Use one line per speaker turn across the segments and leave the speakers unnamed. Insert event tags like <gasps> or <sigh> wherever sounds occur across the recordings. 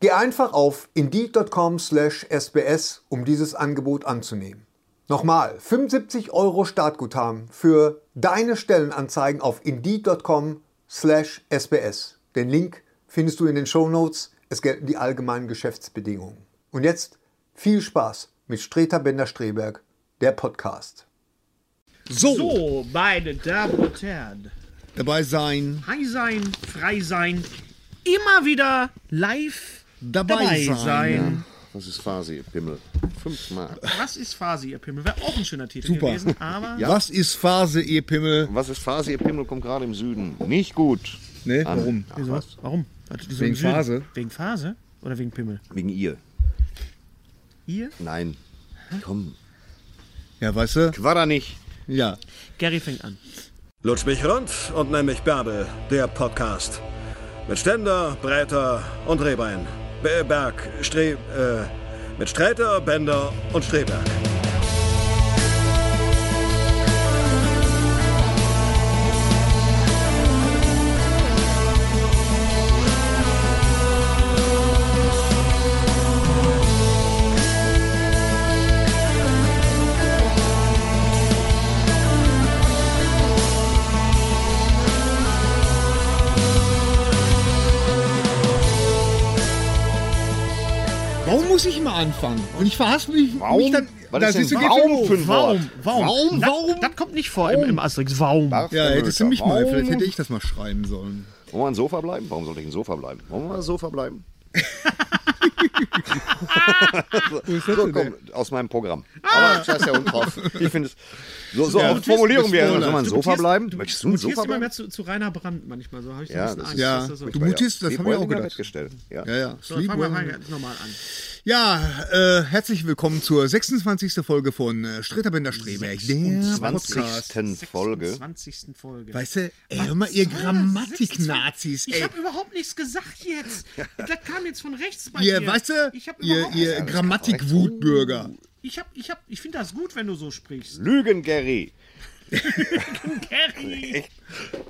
Geh einfach auf indeed.com/sbs, um dieses Angebot anzunehmen. Nochmal, 75 Euro Startguthaben für deine Stellenanzeigen auf indeed.com/sbs. Den Link findest du in den Shownotes. Es gelten die allgemeinen Geschäftsbedingungen. Und jetzt viel Spaß mit Streter Bender-Streberg, der Podcast.
So. meine Damen und Herren,
dabei sein,
frei sein, frei sein, immer wieder live dabei, sein.
Das ist Fasi, Pimmel. Fünf Mark.
Was ist Phase, ihr Pimmel? Wäre auch ein schöner Titel
Super.
gewesen, aber
Ja.
Was ist Phase, ihr Pimmel?
Was ist Fasi, ihr Pimmel? Kommt gerade im Süden. Nicht gut.
Ne,
An-
warum?
Ach,
Wieso?
was?
warum? Also, so
Wegen
im Süden.
Phase?
Wegen Phase oder wegen Pimmel?
Wegen ihr.
Hier?
Nein. Komm.
Ja, weißt du?
Quadder nicht.
Ja.
Gary fängt an.
Lutsch mich rund und nenn mich Bärbel, der Podcast. Mit Ständer, Breiter und Rehbein. Be- Berg, Stre... Äh, mit Sträter, Bender und Streberg.
Warum muss ich immer anfangen? Und ich verhasse mich.
Waum?
mich dann,
Was
da
ist denn
siehst du,
Waum
gibt's-
für ein Wort?
Warum? Warum?
Waum, waum?
Das, das kommt nicht vor im, im Asterix. Warum?
Barf
Ja,
der
hättest du mich
Mölker.
mal.
Warum?
Vielleicht hätte ich das mal schreiben sollen.
Wollen wir ein Sofa bleiben? Warum sollte ich ein Sofa bleiben? Wollen wir ein Sofa bleiben?
<laughs>
so, komm, aus meinem Programm. Aber scheiß der Hund drauf. Ich finde es. So, so
Ah! Ja,
oft formulieren wir.
gespoilert.
Sollen wir ein
Du
Sofa
mutierst-
bleiben?
Du,
Möchtest
Möchtest
du ein
mutierst
Sofa
immer mehr
bleiben?
zu, zu Rainer Brandt manchmal. So habe ich so
Ja,
ein bisschen
das
Angst.
ist-
Ja,
dass das so
du mutierst, das
Sleep
haben wir auch
Well
gedacht.
festgestellt. Ja.
Ja, ja.
So, fangen wir
Sleepwalk.
mal ganz normal an.
Ja, äh, herzlich willkommen zur 26. Folge von äh, Streterbender Streberg, der
20.
Podcast.
Folge.
20. Folge.
Weißt du, ey, hör mal, ihr
soll das?
Grammatik-Nazis,
Ich
ey.
habe überhaupt nichts gesagt jetzt. Das kam jetzt von rechts bei
Ihr,
mir.
weißt du,
ich habe
ihr,
überhaupt
ihr
nichts-
Grammatik-Wutbürger.
ich hab, ich hab, ich finde das gut, wenn du so sprichst.
Lügen, Gary.
Gary,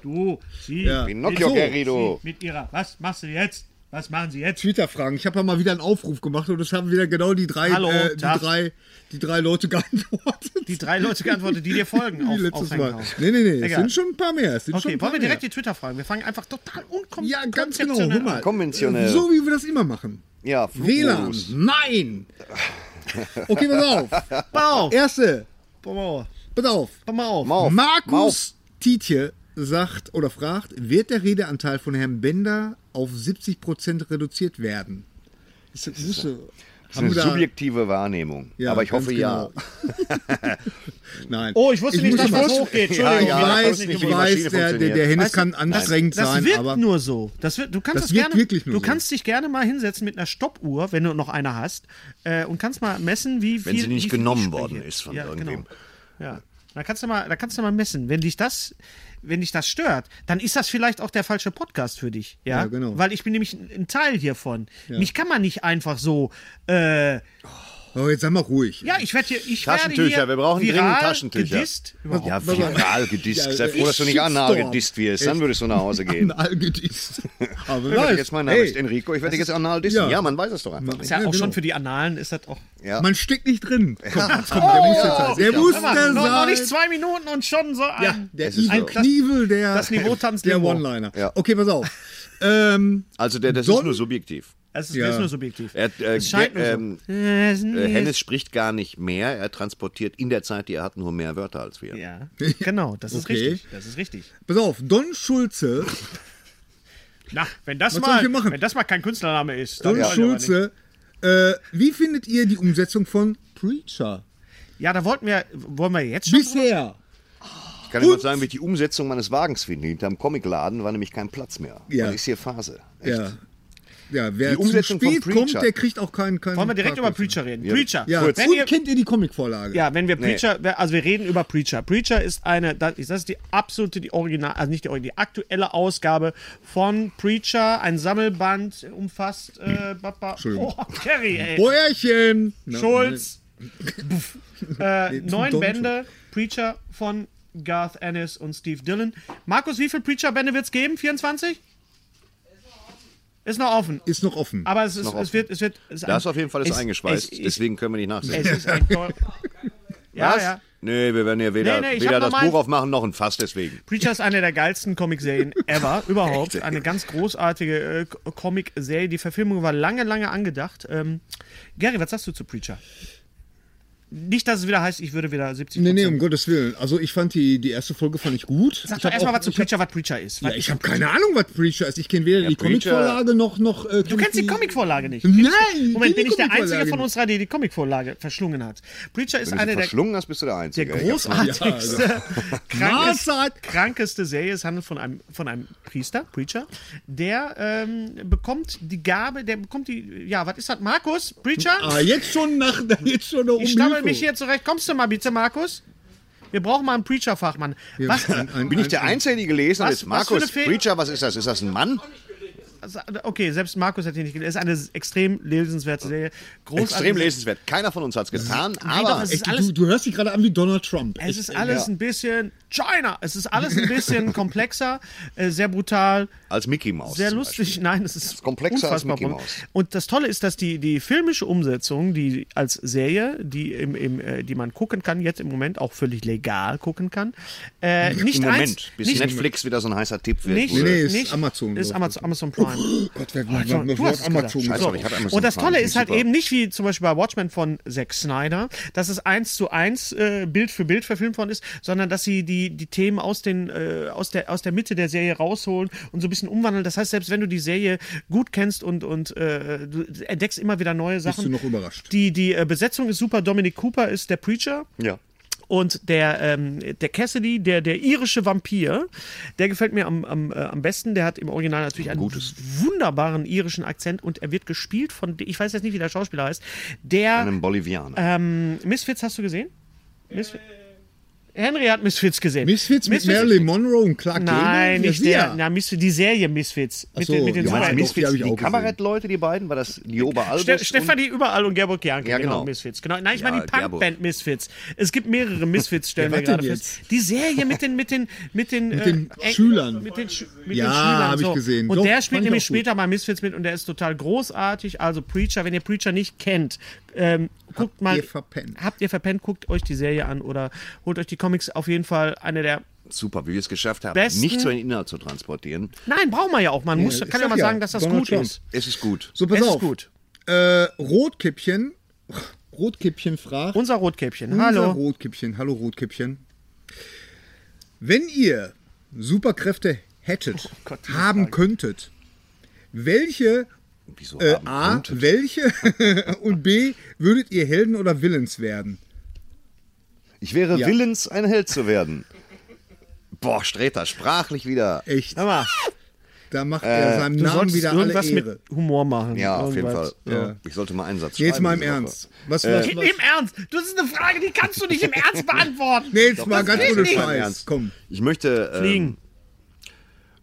du, sie,
Ja.
Pinocchio,
So.
Gary, du.
sie mit ihrer. Was machst du jetzt? Was machen sie jetzt?
Twitter-Fragen. Ich habe ja mal wieder einen Aufruf gemacht und es haben wieder genau die drei,
Hallo,
äh, die
Tag.
drei, die drei Leute geantwortet.
Die drei Leute geantwortet, die
<laughs>
dir folgen.
Wie
Auf,
letztes
auf
Mal.
Hangouts.
Nee, nee, nee, es
Egal.
sind schon ein paar mehr. Es sind schon ein
Okay,
paar
wollen wir direkt
mehr.
die Twitter-Fragen? Wir fangen einfach total unkompliziert
Ja, ganz genau. Hör mal.
Konventionell.
So wie wir das immer machen.
Ja,
WLAN.
Flugmodus.
Nein! Okay, pass auf.
Pass auf,
Erste.
pass mal auf,
Pass auf.
pass mal auf.
Mauf.
Markus Tietje sagt oder fragt, wird der Redeanteil von Herrn Bender auf 70% reduziert werden? Das ist, das
Das ist eine subjektive Wahrnehmung.
Ja,
aber ich
ganz genau.
hoffe ja.
Nein.
Oh, ich wusste nicht, dass das
wusste-
hochgeht.
Ich
Entschuldigung, mir hat das
weiß,
nicht
ich
gewusst.
weiß,
Maschine
der, der, der
funktioniert.
Hennes
Weißt du,
kann anstrengend
Das
sein,
wirkt
aber
nur so. Das wird, du kannst
Das
das,
wirkt
gerne,
wirklich nur
du
so.
kannst dich gerne mal hinsetzen mit einer Stoppuhr, wenn du noch eine hast, äh, und kannst mal messen, wie viel.
Wenn sie
wie
nicht
viel
genommen
ich spreche.
worden ist von
ja,
irgendwem.
Genau. Ja, da kannst du mal, da kannst du mal messen. Wenn dich das, wenn dich das stört, dann ist das vielleicht auch der falsche Podcast für dich. Ja,
Ja, genau.
Weil ich bin nämlich ein ein Teil hiervon. Mich kann man nicht einfach so. Äh,
oh, jetzt sag mal ruhig.
ja, ich werde hier, ich werde
Taschentücher,
hier
wir brauchen
viral
dringend Taschentücher.
gedisst. Überhaupt
Ja, viral gedisst. Sei froh, dass du nicht
äh, Shitstorm.
anal gedisst wirst. Dann würdest du
<laughs>
nach Hause gehen.
<laughs>
Algedist. Aber
Ich werde
live.
Jetzt mein Name
Hey,
ist Enrico. Ich werde jetzt anal dissen.
ja.
Ja. man weiß es doch einfach
Ist
nicht.
ja,
Ja,
auch schon
genau.
für die Analen ist das auch.
Ja.
Man steckt nicht
<laughs>
drin. Komm, komm, der muss jetzt sein. Der muss
Oh,
der
Sag mal,
sein.
noch, noch nicht zwei Minuten und schon so ein.
Ja, der
Es ist
ein
so.
Knievel, <laughs> der,
Das Niveau tanzt
der
Limbo.
One-Liner.
Ja.
Okay, pass auf. Ähm,
Also der, das
Don-
ist nur subjektiv.
Das ist,
Ja.
das Also ist nur subjektiv.
Er, äh,
es scheint nur so.
ähm,
Äh,
Äh, Hennes spricht gar nicht mehr, er transportiert in der Zeit, die er hat, nur mehr Wörter als wir.
Ja, genau, das ist
<laughs> Okay.
richtig. Das ist richtig.
Pass auf, Don Schulze,
Na, wenn das,
Was soll ich
mal,
hier machen?
wenn das mal kein Künstlername ist. dann
Don
weiß ich aber nicht.
Schulze, äh, wie findet ihr die Umsetzung von Preacher?
Ja, da wollten wir, wollen wir jetzt schon.
Bisher.
Ich kann dir mal sagen, wie ich die Umsetzung meines Wagens finde. Hinterm Comicladen war nämlich kein Platz mehr.
Ja.
Das ist hier Phase. Echt.
Ja. Ja, wer
Die
zu
Umsetzung von
spät
Preacher.
kommt, der kriegt auch keinen. keinen
Wollen wir direkt über
Parkplatz.
Preacher reden? Preacher.
Ja,
Kurz. wenn
und
ihr,
kennt ihr die Comicvorlage?
ja, wenn wir Preacher, also wir reden über Preacher. Preacher ist eine, das ist das ist die absolute, die Original, also nicht die Original, die aktuelle Ausgabe von Preacher. Ein Sammelband umfasst, äh, Papa,
Entschuldigung.
oh, Kerry, ey.
Bäuerchen!
Ne? <laughs>
Na,
Schulz. Buff. äh,
zum
neun
Don
Bände, Preacher von Garth Ennis und Steve Dillon. Markus, wie viele Preacher-Bände wird es geben? 24? Ist noch offen.
ne, Ist noch offen.
Aber es, ist,
noch
es wird. Es wird es
Da ist auf jeden Fall ist
es-
eingeschweißt,
Es, es,
deswegen können wir nicht
es
nachsehen.
ist ein teuer. ja,
Was?
ja.
Nee, wir werden ja weder,
Nee, nee, ich
weder
hab noch
das
meins.
Buch aufmachen noch ein Fass deswegen.
Preacher ist eine der geilsten Comicserien
<laughs>
ever, überhaupt. Eine ganz großartige äh, Co- Comicserie. Die Verfilmung war lange, lange angedacht. Ähm, Gary, was sagst du zu Preacher? Nicht, dass es wieder heißt, ich würde wieder 70
nee, nee, um Gottes Willen. Also ich fand die, die erste Folge fand ich gut.
Sag
ich
doch
hab
erstmal
auch-
was zu
ich hab-
Preacher, was Preacher ist.
Ja, ich habe keine Ahnung, was Preacher ist. Ich kenne weder die
Preacher-
Comicvorlage noch noch. Äh,
du kennst die Comicvorlage nicht.
Nein,
Ich-
ich
Moment, bin
kenn die
ich der
Comicvorlage
Einzige von
nicht.
uns drei, der die Comicvorlage verschlungen hat. Preacher ist
Wenn du
eine
sie
der
verschlungen hast, bist du der Einzige.
der
Ich hab's noch-
Ja, also.
großartigste, <laughs> krankest,
Mahlzeit.
krankeste Serie. Es handelt von einem, von einem Priester, Preacher, der ähm, bekommt die Gabe, der bekommt die, ja, was ist das, Markus? Preacher?
Ah, jetzt schon nach jetzt schon noch
ich
um
stammel
Hilfe.
mich hier zurecht. Kommst du mal bitte, Markus? Wir brauchen mal einen Preacher-Fachmann. Was,
Ein- ein-
Bin ich der Einzige, die gelesen hat?
Was-
Ist
was für eine
Markus,
Fee-
Preacher, was ist das? Ist das ein Mann?
also, okay, selbst Markus hat hier nicht gelesen. Es ist eine extrem lesenswerte Serie. Großartige
Extrem
Serie.
lesenswert. Keiner von uns hat's getan,
doch,
aber
es ist
Echt,
alles-
du, du hörst dich gerade an wie Donald Trump.
Es
Echt,
ist alles ein bisschen China. Es ist alles
<laughs>
ein bisschen komplexer, äh, sehr brutal,
als Mickey Mouse.
sehr
zum
lustig. Nein, es ist
komplexer als
unfassbar
Mickey
bunt.
Mouse.
Und das Tolle ist, dass die, die filmische Umsetzung, die als Serie, die, im, im, äh, die man gucken kann, jetzt im Moment auch völlig legal gucken kann, äh, nicht
Im
eins,
Moment, bis
nicht,
Netflix wieder so ein heißer Tipp wird.
nicht,
wo
Nee, nee, ist
ist nicht,
Amazon,
Ist
glaub
Amazon, Amazon Prime.
Gott, wer,
Ah, John,
wer,
du
wer
hast es gesagt.
hat Amazon
Scheiße, aber ich hab Amazon
Und das
Prime,
Tolle
find
ist
ich
halt
super.
eben nicht wie zum Beispiel bei Watchmen von Zack Snyder, dass es eins zu eins äh, Bild für Bild verfilmt worden ist, sondern dass sie die, die Themen aus, den, äh, aus, der, aus der Mitte der Serie rausholen und so ein bisschen umwandeln. Das heißt, selbst wenn du die Serie gut kennst und, und äh, du entdeckst immer wieder neue Sachen.
du noch überrascht?
Die, die äh, Besetzung ist super. Dominic Cooper ist der Preacher.
Ja.
Und der, ähm, der Cassidy, der, der irische Vampir, der gefällt mir am, am, äh, am besten. Der hat im Original natürlich einen wunderbaren irischen Akzent und er wird gespielt von, ich weiß jetzt nicht, wie der Schauspieler heißt, der
Einem Bolivianer.
ähm, Misfits hast du gesehen? Misfits? Henry hat Misfits gesehen.
Misfits mit Marilyn Monroe und Clark Gable?
Nein,
Ja,
nicht
sie
der.
ja.
Na, Misfits, die Serie Misfits. Mit
so,
den, mit den
ja,
Meinst
Super-
du
doch, die
Misfits,
hab ich
die,
auch gesehen.
Kabarettleute, die beiden, war das Lioba Albus?
Ste
und-
Stefanie überall und Gerburg Janke,
Ja,
genau.
genau.
Misfits. Genau. Nein, ich meine die
Ja, Gerburg.
Punkband Misfits. Es gibt mehrere Misfits, stellen wir
Ja, was
gerade
denn
fest. Die Serie mit den mit den mit den, mit
den Schülern.
Mit den, Schü- mit
Ja,
den Schülern
hab ich
so.
gesehen.
Und
Doch,
der
fand
spielt
ich
nämlich
auch gut.
später mal Misfits mit und der ist total großartig. Also Preacher, wenn ihr Preacher nicht kennt, ähm, guckt mal
ihr verpennt.
habt ihr verpennt, guckt euch die Serie an oder holt euch die Comics auf jeden Fall eine der
Super, wie wir es geschafft haben,
Besten-
nicht so einen Inhalt zu transportieren.
Nein, braucht man ja auch. Man muss,
ich
kann ja
sag
mal
ja,
sagen, dass das
Donald
gut
Trump.
ist.
Es ist gut.
So, pass
Es ist
auf.
gut.
Äh, Rotkäppchen. Rotkäppchen fragt.
Unser Rotkäppchen.
Unser
Hallo.
Rotkäppchen. Hallo, Rotkäppchen. Wenn ihr Superkräfte hättet,
Oh Gott, diese
haben
Frage.
könntet, welche
Wieso
äh,
haben
A,
könnte?
welche <laughs> und B, würdet ihr Helden oder Villains werden?
Ich wäre
Ja.
willens, ein Held zu werden. Boah, Sträter, sprachlich wieder.
Echt,
Hör mal. Äh,
da macht er seinem
Du
Namen
solltest
wieder alle
irgendwas
Ehre.
mit Humor machen.
Ja, auf jeden Fall.
Irgendwas.
Ja. Ich sollte mal einen Satz
Jetzt
schreiben
mal im
diese Woche.
Ernst. Was, was,
Im
was?
Ernst? Das ist eine Frage, die kannst du nicht im
<laughs>
Ernst beantworten.
Nee, jetzt mal
Das
ganz
ist
ohne
nicht im
Scheiß.
Ernst.
Komm.
Ich möchte. ähm,
Fliegen.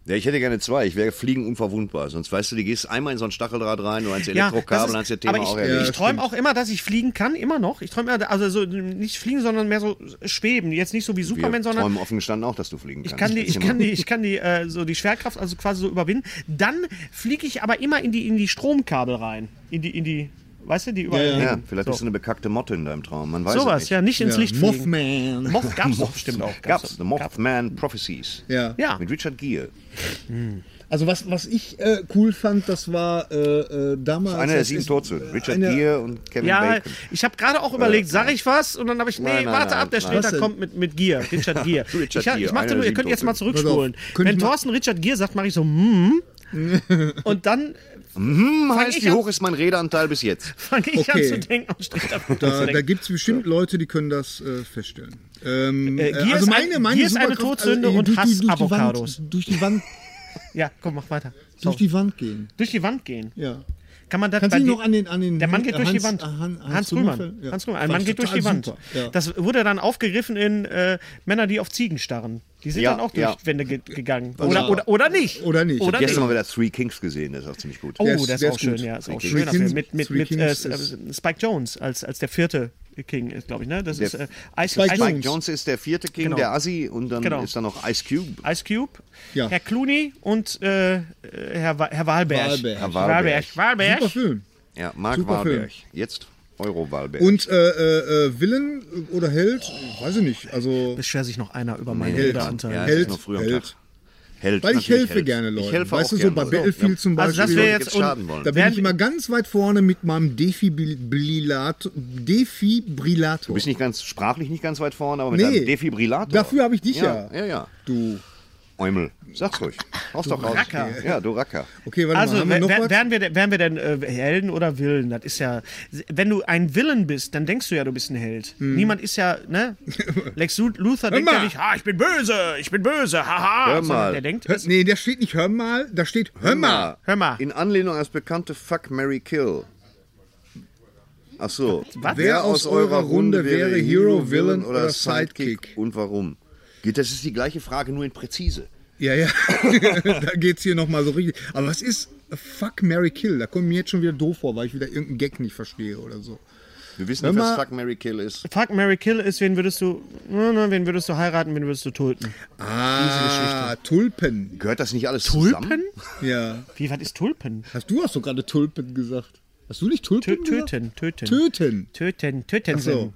Ja, ich hätte gerne zwei. Ich wäre fliegen unverwundbar. Sonst weißt du, du gehst einmal in so ein Stacheldraht rein, du eins
Ja, das
Elektrokabel,
ist-
dann hast du das Thema
aber ich,
auch
ich
erledigt.
träume auch immer, dass ich fliegen kann, immer noch. Ich träume immer, also so, nicht fliegen, sondern mehr so schweben. Jetzt nicht so wie
Wir
Superman, sondern
träumen offen gestanden auch, dass du fliegen kannst.
Ich kann die, ich kann die, ich kann die, äh, so die Schwerkraft also quasi so überwinden. Dann fliege ich aber immer in die, in die Stromkabel rein. In die, in die, Weißt du, die überall
Ja, ja.
hängen.
Ja, vielleicht bist du eine bekackte Motte in deinem Traum. Man weiß
Sowas,
es nicht.
ja, nicht ins
Ja,
Licht fliegen.
Mothman.
Moth gab's doch bestimmt auch.
Gab's, The
Gab's.
Mothman Prophecies.
Ja.
Ja.
Mit Richard Gere.
Also was, was ich äh, cool fand, das war äh, äh, damals.
Einer der
das
sieben
ist-
Todse. Richard
einer-
Gere und Kevin
Ja,
Bacon. Äh,
ich habe gerade auch überlegt, sag ich was? Und dann habe ich, nee,
Nein, nein,
warte
nein,
ab, der
nein.
Schnitter
Was denn?
kommt mit, mit Gier. Richard Gier.
<laughs> Richard
ich, hab- ich
Gere,
machte
einer
nur,
der
ihr könnt jetzt mal
Siebdrucke.
zurückspulen.
Pass auf, könnt
Wenn
ich mal-
Thorsten Richard Gier sagt, mache ich so,
<laughs>
hm. und dann
Hm,
Fang
heißt,
ich
wie
an-
hoch ist mein Redeanteil bis jetzt?
fange ich an
Okay.
zu denken und Schnitter
Da, da gibt es bestimmt Leute, die können das äh, feststellen. Ähm,
Äh, Gier ist ein- Gier ist eine
Superkraft-
Todsünde
äh,
und
durch die- durch die
Hass-Avocados.
Wand- Durch die
<laughs>
Wand,
Ja, komm, mach weiter.
durch
Sorry.
die Wand gehen.
durch die Wand gehen.
Ja.
Kann man das
Kannst
bei
du dich
dir-
noch an den, an den
Der Mann geht durch die
Hans-
Wand.
Han-
Hans,
Hans,
Rühmann.
Rühmann, ja.
Hans Rühmann. Ein
Fand
Mann
ich
geht durch die
total
Wand.
super, ja.
Das wurde dann aufgegriffen in äh, Männer, die auf Ziegen starren. Die sind
Ja,
dann auch durch
ja.
Wände ge gegangen. Oder,
ja.
oder, oder nicht.
Also Oder nicht.
Oder
Ich hab
nicht.
Gestern haben wir da Three Kings gesehen, das ist auch ziemlich gut.
Oh,
Der ist-
das ist
der
auch
ist
schöner
gut.
Ja, ist auch
Three
schöner
Kings-
Film. Mit, mit,
Three
mit äh,
Kings
S- äh, Spike Jones als, als der vierte King, ist, glaube ich. Ne? Das ist äh, Ice,
Spike
Ice,
Mike Jones ist der vierte King,
Genau.
der Assi, und dann
Genau.
ist da noch Ice Cube.
Ice Cube,
Ja.
Herr Clooney und äh, Herr, Wa- Herr Wahlberg.
Wahlberg.
Herr
Äh, Wahlberg. Wahlberg.
Super Film.
Ja, Mark
Super
Wahlberg. Jetzt Euro Wahlberg.
Und äh, äh, äh, Villain oder Held? Weiß ich nicht. Also
Beschwert sich noch einer über meine
Held.
Bilder. unter-
ja, das
Held,
ist noch früh am
Held.
Tag. Held,
weil ich
natürlich
helfe
Held.
gerne Leuten.
Ich helfe
weißt
auch
du, so
gerne
bei
Leuten.
Battlefield zum
Also
Beispiel.
das wäre
jetzt
jetzt... und-
schaden wollen.
da bin ich
werden-
immer ganz weit vorne mit meinem Defibrillator. Defibrillator.
Du bist nicht ganz sprachlich nicht ganz weit vorne, aber mit
Nee.
deinem Defibrillator.
Dafür habe ich dich ja.
Ja, ja. ja.
Du.
Eumel, sag's ruhig. Haust doch raus.
Racker.
Ja, du Racker.
Okay, warte
Also,
mal, haben wir
wer-
noch
wer-
was?
wären wir, denn- wären wir denn äh, Helden oder Willen? Das ist ja, wenn du ein Willen bist, dann denkst du ja, du bist ein Held. Niemand ist ja,
<laughs>
ne? Lex Lu- Luthor denkt ja
Hm. mal.
nicht, ha, ich bin böse, ich bin böse, haha.
Hör
sondern
mal.
Der denkt,
Hör, nee, da steht nicht hör mal, da steht hör mal.
hör mal,
In Anlehnung an das bekannte Fuck Mary Kill. Ach so.
Was?
Wer aus eurer Runde wäre Hero, Villain oder Sidekick
Sidekick?
und warum? Geht- Das ist die gleiche Frage, nur in präzise.
Ja, <laughs> ja. da geht's hier nochmal so richtig. Aber was ist Fuck Mary Kill? Da kommt mir jetzt schon wieder doof vor, weil ich wieder irgendeinen Gag nicht verstehe oder so.
Wir wissen
Hör
nicht, was
mal.
Fuck Mary Kill ist.
fuck, Mary Kill ist, wen würdest du, na, na, wen würdest du heiraten, wen würdest du töten?
Ah, Tulpen.
Gehört das nicht alles zusammen?
Tulpen?
Ja.
Wie, was ist Tulpen?
Hast du hast doch gerade Tulpen gesagt. Hast du nicht Tulpen?
Tö
gesagt?
töten, töten.
Töten.
Töten, töten
Ach so.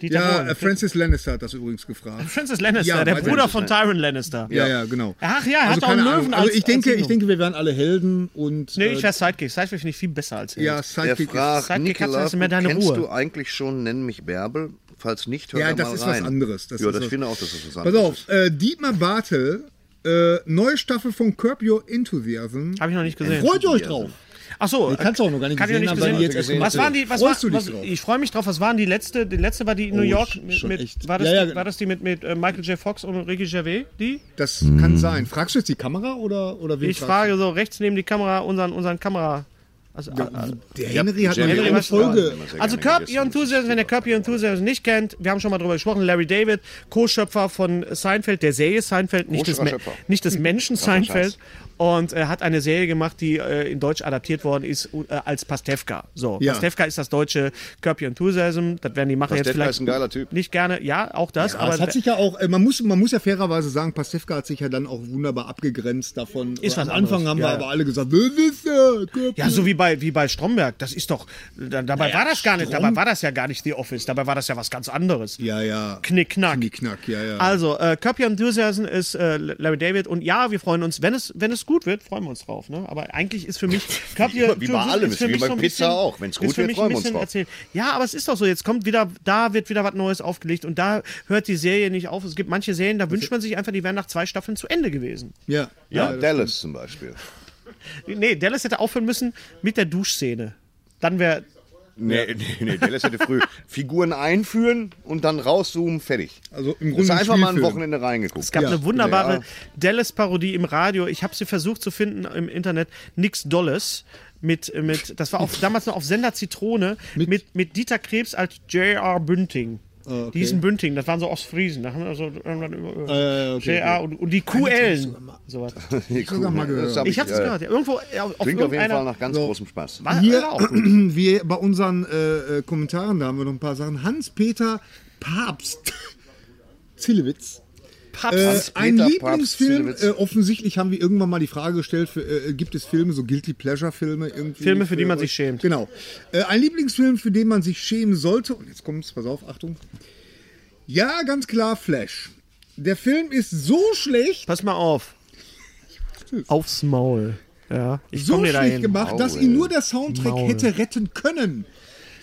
Die
Ja, äh, Francis Lannister hat das übrigens gefragt.
Francis Lannister,
Ja,
der
weiß
Bruder
ich.
von Tyron Lannister.
Ja, ja, genau.
Ach ja, er hat auch einen
keine Ahnung.
Löwen
Also
als-
ich denke,
als
ich denke, wir wären alle Helden und
Nee,
äh,
ich wäre Sidekick. Sidekick finde ich viel besser als Held.
ja,
Der
Sidekick ist,
fragt
Sidekick, hast
Nikola,
du mir deine
kennst
Ruhe?
du eigentlich schon Nenn mich Bärbel? Falls nicht, hör
Ja,
da
das
mal
ist was
rein.
anderes. Das
ja,
ist
das
was-
finde ich auch, dass das was
Pass
anderes ist.
auf, äh, Dietmar Bartel, äh, neue Staffel von Curb Your Enthusiasm.
Habe ich noch nicht gesehen.
Freut ihr euch drauf?
Ach so,
Äh, Nee, kannst du auch noch gar nicht
kann ich
gesehen
noch
haben,
nicht
weil
gesehen.
die jetzt erst gemacht
was waren die? Was
Freust
war,
du dich
was,
drauf? Oh,
Ich freue mich drauf. Was waren die letzte? Die letzte war die in New York.
sch- schon
mit,
echt.
war das,
Ja, ja,
die, war das die mit, mit äh, Michael J. Fox und Ricky Gervais? Die?
Das kann sein. Fragst du jetzt die Kamera oder, oder wen
Ich
fragst
frage so rechts neben die Kamera unseren, unseren Kamera. Also, äh, äh,
du? Der Henry hat noch
Jerry
nicht
Henry
eine
was-
Folge.
Sehr
also
gerne
Curb
gegessen.
Your Enthusiasm, wenn ihr Curb Your Enthusiasm nicht kennt, wir haben schon mal drüber gesprochen, Larry David, Co-Schöpfer von Seinfeld, der Serie Seinfeld, nicht, des,
Großer
Me-
Schöpfer.
nicht des Menschen Seinfeld. Und äh, hat eine Serie gemacht, die äh, in Deutsch adaptiert worden ist äh, als Pastewka. So,
Ja.
Pastewka ist das deutsche Curb Your Enthusiasm, das werden die Macher jetzt
Pastewka
vielleicht
ist ein geiler Typ.
nicht gerne, ja, auch das,
Aber
aber
es hat sich ja auch, äh, man muss, man muss ja fairerweise sagen, Pastewka hat sich ja dann auch wunderbar abgegrenzt davon.
Ist
Oder
was
Am Anfang
anderes.
haben
Ja,
wir
ja.
aber alle gesagt, das ist ja, Curb
Ja, so wie bei, wie bei Stromberg. Das ist doch. Da, dabei war das gar nicht. Dabei war das ja gar nicht The Office. Dabei war das ja was ganz anderes.
Ja, ja.
Knickknack.
Knickknack, ja, ja.
Also, äh, Curb Your Enthusiasm ist äh, Larry David und ja, wir freuen uns, wenn es, wenn es gut wird, freuen wir uns drauf. Ne? Aber eigentlich ist für mich Curb Your
<laughs> Wie bei
Enthusiasm
allem,
ist für
wie
mich
bei
so ein
Pizza
bisschen-
auch. Wenn's gut
ist für
wird,
mich
freuen
ein
wir uns
bisschen
drauf.
erzählt. Ja, aber es ist doch so, jetzt kommt wieder, da wird wieder was Neues aufgelegt und da hört die Serie nicht auf. Es gibt manche Serien, da wünscht man sich einfach, die wären nach zwei Staffeln zu Ende gewesen.
ja.
Ja,
das-
Dallas zum Beispiel.
Nee, Dallas hätte aufhören müssen mit der Duschszene. Dann wäre
Nee, nee, nee, Dallas hätte
<laughs>
früh Figuren einführen und dann rauszoomen, fertig.
Also im
Ist
Grunde ein
einfach mal ein
Spielfilm.
Wochenende reingeguckt.
Es gab
Ja,
eine wunderbare
ja.
Dallas-Parodie im Radio. Ich habe sie versucht zu finden im Internet. Nix Dolles. Mit, mit, das war auch damals noch auf Sender Zitrone mit, mit, Dieter Krebs als J.R. Bünding.
Ah,
Die hießen Bünding, das waren so Ostfriesen. Da haben wir so irgendwann über-
ja, ja, äh, okay,
J.R. Und, und die <laughs> QL. Sowas.
Ich
sogar mal gehört.
Ich habe es gehört. Ja, irgendwo äh, auf
Klingt auf jeden Fall
irgendeiner.
nach ganz großem Spaß.
Ah,
Hier,
genau.
<clears throat> wir bei unseren äh, äh, Kommentaren, da haben wir noch ein paar Sachen. Hans-Peter Papst <laughs> Zillewitz
Papst.
ein
Peter
Lieblingsfilm.
Papst,
äh, offensichtlich haben wir irgendwann mal die Frage gestellt, für, äh, gibt es Filme, so Guilty Pleasure-Filme irgendwie?
Filme, für die man sich schämt.
Genau. Äh, ein Lieblingsfilm, für den man sich schämen sollte. Und jetzt kommt's, pass auf, Achtung. Ja, ganz klar, Flash. Der Film ist so schlecht,
Pass mal auf. Aufs Maul. Ja, ich
so
komm dir
schlecht
dahin.
gemacht, dass ihn nur der Soundtrack
Maul.
hätte retten können.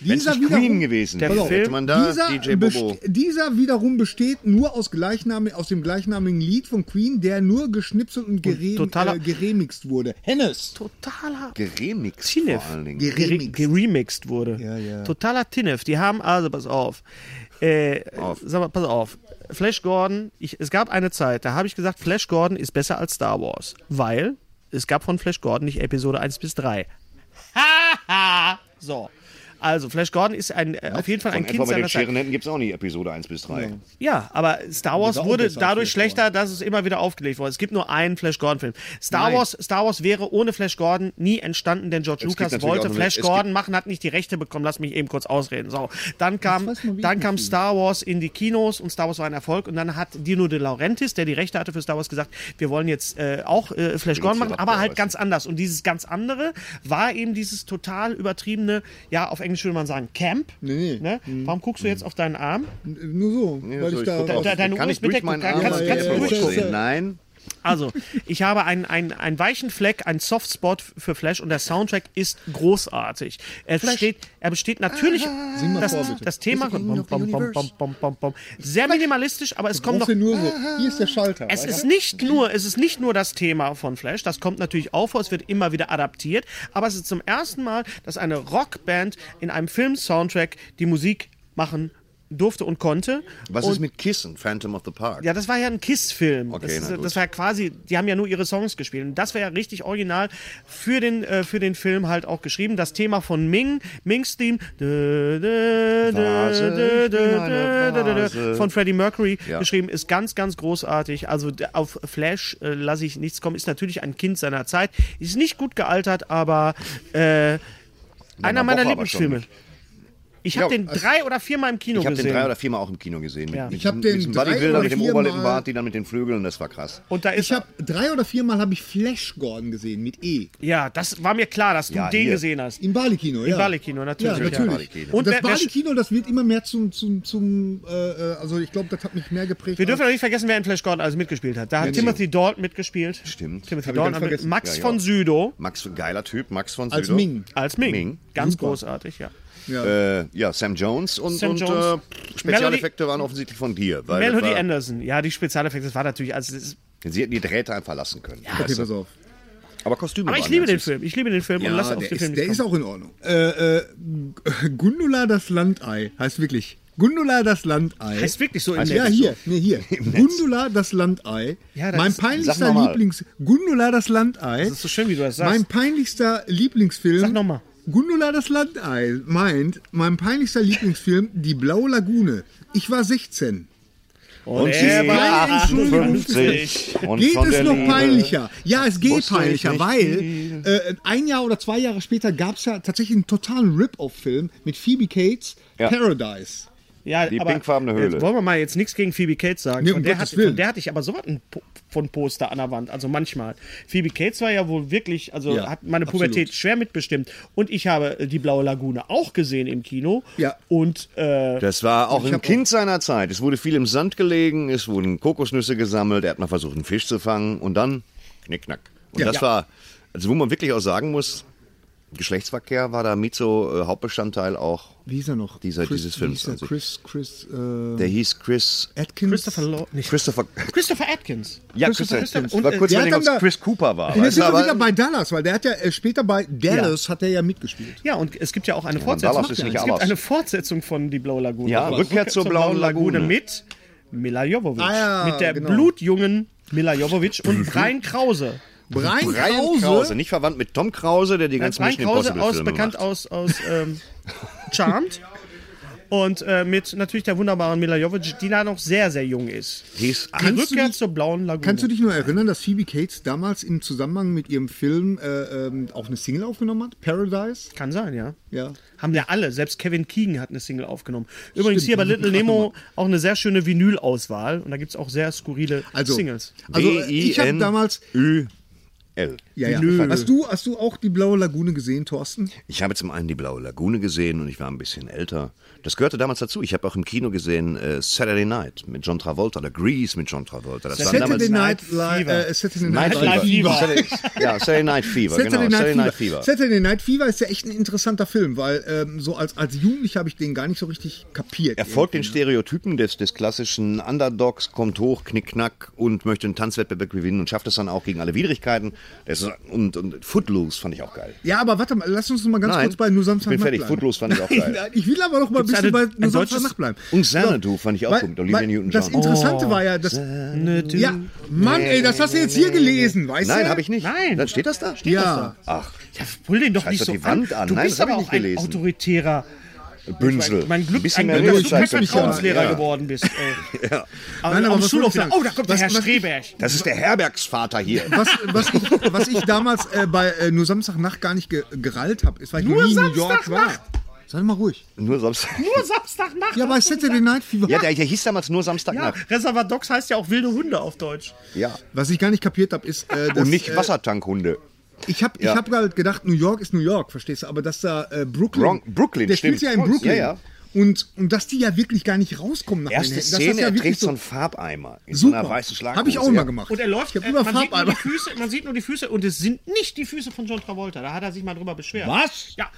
Wenn's nicht
wiederum-
Queen gewesen
Der
wäre,
Film-
hätte man da
dieser,
DJ Bobo.
best- dieser wiederum besteht nur aus, gleichnami aus dem gleichnamigen Lied von Queen, der nur geschnipselt und, gerem
totaler-
äh, geremixt wurde. Hennes!
Totaler
Geremix
Tinef.
vor allen Dingen.
gere- geremixed wurde.
Ja, ja.
Totaler Tinef. Die haben, also pass auf. Äh,
Auf.
Sag mal, pass auf. Flash Gordon, ich, es gab eine Zeit, da habe ich gesagt, Flash Gordon ist besser als Star Wars, weil es gab von Flash Gordon nicht Episode 1 bis 3. Haha! so. Also, Flash Gordon ist ein, äh, auf jeden Fall ein
Und
Kind
etwa bei
seiner
den
Zeit.
Scherenhänden gibt es auch nicht Episode 1 bis 3.
Ja, aber Star Wars
auch
wurde
besser als
dadurch
Flash
schlechter, dass es immer wieder aufgelegt wurde. Es gibt nur einen Flash Gordon-Film. Star
Nein.
Wars, Star Wars wäre ohne Flash Gordon nie entstanden, denn George
gibt
Lucas
natürlich auch
wollte
noch-
Flash
es
Gordon machen, hat nicht die Rechte bekommen. Lass mich eben kurz ausreden. So, dann kam,
weiß man, wie
dann
ich
kam
mich
Star Wars in die Kinos und Star Wars war ein Erfolg und dann hat Dino De Laurentiis, der die Rechte hatte für Star Wars, gesagt, wir wollen jetzt äh, auch äh, Flash Gordon machen, aber halt ganz anders. Und dieses ganz andere war eben dieses total übertriebene, ja, auf Englisch würde man sagen Camp.
Nee, Mhm. nee.
Ne? Warum guckst du jetzt auf deinen Arm?
Nur so, weil
so,
ich
ich
da...
guck auf-
da- deine
kann
Uhr
ich
ist
durch
bedeckt,
meinen
du
Arm
kannst-
meinen
kannst du
Apple Watch
durchgucken.
sehen? Nein.
Also, ich habe einen, einen, einen weichen Fleck, einen Softspot für Flash und der Soundtrack ist großartig. Er, besteht, er besteht natürlich
Sing mal
das,
vor, bitte.
das Thema bom, bom, bom, bom, bom, bom, bom. sehr minimalistisch, aber es kommt noch
Brauchst du nur so. Hier ist der Schalter.
es
Alter.
ist nicht nur, es ist nicht nur das Thema von Flash, das kommt natürlich auch vor, es wird immer wieder adaptiert, aber es ist zum ersten Mal, dass eine Rockband in einem Film-Soundtrack die Musik machen durfte und konnte.
Was
und
ist mit Kissen, Phantom of the Park?
ja, das war ja ein Kiss-Film.
Okay,
das, ist-
na gut.
das war ja quasi, die haben ja nur ihre Songs gespielt. Und das war ja richtig original für den, äh, für den Film halt auch geschrieben. Das Thema von Ming, Mings Theme dö, dö, dö,
Vase,
dö,
ich bin
dö,
eine
dö, dö, dö,
Vase.
von Freddie Mercury
Ja.
geschrieben, ist ganz, ganz großartig. Also d- auf Flash äh, lasse ich nichts kommen. Ist natürlich ein Kind seiner Zeit. Ist nicht gut gealtert, aber äh, einer
man
meiner
braucht aber schon
Lieblingsfilme. Ich habe
Ja, also
den drei oder viermal im Kino
Ich habe den
gesehen.
drei oder viermal auch im Kino gesehen. Mit,
Ja.
mit,
Ich hab den
mit diesem
drei
Bodybuilder,
oder
mit dem
viermal-
Oberlippenbart, die dann mit den Flügeln, das war krass.
und da ist
Ich habe drei oder viermal habe ich Flash Gordon gesehen mit E.
Ja, das war mir klar, dass du
Ja,
den
hier.
gesehen hast.
Im Bali-Kino, ja.
Bali-Kino, natürlich,
Ja,
ja.
natürlich.
Bali-Kino.
Und
Und
das
wer- wer-
Bali-Kino, das wird immer mehr zum, zum, zum äh, äh, also ich glaube, das hat mich mehr geprägt.
Wir
als-
dürfen doch nicht vergessen, wer in Flash Gordon alles mitgespielt hat. Da hat Timothy Dalton mitgespielt.
Stimmt.
Timothy
Hab ich ganz
Dalton hat mit
vergessen.
Max
Ja, ja.
von Südow
Max, geiler Typ, Max von Südow.
Als Ming.
als Ming.
Ming.
Ganz großartig, ja.
Äh, ja, Sam Jones und,
Sam
und
Jones.
Äh, Spezialeffekte waren offensichtlich von dir. Weil das
Melody
war,
Anderson. Ja, die Spezialeffekte, das war natürlich. Also, das ist,
Sie hätten die Drähte einfach lassen können.
Okay,
weißt du?
pass auf.
Aber Kostüme
aber ich
waren
liebe
ganz
den
süß.
Film. Ich liebe den Film und lass
Ja,
auf
der,
den Film
ist,
nicht
der ist
kommen.
auch in Ordnung. Äh, äh, G- Gundula das Landei heißt wirklich. Gundula das Landei.
Heißt wirklich so im
Also, Ja,
Netz.
hier,
<laughs>
nee, hier. Gundula das Landei.
Ja, das
mein
ist-
Sag
peinlichster
noch mal.
Lieblings Gundula das Landei.
Das ist so schön, wie du das sagst.
Mein peinlichster Lieblingsfilm.
Sag noch mal.
Gundula das Landei meint, mein peinlichster Lieblingsfim, <laughs> Die Blaue Lagune. Ich war 16.
Und,
er
sie
war
war
58.
58. Und
geht
von
es
der
noch
Liebe-
peinlicher? Ja, es geht
wusste ich
peinlicher,
nicht
weil äh, ein Jahr oder zwei Jahre später gab es ja tatsächlich einen totalen Rip-Off-Film mit Phoebe Cates,
Ja.
Paradise.
ja,
die pinkfarbene Höhle.
Jetzt wollen wir mal jetzt nichts gegen Phoebe Cates sagen.
Nee, um
von, der
Gottes
hatte, von
Willen.
der hatte ich aber sowas ein Po- von Poster an der Wand. Also manchmal. Phoebe Cates war ja wohl wirklich, also
Ja,
hat meine
absolut.
Pubertät schwer mitbestimmt. Und ich habe äh, die Blaue Lagune auch gesehen im Kino.
Ja.
Und äh,
Das war auch ein
hab
Kind seiner Zeit. Es wurde viel im Sand gelegen, es wurden Kokosnüsse gesammelt, er hat mal versucht, einen Fisch zu fangen und dann knickknack. Und
Ja.
das
Ja.
war, also wo man wirklich auch sagen muss, Geschlechtsverkehr war da mit so äh, Hauptbestandteil auch.
Wie hieß er noch?
Dieser,
Chris,
dieses
wie
Films.
hieß er?
Also,
Chris, Chris äh,
der hieß Chris.
Atkins.
Christopher, Lo nicht.
Christopher.
Christopher Atkins.
Ja,
Christopher
Christopher.
Atkins.
war
Und, äh,
kurz
der hat
überlegen, ob
dann
es
da-
Chris Cooper
<laughs>
war.
Und jetzt
weißt
sind
du,
wir
aber-
wieder bei Dallas, weil der hat ja äh, später bei Dallas hat er ja mitgespielt.
Ja, und es gibt ja auch eine Fortsetzung.
Dallas ist nicht
es gibt
Dallas.
eine Fortsetzung von Die Blaue Lagune.
Ja,
Aber
Rückkehr zur Blauen Lagune.
mit Mila Jovovich.
Ah ja,
mit der
genau. Mhm.
blutjungen Mila Jovovich und Brian Krause.
Brian,
Brian Krause. nicht verwandt mit Tom Krause, der die ganzen
Brian
Mission
Krause
Impossible
aus,
Filme
bekannt
macht.
aus, aus ähm, Charmed. Und äh, mit natürlich der wunderbaren Mila Jovic, die da noch sehr, sehr jung ist.
Die ist
Die
acht.
Kannst du
Rückkehr
dich-
zur blauen Lagune.
Kannst du dich nur erinnern, dass Phoebe Cates damals im Zusammenhang mit ihrem Film äh, ähm, auch eine Single aufgenommen hat? Paradise?
Kann sein, ja.
Ja.
Haben ja alle. Selbst Kevin Keegan hat eine Single aufgenommen. Übrigens hier bei Little
Warte
Nemo auch eine sehr schöne Vinyl-Auswahl. Und da gibt es auch sehr skurrile
Also,
Singles.
also äh, ich habe
W-I-N-
damals.
Ü-L.
Ja, ja.
Nö.
Hast, du, hast du auch die Blaue Lagune gesehen, Thorsten?
Ich habe zum einen die Blaue Lagune gesehen und ich war ein bisschen älter. Das gehörte damals dazu. Ich habe auch im Kino gesehen äh, Saturday Night mit John Travolta oder Grease mit John Travolta. Das waren damals
Saturday Night
Night
Live.
Fever.
Äh, Saturday
Night
Night
Fever.
Live.
Saturday, ja, Saturday Night Fever,
Saturday,
genau.
Night
Saturday
Fever.
Night Fever.
Saturday Night Fever ist ja echt ein interessanter Film, weil ähm, so als, als Jugendlicher habe ich den gar nicht so richtig kapiert.
Er folgt den Stereotypen des, des klassischen Underdogs, kommt hoch, knickknack und möchte einen Tanzwettbewerb gewinnen und schafft es dann auch gegen alle Widrigkeiten. Das ist, und, und Footloose fand ich auch geil.
Ja, aber warte mal, lass uns noch mal ganz
Nein,
kurz bei Nur Samstag
ich bin
Nacht
fertig.
bleiben.
Footloose fand ich
<laughs>
auch geil.
Ich will aber noch mal ein
Gibt's
bisschen
eine-
bei Nur
ein
Samstag
deutsches-
Nacht bleiben.
Und Xanadu fand ich auch
Weil-
gut mit Olivia
weil Das
Newton-John. Oh,
Interessante war ja, dass... Ja, Mann, ey, das hast du jetzt hier gelesen, weißt du?
Nein, habe ich nicht.
Nein.
Dann steht das da? Steht
Ja,
Ach,
Ja, pull den doch
Scheiß
nicht
doch
so
die Wand an.
Du
Nein,
bist
das hab
aber
ich
auch
nicht
ein
gelesen.
autoritärer,
Bünsel.
mein Glück,
Ein bisschen
ein
mehr
Glück, dass du
Ruhe,
kein
zeig mich
Vertrauenslehrer
ja.
geworden bist. Ey.
Ja.
Aber
Nein, aber
am
was
Schulhof
soll ich
wieder,
sagen?
oh, da kommt der
Was-
Herr
was-
Streberg.
Das ist der Herbergsvater hier.
was, was, ich, was ich damals äh, bei äh, Nur Samstagnacht gar nicht ge gerallt habe, ist, weil ich
Nur
noch nie in New York war.
Samstagnacht?
Sei doch mal ruhig.
Nur Samstag.
Nur Samstagnacht.
Ja, bei Saturday Night Fever.
Ja, der, der hieß damals nur Samstagnacht.
Reservoir Dogs heißt ja auch wilde Hunde auf Deutsch.
Ja.
Was ich gar nicht kapiert habe, ist, äh, dass,
Und nicht
äh,
Wassertankhunde.
Ich habe
Ja.
ich hab halt gedacht, New York ist New York, verstehst du? Aber dass da äh, Brooklyn.
Bron- Brooklyn,
der spielt
stimmt.
ja in
Ja,
Brooklyn.
ja.
Und, und dass die ja wirklich gar nicht rauskommen nach
Erste
Manhattan, dass
Szene,
das ja
er
wirklich
trägt so einen Farbeimer in so einer
Super.
weißen Schlaghose.
Habe ich auch
ja.
mal gemacht.
Und er läuft,
ich
äh,
hab immer
man, sieht nur die
Farbeimer.
Füße, man sieht nur die Füße und es sind nicht die Füße von John Travolta. Da hat er sich mal drüber beschwert.
Was?
Ja.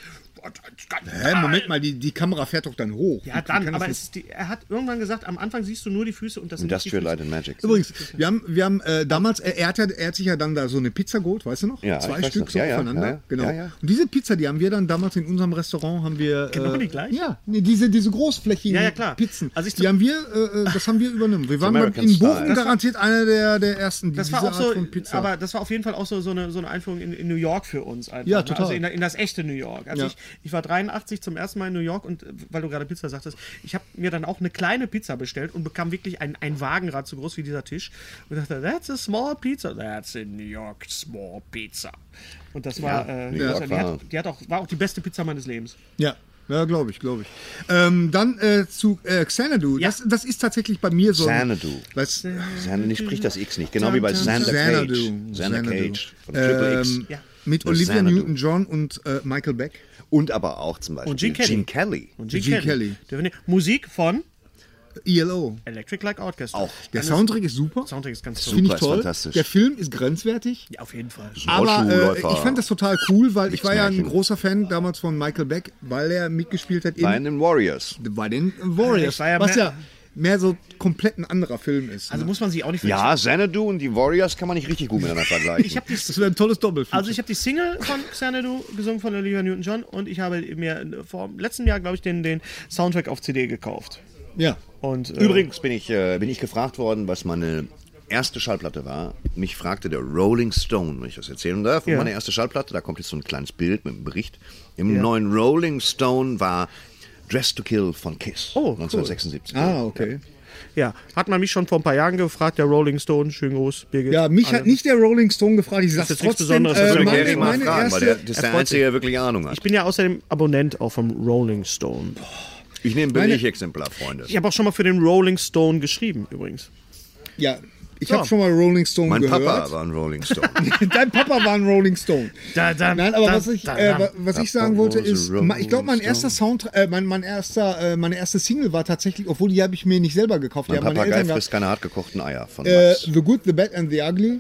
Hä, Moment mal, die, die Kamera fährt doch dann hoch.
Ja,
Wie kann
dann,
das
aber
denn-
es ist die, er hat irgendwann gesagt, am Anfang siehst du nur die Füße und das sind nicht die
Industrial
Füße.
Light and Magic.
Übrigens, wir haben, wir haben äh, damals, er, er, hat ja, er hat sich ja dann da so eine Pizza geholt, weißt du noch?
Ja, ich
Zwei
weiß
Stück
noch.
so
Ja, ja,
aufeinander.
ja, ja.
Genau.
Ja, ja.
Und diese Pizza, die haben wir dann damals in unserem Restaurant, haben wir.
Genau
äh,
die gleiche?
Ja, nee, diese, diese großflächigen
Ja, ja, klar.
Pizzen.
Also ich-
die haben wir, äh, äh, das haben wir übernommen. Wir waren beim,
American
in
Style.
Bochum
Das
garantiert einer der, der ersten, die
Das
diese
war auch
Art
so,
von Pizza.
aber das war auf jeden Fall auch so, so, eine, so eine Einführung in, in New York für uns. Einfach,
Ja,
ne?
total.
Also in, in das echte New York. Also
Ja.
ich, ich war 83 zum ersten Mal in New York und äh, weil du gerade Pizza sagtest, ich habe mir dann auch eine kleine Pizza bestellt und bekam wirklich ein, ein Wagenrad so groß wie dieser Tisch und dachte, that's a small pizza. That's in New York, small pizza. Und das war, äh,
New
das
York
war- die,
war-
hat, die hat auch, war auch die beste Pizza meines Lebens.
ja. Ja, glaube ich, glaube ich. Ähm, dann äh, zu äh, Xanadu.
Ja.
Das, das ist tatsächlich bei mir so. ein-
Xanadu.
Das,
Xander, ich sprich das X nicht. Genau wie bei Xander
Xanadu.
Cage. Xander
Xanadu.
Cage von Triple X.
Ähm,
Ja.
Mit
Das
Olivia
Xanadu.
Newton-John und äh, Michael Beck.
Und aber auch zum Beispiel
Und Gene Kelly.
Gene Kelly.
Und Gene,
Gene
Kelly.
Kelly.
Dürfen wir- Musik von
ELO.
Electric Like Orchestra.
Auch.
E Der Soundtrack ist super.
Soundtrack ist ganz toll.
Finde ich
Super, ist
toll.
fantastisch.
Der Film ist grenzwertig.
Ja, auf jeden Fall.
Aber äh,
Rollstuhlläufer.
ich fand das total cool, weil ich war ja ein
Wichsmärchen.
großer Fan damals von Michael Beck, weil er mitgespielt hat in,
Bei den Warriors.
bei den Warriors.
Ich war ja
was
mehr-
ja mehr so komplett ein anderer Film ist.
Also
ne?
muss man sich auch nicht
Ja, Xanadu und die Warriors kann man nicht richtig gut miteinander <laughs> vergleichen.
Ich habe die
Das wäre ein tolles Doppelfilm.
Also ich habe die Single von Xanadu gesungen von Olivia Newton-John und ich habe mir vor letztem Jahr, glaube ich, den, den Soundtrack auf CD gekauft.
ja.
Und, äh,
Übrigens bin ich, äh, bin ich gefragt worden, was meine erste Schallplatte war. Mich fragte der Rolling Stone, wenn ich das erzählen darf. Und
Ja.
meine erste Schallplatte, da kommt jetzt so ein kleines Bild mit einem Bericht. Im neuen Rolling Stone war Dress to Kill von Kiss.
Oh, cool.
1976.
Ah, okay.
Ja, hat man mich schon vor ein paar Jahren gefragt, der Rolling Stone, schönen Gruß, Birgit.
Ja, mich hat nicht der Rolling Stone gefragt. Ich sag
jetzt nichts
trotzdem,
Besonderes, Also- das
äh,
würde
Würde
meine-
Gary
meine,
mal
meine
fragen, weil
erste...
der, das ist der Einzige, der wirklich Ahnung hat.
Ich bin ja außerdem Abonnent auch vom Rolling Stone.
Ich nehme Billig-Exemplar, Freunde.
Ich habe auch schon mal für den Rolling Stone geschrieben, übrigens.
ja, ich
So.
habe schon mal Rolling Stone
Mein
gehört.
Papa war ein Rolling Stone.
<laughs> Dein Papa war ein Rolling Stone.
Da, da,
Nein, aber
da,
was ich,
da,
äh,
da.
wa- was ich
Da,
sagen
da,
wollte
da, da,
ist,
da,
ma- ich glaube, mein
da.
erster Sound, äh, mein, mein erster, äh, meine erste Single war tatsächlich, obwohl die habe ich mir nicht selber gekauft, die
mein
haben meine
Papagei
Eltern
frisst
gehabt.
keine hartgekochten Eier von
Äh,
Max. Ah.
the Good, the Bad and the Ugly.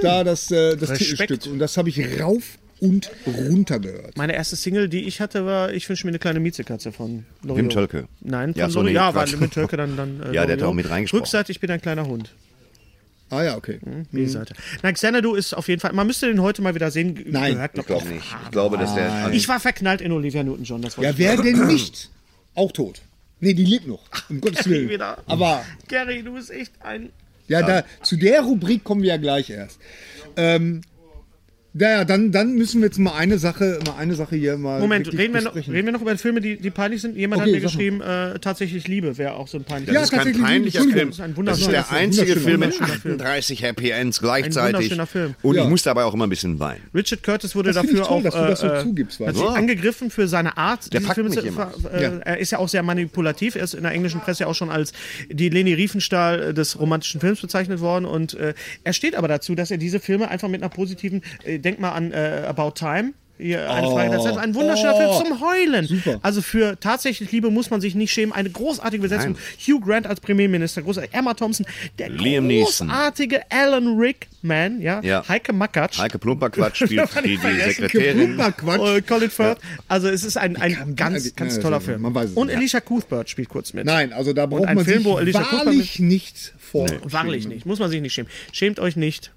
Da das, äh, das
Respekt.
Titelstück. Und das habe ich rauf und runter gehört.
Meine erste Single, die ich hatte, war Ich wünsche mir eine kleine Mietzekatze von Loriot.
Wim Tölke.
Nein, von
Ja,
ja,
so, nee,
Ja, war
Quatsch.
Wim Tölke dann. dann äh,
Ja, der hat
Loriot.
auch mit reingesprochen.
Rückseite, ich bin ein kleiner Hund.
Ah ja, okay.
B-Seite. Na, Xanadu ist auf jeden Fall. Man müsste den heute mal wieder sehen. Ge-
Nein,
gehört
Ich glaube nicht. Ich glaube, dass der.
Ich war verknallt in Olivia Newton-John. Das wollte
Ja, wer denn nicht? Auch tot. Nee, die lebt noch.
<laughs>
Um Gottes Willen.
wieder.
Aber
ich. Gary, du bist echt ein.
ja, Da, zu der Rubrik kommen wir ja gleich erst. Ähm, Naja, dann, dann müssen wir jetzt mal eine Sache, mal eine Sache hier mal.
Moment,
wirklich
reden wir, noch,
besprechen.
reden wir noch über Filme, die, die peinlich sind? Jemand
Okay,
hat mir
sag mal.
geschrieben, äh, tatsächlich Liebe wäre auch so ein peinlicher
Ja,
Das Also ist kein
tatsächlich,
peinlicher Film.
Entschuldigung,
das ist ein
das ist
wunderschöner
der
Film.
einzige Film mit
Wunderschöner Film.
38 Happy Ends
Ein
gleichzeitig.
wunderschöner Film.
Und
Ja.
ich muss dabei auch immer ein bisschen weinen.
Richard Curtis wurde
Das find
dafür
ich toll,
auch
dass du das so
äh,
zugibst, weißt
hat
du?
sich
Ja.
angegriffen für seine Art,
Der
diese
packt
Filme
mich
zu
immer.
ver- äh, Er ist ja auch sehr manipulativ. Er ist in der englischen Presse ja auch schon als die Leni Riefenstahl äh, des romantischen Films bezeichnet worden. Und äh, er steht aber dazu, dass er diese Filme einfach mit einer positiven, äh, denk mal an äh, About Time. Hier, eine Frage der Zeit. Ein wunderschöner Film zum Heulen.
Oh. Super.
Also für tatsächlich Liebe muss man sich nicht schämen. Eine großartige Besetzung. Hugh Grant als Premierminister, großartig. Emma Thompson, der
Liam Neeson.
großartige Alan Rickman, ja.
Ja.
Heike Mackatsch.
Heike
<laughs>
Plumperquatsch spielt
Kann
die,
ich
die
vergessen.
Sekretärin.
Plumper Quatsch.
Äh, Colin Firth. Also es ist ein, ein ganz,
also,
ganz
ja,
toller
ja,
Film.
man weiß es
Und
nicht.
Alicia Cuthbert spielt kurz mit.
Nein, also da braucht
ein
man
Film,
sich
wo Alicia Cuthbert
wahrlich nicht vor.
Wahrlich nicht. Muss man sich nicht schämen. Schämt euch nicht.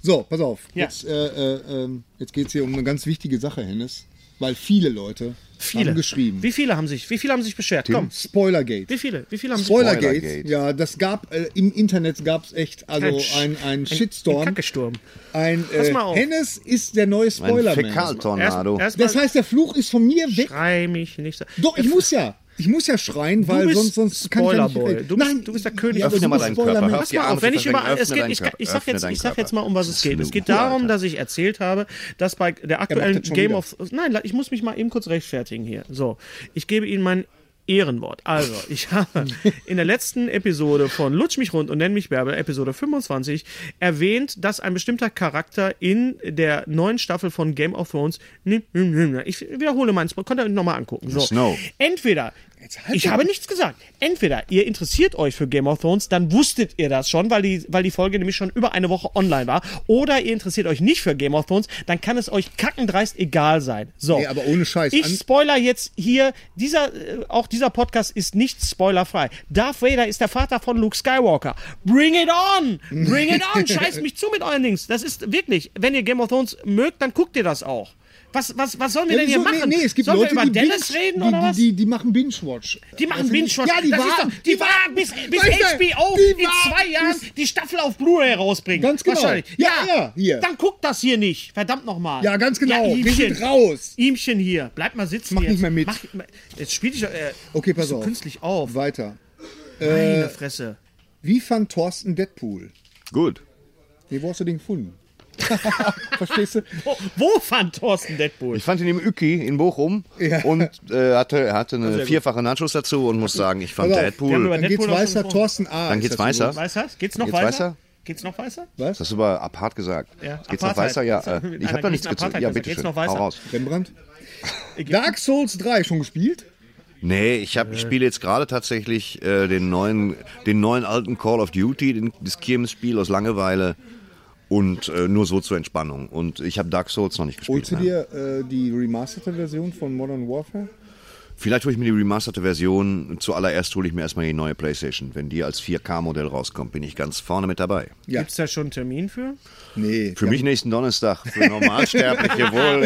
So, pass auf.
Ja.
Jetzt, äh, äh, ähm, jetzt geht es hier um eine ganz wichtige Sache, Hennes. Weil viele Leute
Viele.
haben geschrieben.
Wie viele haben sich, wie viele haben sich beschwert? Komm.
Spoilergate.
Wie viele? Wie viele haben sich
Spoilergate.
Spoilergate.
Ja, das gab äh, im Internet gab es echt also
Sch-
ein, ein,
Ein
Shitstorm.
Kackesturm.
Ein,
Pass
äh,
mal auf.
Hennes ist der neue
Ein
Spoilerman.
Fäkaltornado.
Erst,
Das
erstmal
heißt, der Fluch ist von mir weg.
schrei mich nicht so.
Doch, ich muss ja. Ich muss ja schreien, weil
bist
sonst, sonst kann ich ja nicht
Spoilerboy.
reden.
Du bist-
Nein,
du bist der König.
aber
Öffne
du
mal
bist
deinen
Spoilerman.
Körper.
Pass
Die
mal
Arme
auf, wenn
zu
ich
verschränken.
über es
Öffne
geht,
deinen
ich, ich, sag
Körper.
jetzt,
Öffne
ich sag
deinen
jetzt mal, um was es geht. Es geht
Alter.
darum, dass ich erzählt habe, dass bei der aktuellen
das schon
Game
wieder.
of Nein, la- ich muss mich mal eben kurz rechtfertigen hier. So, ich gebe Ihnen mein Ehrenwort. Also, ich habe in der letzten Episode von Lutsch mich rund und nenn mich Bärbel, Episode 25, erwähnt, dass ein bestimmter Charakter in der neuen Staffel von Game of Thrones. Ich wiederhole meinen Spot, könnt ihr euch nochmal angucken. So.
Snow.
Entweder,
halt
ich
doch
habe nichts gesagt, entweder ihr interessiert euch für Game of Thrones, dann wusstet ihr das schon, weil die, weil die Folge nämlich schon über eine Woche online war, oder ihr interessiert euch nicht für Game of Thrones, dann kann es euch kackendreist egal sein. So.
Nee, aber ohne Scheiß. An-
Ich spoiler jetzt hier, dieser, äh, auch dieser Podcast ist nicht spoilerfrei. Darth Vader ist der Vater von Luke Skywalker. Bring it on! Bring it
<laughs>
on! Scheiß mich zu mit euren Links. Das ist wirklich, wenn ihr Game of Thrones mögt, dann guckt ihr das auch. Was, was, was sollen wir
Ja,
denn hier
wieso?
machen?
Nee, nee, es gibt
sollen
Leute,
wir über
die
Dennis
binge,
reden
die,
oder
die,
was?
Die, die machen Binge-Watch.
Die machen
Also,
Binge-Watch.
Ja, die
das ist
waren.
doch, die, waren bis, bis
Weißt du,
HBO
die
in
waren
zwei Jahren
bis-
die Staffel auf Blu-ray rausbringen.
Ganz genau.
Wahrscheinlich. Ja,
Ja, ja, hier.
Dann guckt das hier nicht. Verdammt nochmal.
Ja, ganz genau. Wir sind raus.
Ihmchen hier. Bleib mal sitzen.
Mach
jetzt.
nicht mehr mit.
Mach, jetzt spiel dich äh,
Okay, pass
so
auf. Äh,
künstlich auf.
Weiter.
Meine Fresse.
Wie fand Thorsten Deadpool?
Gut.
Nee, wo hast du
<laughs>
den gefunden? Verstehst du?
Wo, wo fand Thorsten Deadpool?
Ich fand ihn im Üki in Bochum und äh, hatte, er hatte eine vierfache Nachschuss dazu und muss sagen, ich fand
Pass auf,
wir haben
Deadpool.
über
Dann geht's
Deadpool auch schon
weiter.
vor.
Thorsten A.
Dann
ist
geht's
das
weiter.
Los.
Weißer? Geht's noch
Geht's
weiter?
weiter?
Geht's noch weiter?
Was?
Das ist aber apart gesagt.
Ja,
Geht's noch
Apartheid.
weiter? Ja,
Mit
äh, ich
einer
habe da nichts gezogen.
gewissen Apartheid
Ja,
gesagt.
bitte
Geht's
schön.
noch weiter?
Hau raus.
Rembrandt. Dark Souls 3 schon gespielt?
Nee, ich, hab, ich spiele jetzt gerade tatsächlich äh, den, neuen, den neuen alten Call of Duty, den, das Kirmes-Spiel aus Langeweile und äh, nur so zur Entspannung. Und ich habe Dark Souls noch nicht gespielt. ne?
Holst du
nein.
dir äh, die remasterte Version von Modern Warfare?
Vielleicht hole ich mir die remasterte Version. Zuallererst hole ich mir erstmal die neue PlayStation. Wenn die als 4K-Modell rauskommt, bin ich ganz vorne mit dabei.
Ja.
Gibt's da schon einen Termin für?
Nee.
Für mich nächsten Donnerstag, für
<laughs>
Normalsterbliche wohl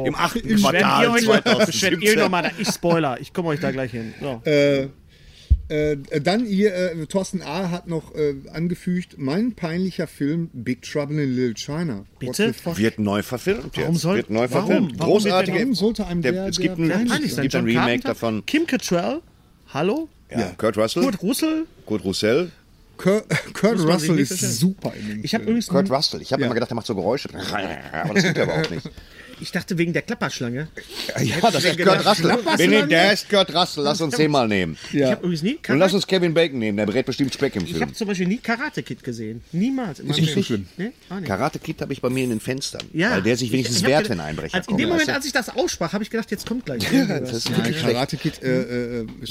im, im achten
Beschwert ihr
Quartal
euch- beschwert ihr
2017.
nochmal, da- ich spoiler, ich komme euch da gleich hin. So.
Äh, dann hier, äh, Thorsten A. hat noch äh, angefügt, mein peinlicher Film Big Trouble in Little China. What
Bitte?
the fuck?
Wird neu verfilmt.
Warum
jetzt.
soll-
wird neu
warum?
verfilmt.
Warum wird der
Großartige.
Warum sollte einem
der,
der, der
es gibt ein,
peinlich
Peinlich
es
sein.
gibt ein
John
Remake
Carpenter,
davon.
Kim Cattrall, hallo?
Ja. Kurt Russell,
Kurt
Kurt,
Russell?
Russell.
<laughs> Kurt, Kurt
man sich
Russell
nicht
ist
verstehen.
super in dem
Ich habe
Film.
übrigens,
Kurt Russell. Ich habe immer gedacht, der macht so Geräusche. <laughs> Aber das tut er überhaupt nicht.
ich dachte wegen der Klapperschlange.
Ja, das ist Kurt Russell. Nee, nee, der ist Kurt Russell. Lass uns den mal nehmen.
Ich
ja.
habe übrigens nie
Und lass
Karate,
uns Kevin Bacon nehmen. Der brät bestimmt Speck im
ich
Film.
habe zum Beispiel nie Karate Kid gesehen, niemals. Ist
nicht so schlimm.
Nee? Auch nicht.
Karate Kid habe ich bei mir in den Fenstern.
Ja.
Weil der sich wenigstens
Ich- ich
wehrt,
hab gedacht-
wenn ein Einbrecher
als, In
kommt.
dem Moment,
weißt
als ich das aussprach, habe ich gedacht, jetzt kommt gleich.
du?
irgendwas.
das ist wirklich schlecht.
Karate Kid, äh, äh, äh, war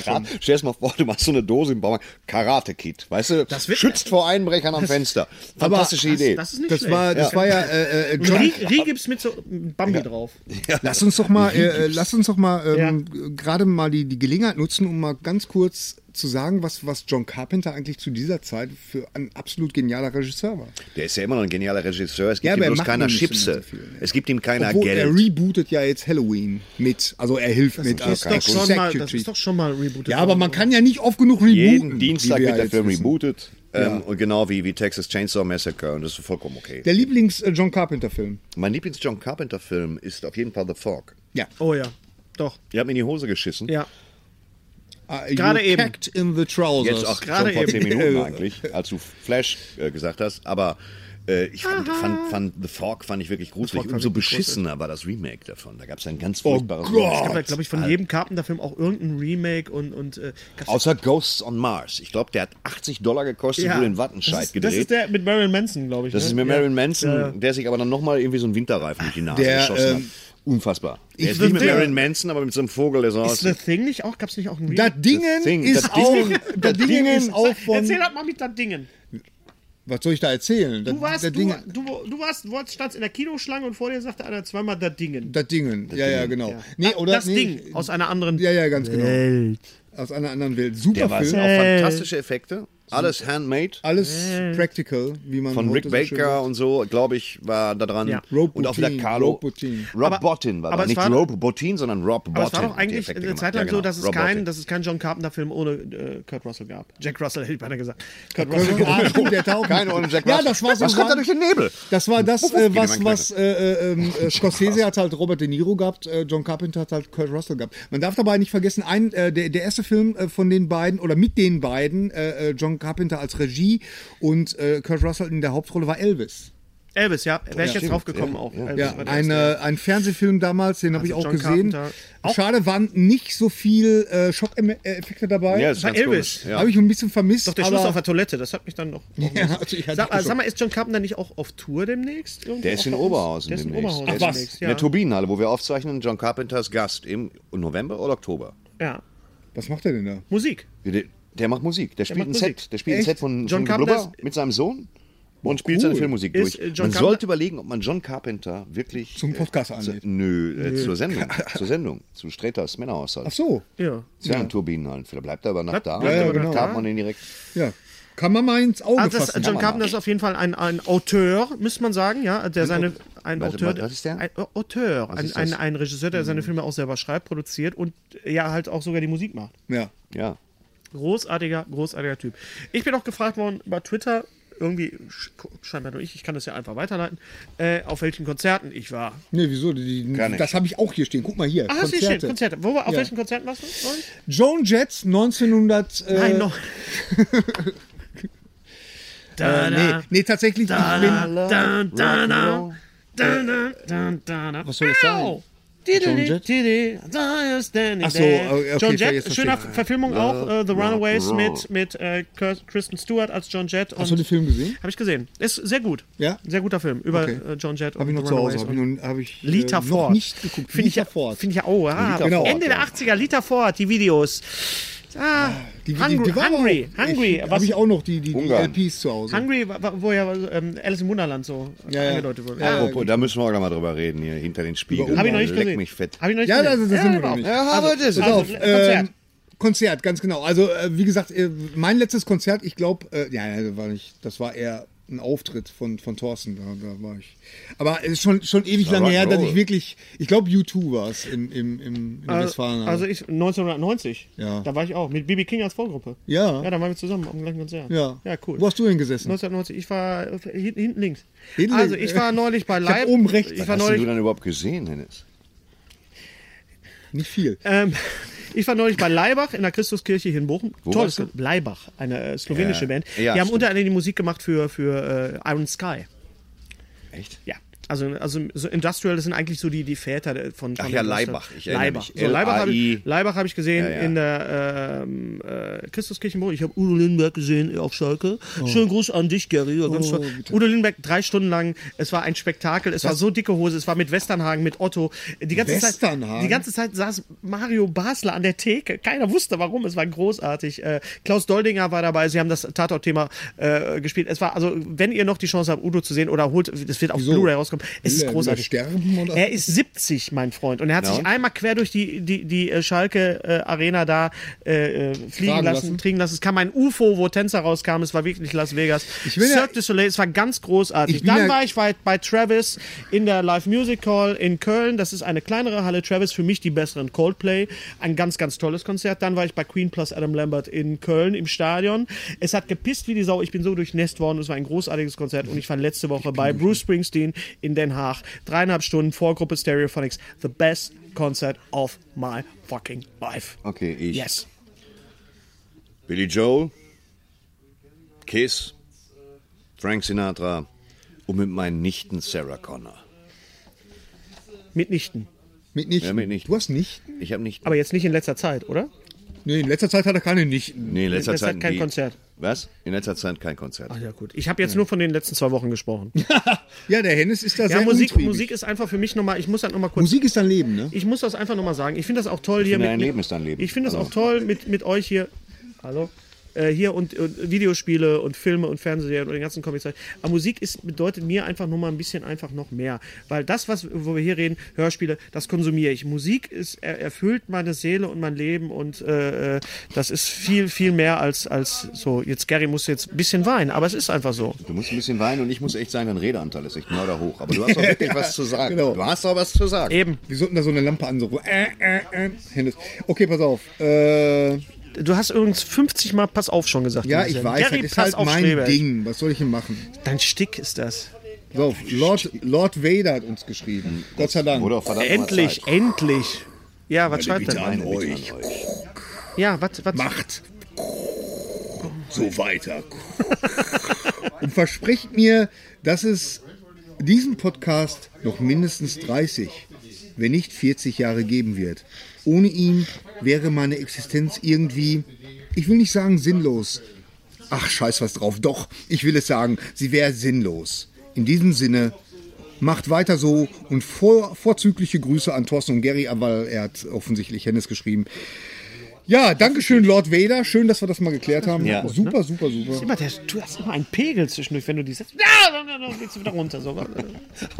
schon-
Karate. Stell dir mal vor, du machst so eine Dose im Baumarkt. Karate Kid. Weißt du,
Das wird-
schützt vor Einbrechern am Fenster. Fantastische Idee.
das ist nicht
das
schlecht.
war, das war ja, äh, äh,
Und Rie,
John,
Rie gibt's mit so Bambi drauf.
lass uns doch mal, äh, äh, lass uns doch mal ähm,
Ja.
äh, gerade mal die, die Gelegenheit nutzen, um mal ganz kurz zu sagen, was, was John Carpenter eigentlich zu dieser Zeit für ein absolut genialer Regisseur war.
der ist ja immer noch ein genialer Regisseur. Es
Ja,
gibt
aber er
ihm bloß
macht
keiner
noch nicht so
Chipse.
viel, ne?
Es gibt ihm keiner
Obwohl,
Geld.
er rebootet ja jetzt Halloween mit, also er hilft mit.
Das,
als
ist doch schon mal, das
Executive.
ist doch schon mal rebootet.
ja, aber
worden.
man kann ja nicht oft genug rebooten.
Jeden
wie
Dienstag
wir
wird
ja
der
jetzt
Film
wissen.
rebootet. Ähm, Und genau wie, wie Texas Chainsaw Massacre und das ist vollkommen okay.
Der Lieblings-John Carpenter-Film.
mein Lieblings-John Carpenter-Film ist auf jeden Fall The Fog.
Ja.
Oh ja, doch.
Ihr habt mir in die Hose geschissen.
Ja.
Ah, you
Gerade eben.
cacked in the trousers.
Jetzt auch
Gerade
schon vor zehn
eben.
Minuten eigentlich, als du Flash äh, gesagt hast. Aber äh, ich fand, fand, fand The Fog fand ich wirklich gruselig. Umso beschissener war das Remake davon. Da gab es ein ganz furchtbares
Es
Remake.
gab ja, glaube ich, von jedem Carpenter-Film auch irgendein Remake und, und äh, gab's-
Außer Ghosts on Mars. Ich glaube, der hat 80 Dollar gekostet und
ja.
wurde in Wattenscheid
das ist,
gedreht.
Das ist der mit Marilyn Manson, glaube ich.
Das
ne?
ist mir
Ja.
Marilyn Manson,
Ja.
der sich aber dann nochmal irgendwie so einen Winterreifen durch die Nase
Der,
geschossen
ähm,
hat. Unfassbar. Der ist
würd
nicht mit
den-
Marilyn Manson, aber mit so einem Vogel, der so
Ist The
aussieht.
Thing nicht auch? Gab es nicht auch ein
Das
Remake?
Dingen
Ding,
ist
das
auch.
Ding-
Das Dingen ist auch von.
Erzähl doch mal mit Das Dingen.
Was soll ich da erzählen? Das,
Du warst,
das
du,
Dingen.
du, du warst, wolltest, standst in der Kinoschlange und vor dir sagte einer zweimal Das Dingen.
Das Dingen. Ja, ja, genau. Nee,
Ah,
oder?
das
nee,
Ding aus einer anderen
Ja, ja, ganz genau.
Welt.
Aus einer anderen Welt.
Der
Super
war auch
Film.
fantastische Effekte. Alles handmade.
Alles practical, wie man
Von
heute
Rick
so schön
Baker und so, glaube ich, war da dran.
Ja.
Rob
und auch
Bottin,
wieder Carlo.
Rob Bottin.
Rob
Aber-
Bottin war
aber
da.
es
Nicht
war-
Rob Bottin, sondern Rob Bottin.
Aber es war doch
hat die
eigentlich
Effekte
eine
gemacht.
Zeit lang
Ja, genau.
so, dass es,
Rob
kein,
Bottin.
dass es keinen John Carpenter-Film ohne äh, Kurt Russell gab. Jack Russell hätte ich beinahe gesagt. Kurt
Können
Russell.
wir- Ah, stimmt, der taucht.
Keine ohne Jack
Ja,
Russell.
das war so.
Was kommt da durch den Nebel?
Das war das, äh, was,
Geht in meinen
was äh, äh, ähm, äh, Scorsese hat halt Robert De Niro gehabt, äh, John Carpenter hat halt Kurt Russell gehabt. Man darf dabei nicht vergessen, ein, äh, der, der erste Film äh, von den beiden oder mit den beiden, äh, äh, John Carpenter als Regie und äh, Kurt Russell in der Hauptrolle war Elvis.
Elvis, ja, wäre ich jetzt drauf gekommen auch. Elvis
Ja,
war der
ein, äh, ein Fernsehfilm damals, den habe ich
Also
auch
John
gesehen.
Carpenter. Auch-
Schade, waren nicht so viel äh, Schockeffekte dabei.
Ja, das ist
Bei
ganz
Elvis.
komisch. Ja.
Habe ich ein bisschen vermisst.
Doch der
aber
Schluss auf der Toilette, das hat mich dann noch.
<laughs> Ja, also ich hatte
sag,
auch
sag mal, ist John Carpenter nicht auch auf Tour demnächst? Irgendwo
Der ist
auch
in
bei uns?
Oberhausen
Der ist in
demnächst.
Oberhausen
Der ist
demnächst,
in
ja.
der Turbinenhalle, wo wir aufzeichnen, John Carpenters Gast im November oder Oktober.
ja.
was macht er denn da?
Musik.
Der, der macht Musik, der spielt
macht
ein
Musik.
Set, der spielt ein
Echt?
Set von
John
John von Blubber
Carpenter ist-
mit seinem Sohn und spielt
cool.
seine Filmmusik
Ist, äh,
durch.
John
Man
Carpenter-
sollte überlegen, ob man John Carpenter wirklich äh,
Zum Podcast
zu,
einlädt.
nö, äh, zur
<laughs>
Sendung, zur Sendung, zu Streters Männerhaushalt.
Ach so,
Ja.
Zu ja. Turbinenhallen. Vielleicht bleibt er aber nach
Bleibt-
halt. da.
bleibt
er
und
aber
dann
nach
darf
da?
man den direkt.
ja. Kann man mal ins Auge
Also das,
fassen.
John
man
Carpenter
machen.
ist auf jeden Fall ein, ein Auteur, müsste man sagen, ja, der seine ein
warte,
Auteur,
was ist der?
ein Auteur, ein,
ist
ein,
das?
ein Regisseur, der seine Filme auch selber schreibt, produziert und äh, ja halt auch sogar die Musik macht.
Ja.
Ja.
Großartiger, großartiger Typ. Ich bin auch gefragt worden bei Twitter, irgendwie sch- scheinbar nur ich, ich kann das ja einfach weiterleiten, äh, auf welchen Konzerten ich war.
Nee, wieso? Die,
Gar nicht.
das habe ich auch hier stehen. Guck mal hier.
Ach, hast du hier stehen,
Konzerte.
Konzerte. Wo, war- auf
Ja.
welchen Konzerten warst du? Sorry?
Joan Jett 1900. Äh,
Nein, noch. da,
Äh, nee, nee, tatsächlich. ich bin,
da, da, da, da, da, da, da, da.
Was soll das sein?
Au!
John Jett?
Tididi, da ist Danny
Ach so,
Day.
okay,
John
ich verstehe,
Jett,
jetzt
schöner
verstehe ich.
Verfilmung auch, äh, The Runaways
roll.
mit, mit äh, Kirk- Kristen Stewart als John Jett.
hast du den Film gesehen?
Habe ich gesehen. Ist sehr gut.
Ja?
Sehr guter Film über
Okay.
äh, John Jett
Habe ich noch
The
zu Hause.
Runaways
Habe ich,
und-
noch- hab ich äh,
Lita
noch
Ford.
nicht geguckt.
Finde ich,
Lita Ford.
Finde ich auch. Ah,
Lita Ford,
Ende der
ja.
80er, Lita Ford, die Videos. Ah,
Die- die- die
Hungry,
war aber
Hungry,
auch,
Hungry.
Habe
was-
ich auch noch die, die, die
Ungarn.
LPs zu Hause.
Hungry, wa- wa- wo ja ähm, Alice im Wunderland so
Ja, ja.
angedeutet wurde.
Ja,
Apropos, da müssen wir auch gleich mal drüber reden hier hinter den Spiegeln.
Über
Habe ich noch nicht
Leck
gesehen.
mich fett.
Hab ich noch nicht
Ja,
gesehen.
das- das sind wir
aber
noch nicht.
auch.
Ja, aber das ist
Also,
Pass
äh,
auf,
Konzert.
ähm, Konzert, ganz genau. Also, äh, wie gesagt, äh, mein letztes Konzert, ich glaube, äh, ja, ja, das war nicht, das war eher ein Auftritt von, von Thorsten, da, da war ich. Aber es ist schon, schon ewig lange her, dass
Rock'n'Roll.
ich wirklich, ich glaube, U2 war es im, im, im, in
also,
Westfalen.
also ich 1990.
Ja.
Da war ich auch mit BB King als Vorgruppe.
Ja.
Ja, da waren wir zusammen am gleichen Konzert.
ja.
Ja, cool.
Wo hast du denn gesessen?
1990, ich war äh, hinten, hinten links.
Hinten
also
links,
ich war
äh.
neulich bei
Ich hab
Live.
oben rechts.
Ich war
Was hast denn du
neulich,
dann überhaupt gesehen, Hennes?
Nicht viel.
ähm, ich war neulich bei Leibach in der Christuskirche hier in Bochum.
Wo
Tolles
warst
Ge- Leibach, eine äh, slowenische
Ja.
Band.
Ja,
die haben
stimmt.
unter anderem die Musik gemacht für, für äh, Iron Sky.
Echt?
Ja. Also, also so Industrial, das sind eigentlich so die, die Väter der- von, von
Ach ja,
Industrial.
Leibach, ich erinnere
Leibach.
mich.
So, Leibach habe ich,
L.A.I..
Leibach habe ich gesehen
Ja, ja.
in der ähm, äh, Christuskirchenburg. Ich habe Udo Lindenberg gesehen auf Schalke.
Oh.
Schönen Gruß an dich, Gary. War Ganz toll. Udo Lindenberg drei Stunden lang. Es war ein Spektakel. Es war so dicke Hose. Es war mit Westernhagen, mit Otto. Die ganze
Westernhagen?
Zeit, die ganze Zeit saß Mario Basler an der Theke. Keiner wusste warum. Es war großartig. Äh, Klaus Doldinger war dabei. Sie haben das Tatort-Thema äh, gespielt. Es war also, wenn ihr noch die Chance habt, Udo zu sehen oder holt, das wird auf Blu-ray rauskommen. rauskommt. Es ist
Äh,
großartig.
Sterben oder?
Er ist 70, mein Freund. Und er hat
Ja.
sich einmal quer durch die, die, die äh, Schalke-Arena da äh, äh, fliegen lassen,
Tragen lassen.
trinken lassen. Es kam ein UFO, wo Tänzer rauskamen. Es war wirklich nicht Las Vegas.
bin
Cirque
ja-
du Soleil, es war ganz großartig.
Ich bin
Dann
ja-
war ich bei, bei Travis in der Live Music Hall in Köln. Das ist eine kleinere Halle. Travis für mich die besseren Coldplay. Ein ganz, ganz tolles Konzert. Dann war ich bei Queen plus Adam Lambert in Köln im Stadion. Es hat gepisst wie die Sau. Ich bin so durchnässt worden. Es war ein großartiges Konzert. Und ich war letzte Woche bei Bruce Springsteen in Den Haag. Dreieinhalb Stunden Vorgruppe Stereophonics. The best concert of my fucking life.
Okay, ich.
Yes.
Billy Joel, Kiss, Frank Sinatra und mit meinen Nichten Sarah Connor.
Mitnichten.
Mit nicht.
Ja, mit nicht.
Du hast nicht?
Ich habe nicht.
Aber jetzt nicht in letzter Zeit, oder?
Nee, in letzter Zeit hat er keine nicht.
Nee, in letzter
letzter
Zeit
Zeit kein
nie.
Konzert.
Was? In letzter Zeit kein Konzert.
Ach ja, gut. Ich habe jetzt nur von den letzten zwei Wochen gesprochen.
Ja, der Hennes ist da
Ja,
sehr
Musik,
umtriebig.
Musik ist einfach für mich nochmal, ich muss halt nochmal kurz.
Musik ist dein Leben, ne?
Ich muss das einfach nochmal sagen. Ich finde das auch toll hier
finde,
mit.
ein
mit-
Leben ist ein Leben.
Ich finde das
Also.
auch toll mit, mit euch hier. Hallo. Äh, hier und, und Videospiele und Filme und Fernsehserien und den ganzen Comics. Aber Musik ist, bedeutet mir einfach nur mal ein bisschen einfach noch mehr. Weil das, was, wo wir hier reden, Hörspiele, das konsumiere ich. Musik ist, er, erfüllt meine Seele und mein Leben und äh, äh, das ist viel, viel mehr als, als so. Jetzt, Gary muss jetzt ein bisschen weinen, aber es ist einfach so.
Du musst ein bisschen weinen und ich muss echt sagen, dein Redeanteil ist echt mörderhoch. Aber du hast auch wirklich was zu sagen.
genau.
Du hast auch was zu sagen.
Eben.
Wir sollten da so eine Lampe ansuchen. Äh, äh, äh. Hennes. Okay, pass auf. Äh,
Du hast übrigens 50 Mal Pass auf schon gesagt.
ja,
Sebastian.
ich weiß, das
Gary,
ist
pass
halt
auf,
mein
Schneebell.
Ding. Oh, Was soll ich denn machen?
Dein Stick ist das.
Pass auf, Lord, Lord Vader hat uns
Hm,
geschrieben. Gott sei Dank.
Wurde auch verdammt mal
Endlich, E-
Zeit.
endlich. Ja, was schreibt
Bitte
er?
an
Meine Bitte
euch.
an euch.
Ja, was, was?
Macht so weiter.
Und verspricht mir, dass es diesen Podcast noch mindestens 30, wenn nicht 40 Jahre geben wird. Ohne ihn wäre meine Existenz irgendwie, ich will nicht sagen sinnlos. Ach, scheiß was drauf. Doch, ich will es sagen, sie wäre sinnlos. In diesem Sinne, macht weiter so und vor, vorzügliche Grüße an Thorsten und Gary, aber er hat offensichtlich Hennes geschrieben. Ja, Dankeschön, Lord Vader. Schön, dass wir das mal geklärt haben.
Ja.
Super, super, super.
Immer der, du hast immer einen Pegel zwischendurch, wenn du die setzt. Ja, dann, dann, dann geht's wieder runter. So.
Aber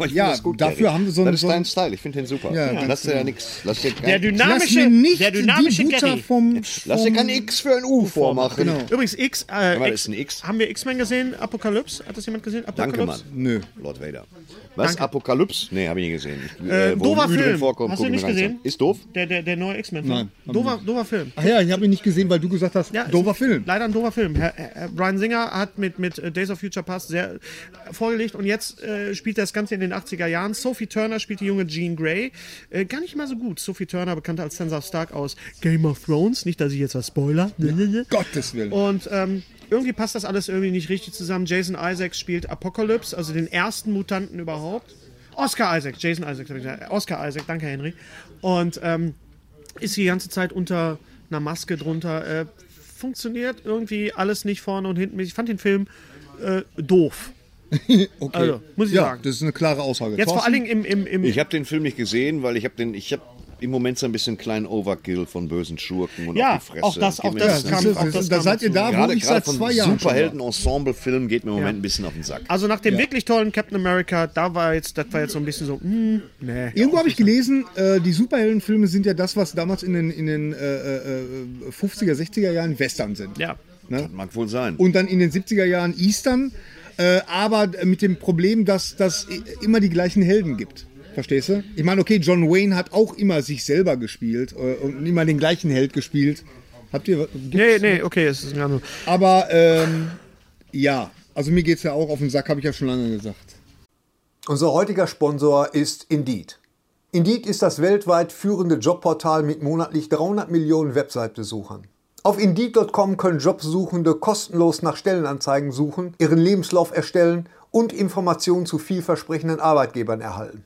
ich
Ja,
finde das gut,
dafür
Gerrit.
haben wir so einen-
Das
so
ist dein
einen-
Style. Ich finde den super.
Ja, danke.
Lass dir ja nichts. Lass dir
Der
kein,
Lass
dynamische,
mir nicht
der dynamische
die Butter
Gary.
vom,
lass dir
vom-
kein X für ein U vormachen.
Genau.
Übrigens, X, äh,
mal,
X,
ist ein X.
Haben wir X-Men gesehen? Apokalypse? Hat das jemand gesehen? Apokalypse?
Danke, Mann.
Nö.
Lord Vader. Was? Apokalypse? Nee, habe ich nie gesehen. Ich,
Äh,
wo
doofer
Ü drin
Film.
Vorkommt,
Hast du
guck ich
nicht
mir ganz
gesehen?
an. Ist doof?
Der, der, der neue X-Men. ne?
Nein, hab
Dover, dover Film.
Ach ja, ich habe ihn nicht gesehen, weil du gesagt hast,
Ja,
doofer
ist
Film.
Leider ein doofer Film. Herr, Herr Brian Singer hat mit, mit äh, Days of Future Past sehr äh, vorgelegt und jetzt äh, spielt das Ganze in den 80er Jahren. Sophie Turner spielt die junge Jean Grey. Äh, gar nicht mal so gut. Sophie Turner, bekannt als Sansa Stark aus Game of Thrones. Nicht, dass ich jetzt was spoiler.
Gottes Willen.
Und ähm, irgendwie passt das alles irgendwie nicht richtig zusammen. Jason Isaacs spielt Apocalypse, also den ersten Mutanten überhaupt. Oscar Isaac, Jason Isaac, hab ich gesagt. Oscar Isaac, danke Henry. Und ähm, ist die ganze Zeit unter einer Maske drunter. Äh, funktioniert irgendwie alles nicht vorne und hinten. Ich fand den Film äh, doof.
Okay.
Also, muss ich
ja,
sagen.
das ist eine klare Aussage.
Jetzt vor
Thorsten?
allen Dingen im, im, im
Ich habe den Film nicht gesehen, weil ich habe den, ich habe im Moment so ein bisschen kleinen Overkill von bösen Schurken und
Ja,
auf die Fresse.
auch das-
Geht
auch
mir
das
ein bisschen-
Das
kam-
ist,
auch
das
das
da
kam
seid ihr
dazu.
da, wo
Gerade
ich
gerade
seit
von
zwei Jahren schon war.
Superhelden-Ensemble-Film geht mir im Moment ein bisschen auf den Sack.
also nach dem wirklich tollen Captain America, da war jetzt, das war jetzt so ein bisschen so, mm, nee.
Irgendwo habe ich gelesen, äh, die Superheldenfilme sind ja das, was damals in den, in den äh, äh, 50er, 60er Jahren Western sind.
Ja.
Das mag wohl sein.
Und dann in den 70er Jahren Eastern, äh, aber mit dem Problem, dass das immer die gleichen Helden gibt. Verstehst du? Ich meine, okay, John Wayne hat auch immer sich selber gespielt äh, und immer den gleichen Held gespielt. Habt ihr. gibt's-
Nee, nee, okay, es ist ein anderer.
Aber ähm, ja, also mir geht's ja auch auf den Sack, habe ich ja schon lange gesagt.
Unser heutiger Sponsor ist Indeed. Indeed ist das weltweit führende Jobportal mit monatlich 300 Millionen Website-Besuchern. Auf Indeed.com können Jobsuchende kostenlos nach Stellenanzeigen suchen, ihren Lebenslauf erstellen und Informationen zu vielversprechenden Arbeitgebern erhalten.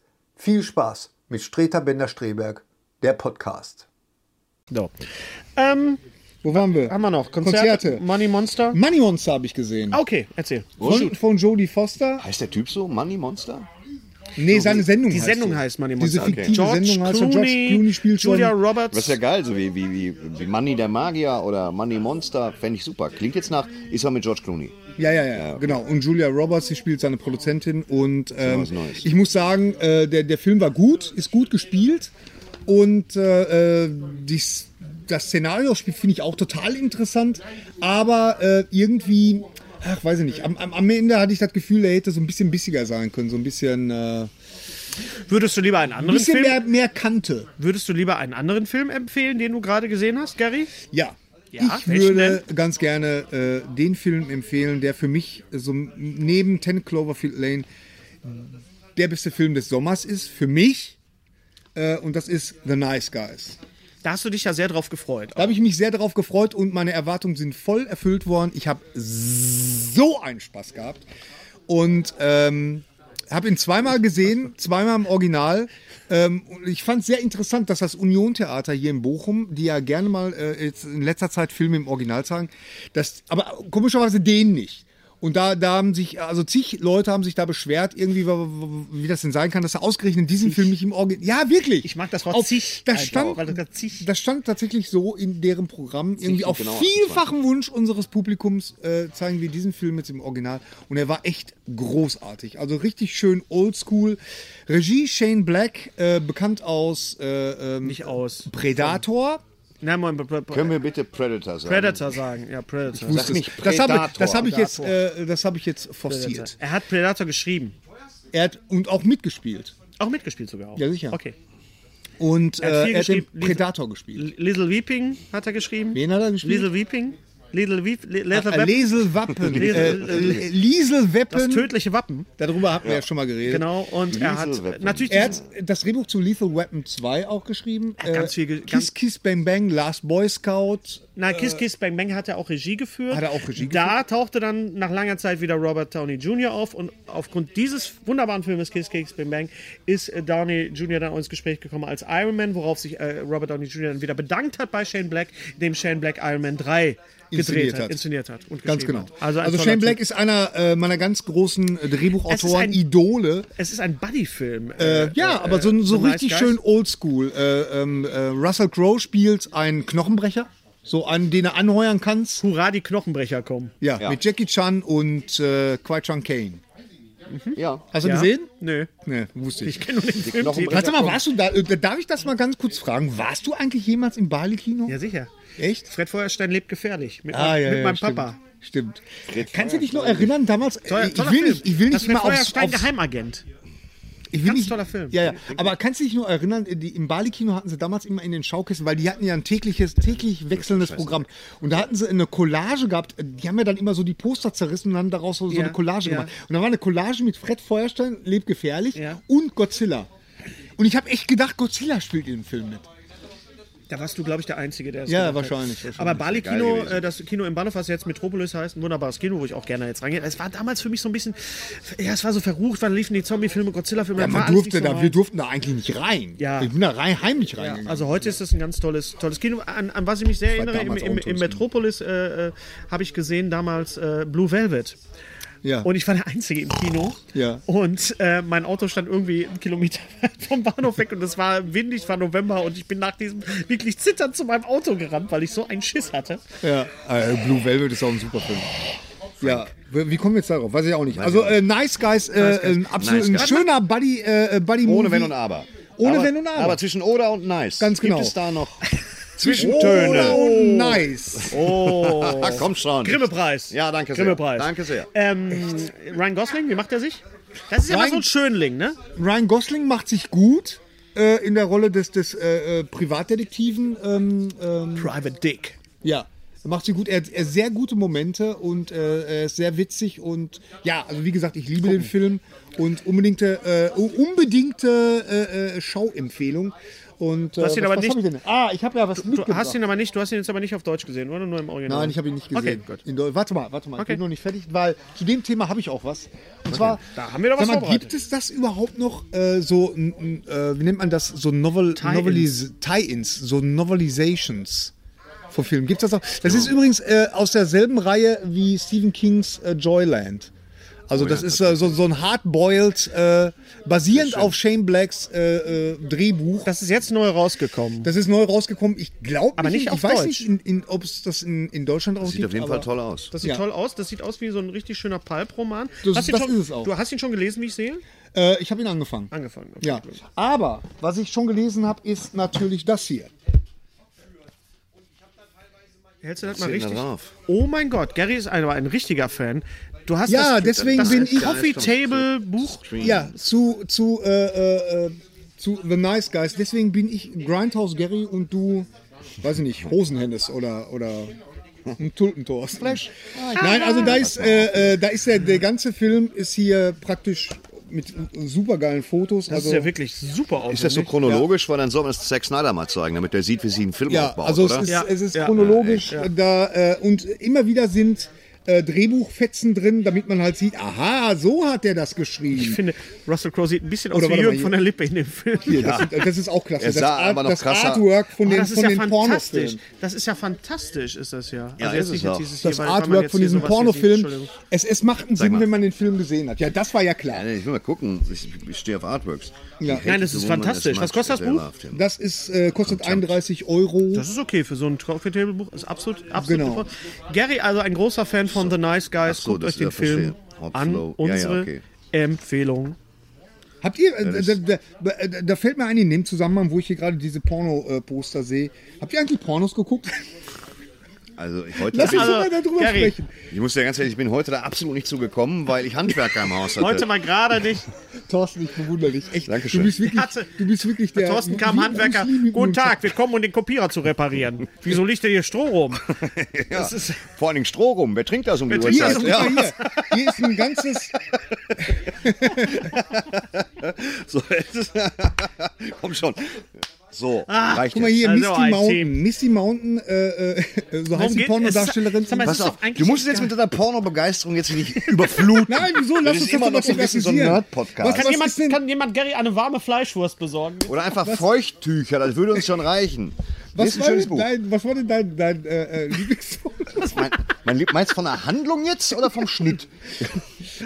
viel Spaß mit Streter Bender-Streberg, der Podcast.
So. Ähm,
Wo waren wir?
haben wir noch? Konzerte, Money Monster.
Money Monster habe ich gesehen.
Ah, Okay, erzähl.
Von, von Jodie Foster.
Heißt der Typ so? Money Monster?
Nee, seine Sendung
Die
heißt
Sendung
so.
heißt Money
Diese
Monster.
fiktive
George,
Sendung heißt so,
Clooney,
George Clooney spielt schon-
Julia
Das ist
Roberts.
ja geil, so wie, wie, wie, wie Money der Magier oder Money Monster, fände ich super. Klingt jetzt nach, ist er mit George Clooney.
Ja, ja, ja, genau. Und Julia Roberts, sie spielt seine Produzentin. Und ähm,
was Neues.
ich muss sagen, äh, der, der Film war gut, ist gut gespielt. Und äh, äh, die, S- das Szenario finde ich auch total interessant. Aber äh, irgendwie, ach, weiß ich nicht, am, am, am Ende hatte ich das Gefühl, er hätte so ein bisschen bissiger sein können. So ein bisschen, äh,
Würdest du lieber einen anderen
bisschen
Film?
mehr, mehr Kante.
Würdest du lieber einen anderen Film empfehlen, den du gerade gesehen hast, Gary?
Ja.
Ja,
ich
welchen
würde ganz gerne äh, den Film empfehlen, der für mich so neben 10 Cloverfield Lane der beste Film des Sommers ist, für mich. Äh, und das ist The Nice Guys.
Da hast du dich ja sehr drauf gefreut.
Da habe ich mich sehr darauf gefreut und meine Erwartungen sind voll erfüllt worden. Ich habe so einen Spaß gehabt und ähm, habe ihn zweimal gesehen, zweimal im Original. Ähm, und ich fand es sehr interessant, dass das Union Theater hier in Bochum, die ja gerne mal äh, jetzt in letzter Zeit Filme im Original zeigen, das, aber komischerweise den nicht. Und da, da haben sich, also zig Leute haben sich da beschwert, irgendwie, wa- wa- wie das denn sein kann, dass er ausgerechnet diesen Film nicht im Original. Ja, wirklich.
Ich mag das Wort
Auf-
zig
Das
einfach,
stand,
weil das gerade zig-
das stand tatsächlich so in deren Programm. Irgendwie auf
genau
vielfachen Wunsch unseres Publikums äh, zeigen wir diesen Film jetzt im Original. Und er war echt großartig. Also richtig schön oldschool. Regie Shane Black, äh, bekannt aus äh, ähm,
Nicht aus.
Predator.
Nein, Moment, Pre- Pre-
Können wir bitte Predator sagen?
Predator sagen. Ja, Predator.
Sag nicht
Das habe ich,
Predator.
das hab ich, jetzt, äh, das hab ich jetzt forciert.
Er hat Predator geschrieben.
Er hat und auch mitgespielt.
Auch mitgespielt sogar auch.
Ja, sicher.
Okay.
Und äh,
hat
er hat,
viel
den
geschrieben.
Predator gespielt.
L- Little Weeping hat er geschrieben.
Wen hat er gespielt?
Little Weeping. Little Weep. Li- Little
Äh,
Weapon.
Lesel Wappen.
Liesel-
äh, Liesel
Das
Wappen.
tödliche Wappen.
Darüber haben wir ja schon mal geredet.
Genau. Und er hat
Liesel Weapon.
natürlich
Er
diesen-
hat das Drehbuch zu Lethal Weapon 2 auch geschrieben. Äh,
hat ganz viel ge-
Kiss,
ganz-
Kiss, Bang, Bang, Last Boy Scout.
Na, Kiss Kiss Bang Bang hat er auch Regie geführt.
Äh. Hat er auch Regie
Da tauchte dann nach langer Zeit wieder Robert Downey Jr. auf und aufgrund dieses wunderbaren Filmes Kiss Kiss Bang Bang ist äh, Downey Jr. dann auch ins Gespräch gekommen als Iron Man, worauf sich äh, Robert Downey Jr. dann wieder bedankt hat bei Shane Black, dem Shane Black Iron Man 3
Inszeniert
gedreht hat,
hat.
inszeniert hat und
Ganz
geschrieben
genau.
hat.
Also,
ein toller
Shane Black
Typ.
ist einer äh, meiner ganz großen äh, Drehbuchautoren,
Es ist ein-
Idole.
es ist ein Buddy-Film.
Äh, ja, aber so, so
The Nice
richtig
Guys.
schön oldschool. Äh, ähm, äh, Russell Crowe spielt einen Knochenbrecher, so einen, den er anheuern kannst.
Hurra, die Knochenbrecher kommen.
Ja,
Ja.
mit Jackie Chan und äh, Kwai Chang Kane.
Ja.
Hast du
Ja?
gesehen?
Nö. <laughs>
Nee, wusste ich.
Ich kenne nur den Film.
Knochenbrecher-
Warte mal, warst du da? äh, Darf ich das mal ganz kurz fragen? Warst du eigentlich jemals im Bali-Kino?
Ja, sicher.
Echt?
Fred Feuerstein lebt gefährlich. Mit,
Ah,
meinem-
ja,
mit
ja,
meinem
stimmt.
Papa.
Stimmt. Kannst du dich noch erinnern, damals, äh, ich will nicht, ich will
das
nicht
mit
immer aufs,
Feuerstein
aufs
Geheimagent.
ich will
Ganz
nicht,
toller Film.
Ja, ja. Aber kannst du dich nur erinnern, die, im Bali-Kino hatten sie damals immer in den Schaukästen, weil die hatten ja ein tägliches, täglich wechselndes Programm. Und da hatten sie eine Collage gehabt, die haben ja dann immer so die Poster zerrissen und haben daraus so, so
Ja,
eine Collage
ja.
gemacht. Und da war eine Collage mit Fred Feuerstein, Leb gefährlich
Ja.
und Godzilla. Und ich habe echt gedacht, Godzilla spielt in dem Film mit.
Da warst du, glaube ich, der Einzige, der es
Ja,
gemacht hat.
wahrscheinlich, wahrscheinlich.
Aber Bali
Geil
Kino,
gewesen.
äh, das Kino im Bahnhof, was jetzt Metropolis heißt, ein wunderbares Kino, wo ich auch gerne jetzt reingehe. Es war damals für mich so ein bisschen, ja, es war so verrucht, wann liefen die Zombie-Filme, Godzilla-Filme.
Ja,
das
man
war alles
durfte
nicht so
da,
weit.
wir durften da eigentlich nicht rein.
Ja.
Ich bin da rein, heimlich reingegangen.
Also heute ist es ein ganz tolles, tolles Kino. An, an was ich mich sehr
war
erinnere, im,
damals auch
im,
ein tolles
im Metropolis äh, äh, habe ich gesehen damals äh, Blue Velvet.
ja.
Und ich war der Einzige im Kino.
Ja.
Und äh, mein Auto stand irgendwie einen Kilometer <laughs> weit vom Bahnhof weg und es war windig, war November und ich bin nach diesem wirklich zitternd zu meinem Auto gerannt, weil ich so einen Schiss hatte.
Ja, äh, Blue Velvet ist auch ein super Film. Ja, wie wie kommen wir jetzt darauf? Weiß ich auch nicht. Also äh, Nice Guys, äh, ein absolut
Nice
ein
Guys.
schöner Buddy, äh, Buddy Movie.
Ohne Wenn und Aber.
Ohne
aber,
Wenn und Aber.
Aber zwischen Oder und Nice.
Ganz genau.
Gibt es da noch
Ohne
Zwischentöne?
und Nice.
Oh.
Ach, komm schon.
Grimme-Preis.
Ja, danke sehr.
Grimme-Preis.
Danke sehr.
Ähm, Ryan Gosling, wie macht er sich? Das ist ja immer
Ryan-
so ein Schönling, ne?
Ryan Gosling macht sich gut. äh, in der Rolle des, des äh, äh, Privatdetektiven. Ähm, ähm,
Private Dick.
ja, er macht sie gut. Er hat er hat sehr gute Momente und äh, er ist sehr witzig. Und ja, also wie gesagt, ich liebe den Film und unbedingte, äh, u- unbedingte äh, äh, Schauempfehlung. Und, äh,
hast ihn
was,
aber
was
nicht-
hab ich denn? Ah, ich habe ja was
Du
mitgebracht.
hast ihn aber nicht, du hast ihn jetzt aber nicht auf Deutsch gesehen, oder? Nur im Original.
Nein, ich habe ihn nicht
Äh, Okay,
gesehen.
gut.
In Deu- warte mal, warte mal, ich
Okay.
bin noch nicht fertig, weil zu dem Thema habe ich auch was. Und zwar,
Da haben wir doch was
sag mal,
vorbereitet.
gibt es das überhaupt noch äh, so, n- n- äh, wie nennt man das, so Novel, Novelis, Tie-ins, so Novelizations von Filmen? Gibt es das noch?
Genau.
Das ist übrigens äh, aus derselben Reihe wie Stephen Kings äh, Joyland. Also das ist äh, so, so ein Hardboiled, äh, basierend auf Shane Blacks äh, äh, Drehbuch.
Das ist jetzt neu rausgekommen.
Das ist neu rausgekommen. Ich glaube
Aber nicht
ich
auf
weiß
Deutsch.
nicht, in, in, ob es das in, in Deutschland auch
Sieht
gibt.
auf jeden
aber-
Fall toll aus.
Das sieht
Ja.
toll aus. Das sieht aus wie so ein richtig schöner Pulp-Roman.
Das-
Hast du ihn
das
schon-
ist es auch.
Du hast ihn schon gelesen, wie ich sehe?
Äh, ich habe ihn angefangen.
Angefangen. Okay,
Ja.
gut.
Aber was ich schon gelesen habe, ist natürlich das hier.
Hältst du das mal
Steht da
richtig?
drauf.
Oh mein Gott, Gary ist ein, ein richtiger Fan. Du hast
Ja,
das,
deswegen
das
bin ich-
Coffee Table Buch.
Ja, zu, zu, äh, äh, äh, zu The Nice Guys. Deswegen bin ich Grindhouse Gary und du, weiß ich nicht, Hosenhennis oder, oder ein Tulpentor. Splash. Nein, also da ist, äh, äh, da ist der, der ganze Film ist hier praktisch mit supergeilen Fotos.
Das
also,
ist ja wirklich super aufwendig.
Ist das so chronologisch? Weil dann soll man es Zack Snyder mal zeigen, damit der sieht, wie sie einen Film
Ja,
aufbaut,
also es
oder?
ist,
Ja,
es ist
ja.
chronologisch da äh, und immer wieder sind äh, Drehbuchfetzen drin, damit man halt sieht, aha, so hat der das geschrieben.
Ich finde, Russell Crowe sieht ein bisschen aus
Oder
wie
warte
Jürgen
mal,
von der Lippe in dem Film.
Hier, das, sind, das ist auch klasse.
Er
Das,
sah
Art,
aber noch
das
krasser-
Artwork von
Oh,
den,
das ist
von
ja
den
fantastisch.
Pornofilmen.
Das ist ja fantastisch, ist das ja. Also
Ja, ist es auch.
dieses
Das
hier, weil- weil man
Artwork
jetzt
von
hier
diesem
sowas hier sieht.
Pornofilm.
Entschuldigung.
Es, es macht einen Sinn,
mal.
wenn man den Film gesehen hat. Ja, das war ja
Ja,
klar.
nee, Ich will mal gucken. Ich, ich stehe auf Artworks.
Ja.
Ich
das
Nein,
hate
ist
the woman
fantastisch.
as
Was
much
kostet
as
das
I
Buch?
loved him.
Das ist, äh, kostet 31 Euro.
Das ist okay für so ein Coffee Table Buch. Ist absolut, absolut.
Genau.
Genau. Gary, also ein großer Fan von The Nice Guys.
Ach so,
Guckt
das-
euch den
ja,
Film
verstehe. Hot
an.
Flow. Ja, ja,
Unsere
okay.
Empfehlung.
Habt ihr, äh,
das-
da, da, da, da fällt mir ein in dem Zusammenhang, wo ich hier gerade diese Porno-Poster sehe. Habt ihr eigentlich Pornos geguckt? <laughs>
Also ich, heute
Lass
bin,
uns
Also,
mal darüber
Gary.
sprechen.
ich muss ja ganz ehrlich, ich bin heute da absolut nicht zugekommen, weil ich Handwerker im Haus hatte.
Heute mal gerade
<laughs>
nicht.
Thorsten, ich bewundere dich. Echt,
Dankeschön.
Du bist wirklich,
Hatte-
du bist wirklich der.
Thorsten kam
Wie-
Handwerker.
ich liebe ihn
Guten
unter-
Tag, wir kommen, um den Kopierer
<laughs>
zu reparieren. Wieso liegt denn hier Stroh rum? Das ist,
Vor allen Dingen Stroh rum. Wer trinkt das um die
Wer trinkt
Hier,
Uhrzeit?
das
guck
um
mal
Ja.
hier. hier ist ein ganzes.
<laughs> So, es ist- Komm schon. So, reicht
Guck mal hier,
Also,
Misty
ein
Mountain.
Team.
Misty Mountain, äh, äh, so heißt die
geht-
Pornodarstellerin.
es- sag mal, es
Pass
ist
auf,
doch eigentlich
du musst es
egal.
jetzt mit deiner Pornobegeisterung jetzt nicht <laughs> überfluten.
Nein, wieso? Lass
das
uns
ist
das
immer
doch mal
noch so ein bisschen so ein
thematisieren.
Nerd-Podcast.
Was-
kann, jemand,
ist denn-
kann jemand Gary eine warme Fleischwurst besorgen?
Oder einfach Feuchttücher, das würde uns schon reichen.
was,
Nächstes
war
schönes
denn
Buch.
dein, was war denn dein, dein äh, äh, Lieblingsfilm?
Mein, mein, Lieb- meinst du von der Handlung jetzt oder vom Schnitt?
<laughs>